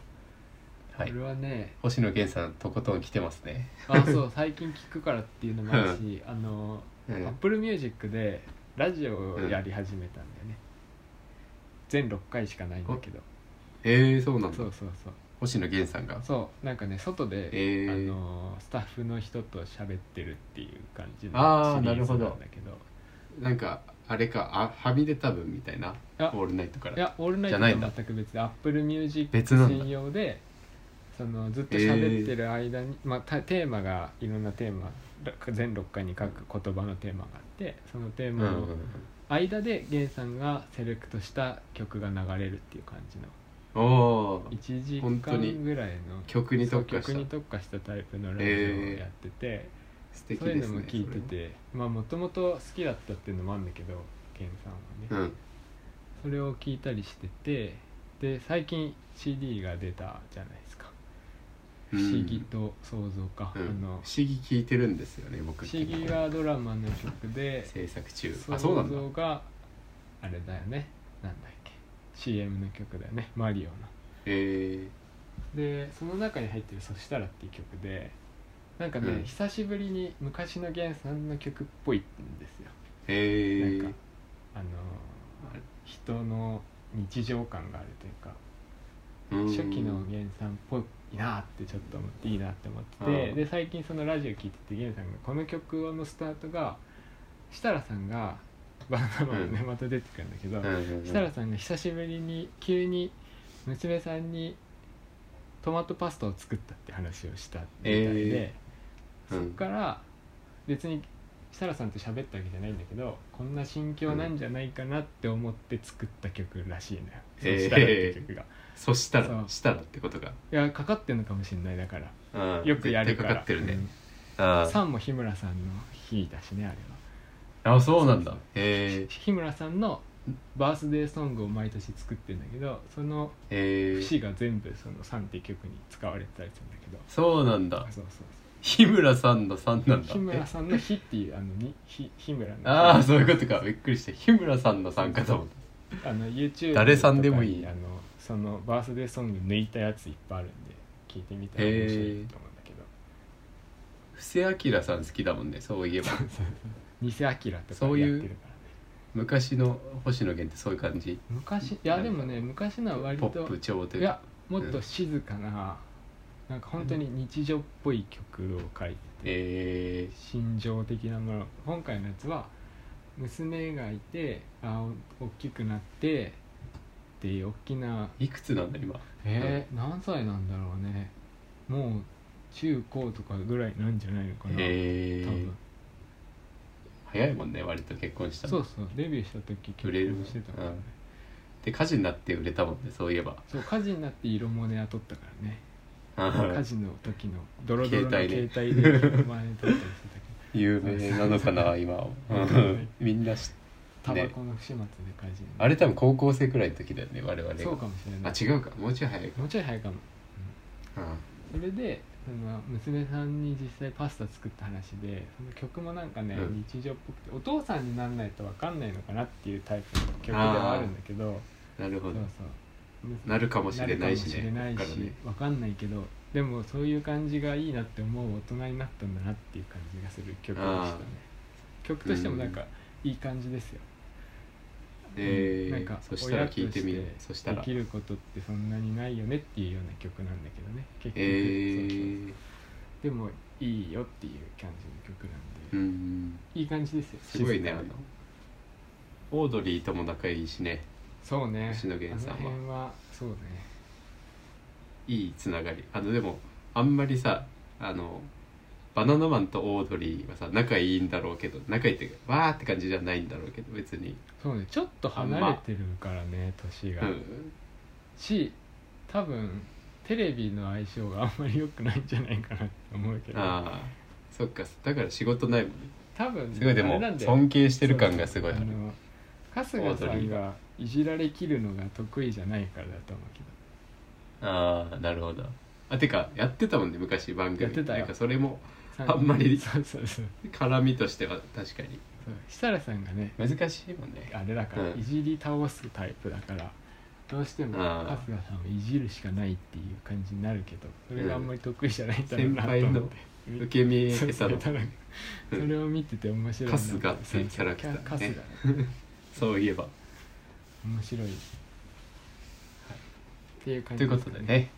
い
これはね
星野源さんとことん来てますね
あそう最近聞くからっていうのもあるし、あの
う
アッ
ん
プルミュージックでラジオをやり始めたんだよね、全6回しかないんだけど
えー、そうなんだ
そうそうそう
星野源さんが
そうなんかね外で、
えー
あのスタッフの人と喋ってるっていう感じの
あー
シリ
な
ー
る
ズ
ほど
なんだけど
なんかあれかあはみ出た分みたいなオ
あ
ールナイトか
い
ら
や「オールナイ
じ
ト」
ゃないん
と
だ
は全く別でアップルミュージック
別なんだ
専用でそのずっと喋ってる間に、まあ、たテーマがいろんなテーマら全6回に書く言葉のテーマがあってそのテー
う
マ
ん
の間で源さんがセレクトした曲が流れるっていう感じの
おおー
1時
本当に
間ぐらいの
曲に特化
そう曲に
した
特化したタイプのラジオをやってて、
素敵
そうい
で
う
す
のも
ね
聞いててまあもともと好きだったっていうのもあるんだけど源さんはね、
それうん
それを聞いたりしててで最近 CD が出たじゃないですか「
う
不
ん
思議と想像か」
うん
あ
不
の
思議聞いてるんですよね
「不
僕
思議」がドラマの曲で
制作中あそうな
想
んだ
像があれだよねなんだっけ CM の曲だよねマリオの
え
でその中に入ってる「そしたら」っていう曲でなんかね、
うん
久しぶりに昔の源さんの曲っぽいんですよ
ー、えー、
なんかあの人の日常感があるというか
うん
初期の源さんっぽいなってちょっと思っていいなって思ってて
うん
で最近そのラジオ聞いてて源さんがこの曲のスタートが設楽さんがバナナマンね
う
また出てくるんだけど、
うんうんうん
設楽さんが久しぶりに急に娘さんにトマトパスタを作ったって話をしたみたいで、
えーうん
そっから別に設楽さんと喋ったわけじゃないんだけどこんな心境なんじゃないかなって思って作った曲らしいのよ、
えー
そしたらって曲が、
そした
そ
ら
う
したらってことが、
いやかかってんのかもしれないだから
うん、
よくやる
絶
か
対か
ら
かってるね、
う
あ
ん
ー
さんも日村さんの日だしねあれは
あそうなんだ
そう
へ
日村さんのバースデーソングを毎年作ってんだけどその
えー、えー、
節が全部その「さん」っていう曲に使われてたりするんだけど
そうなんだ
そうそう
日村さんのさん
そ
な
うん
だ
日村さんの「日」っていうあのに日日村
え
の
ああそういうことかびっくりした日村さんのさんかと思っ
あの YouTube
誰さんでもいい
とかにあのそのバースデーソング抜いたやついっぱいあるんで聞いてみたら面白いと思うんだけど、
た布施明さん好きだもんねそういえば
偽アキラとか
そう
や
い
っ
う
てるから
昔の星野源ってそういう感じ
昔いやでもね昔のは割
ポ
と
ップ調と
い
いう
や
か
もっと静かな、なんか本当に日常っぽい曲を書いてて、
え
心情的なもの今回のやつは娘がいてあお大きくなってっていう大きな
ー、いくつなんだ今
えー何歳なんだろうねもう中高とかぐらいなんじゃないのかな、
え
多
ー
分、
早いもんね割と結婚したの
そうそうデビューした時結
売れる
婚してたから
う
ね、
んで火事になって売れたもんねそういえば
そう火事になって色もね雇ったからね火事の時のドロドロの携
携
帯
帯
で
ね
前に撮ったりして たけど
有名なのか な今は
うん
みんな知っ
タバ
ね
コの不始末で火事に
あれ多分高校生くらいの時だよね我々が
そうかもしれない
あ違うかもうちょい早いか
もうちょい早いかも
うん
それでその娘さんに実際パスタ作った話でその曲もなんかね、
うん
日常っぽくてお父さんになんないとわかんないのかなっていうタイプの曲ではあるんだけど
なる
そ
ほ
う
ど
そう
なるかもしれないし
るかもしれ
ね
ない
こっ
し
からね
わかんないけどでもそういう感じがいいなって思う大人になったんだなっていう感じがする曲でしたね
あ
曲としてもなんかいい感じです
え
よ、うん
ー
なんか
そしたら聞いてみ
親
る
として
そしたら
できることってそんなにないよねっていうような曲なんだけどね結局、
え
そうそう
ー
でもいいよっていう感じの曲なんで、
うん
いい感じですよ
すごいね
静
あ
か
の
で
オードリーとも仲いいしね
そうね
星野源さんは
あの辺はそうね
いいつながりあのでもあんまりさあのバナナマンとオードリーはさ仲いいんだろうけど仲いいっていうかわーって感じじゃないんだろうけど別に、
そうねちょっと離れてるからね年
う
が、
ん、
し多分テレビの相性があんまり良くないんじゃないかなって思うけど
ああそっかだから仕事ないもんね
多分
すごいで
あれ
も
なんだよ
尊敬してる感がすごいあ
そう
る
そうあの春日さ
オードリー
んがいじられきるのが得意じゃないからだと思うけど
ああなるほどあてかやってたもんね昔番組
やってたよ
なんかそれも
さ
あんまり
そうそうそう
絡みとしては確かに
そう設楽さんがね
難しいもんね
あれだから、
うん
いじり倒すタイプだからどうしても
あ
春
あ
日さんをいじるしかないっていう感じになるけどそれがあんまり得意じゃないんだろう
先
なと
輩
思っ
の
て、
受け身下
そう
手
下
だ
手なそれを見てて面白いなと思って
春日っていうキャラクターね
キャ春日
そういえば
面白いっていう感
とい
じ
う
で
こ
す
と
か
でね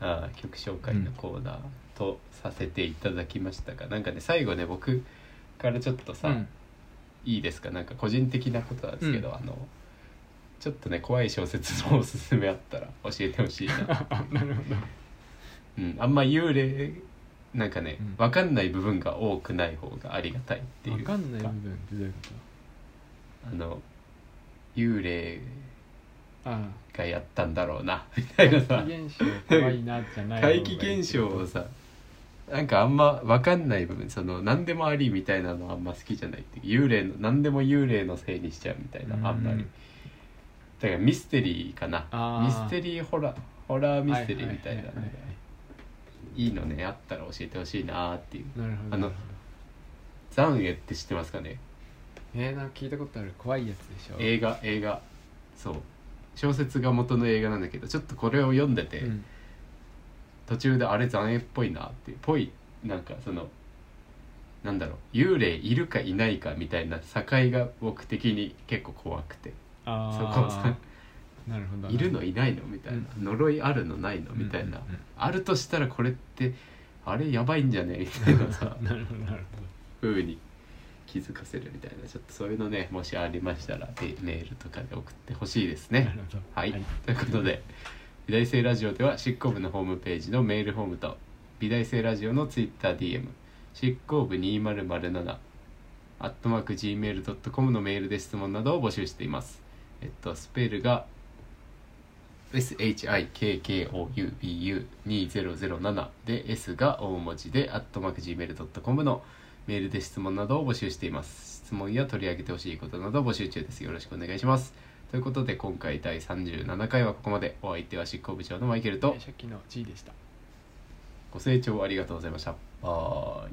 あー曲紹介のコーナーとさせていただきましたが、なんかね最後ね僕からちょっとさ、
うん
いいですかなんか個人的なことなんですけど、
うん
あのちょっとね怖い小説のおすすめあったら教えてほしいな、
あ なるほど
うん、あんま幽霊なんかね、
うん
わかんない部分が多くない方がありがたいっていう
分かんない部分ってどういうこ
あの幽霊
とあ
がやったんだろうなみ
あ
たいなさ
怪奇現象怖いなじゃない方がい
怪
い
奇現象をさなんかあんま分かんない部分その何でもありみたいなのあんま好きじゃないっていう幽霊の何でも幽霊のせいにしちゃうみたいなあんま
う
り
ん
だからミステリーかな
あー
ミステリーホラーホラーミステリーみたいなの
は
が
いはいはい
いいのねあったら教えてほしいなーっていう
なるほど
あの残影って知ってますかね
えー、なんか聞いたことある怖いやつでしょ
映画映画そう小説が元の映画なんだけどちょっとこれを読んでて、
うん
途中であれ残影っぽいなっていうぽいなんかそのなんだろう幽霊いるかいないかみたいな境が僕的に結構怖くて
あ
そこ
ー
さ
なるほど
いるのいないのみたいな、
うん
呪いあるのないのみたいな、
うんうんうん
あるとしたらこれってあれやばいんじゃねみたいなさ
なるほどなるほ
風に気づかせるみたいなちょっとそういうのねもしありましたらえメールとかで送ってほしいです
ど
ね。
なるほど
はい、ということで美大生ラジオでは執行部のホームページのメールフォームと美大生ラジオのツイッター DM 執行部2007アットマーク Gmail.com のメールで質問などを募集していますえっとスペルが SHIKKOUBU2007 で S が大文字でアットマーク Gmail.com のメールで質問などを募集しています質問や取り上げてほしいことなど募集中ですよろしくお願いしますということで今回第37回はここまでお相手は執行部長のマイケルと
初期の G でした
ご清聴ありがとうございましたバイ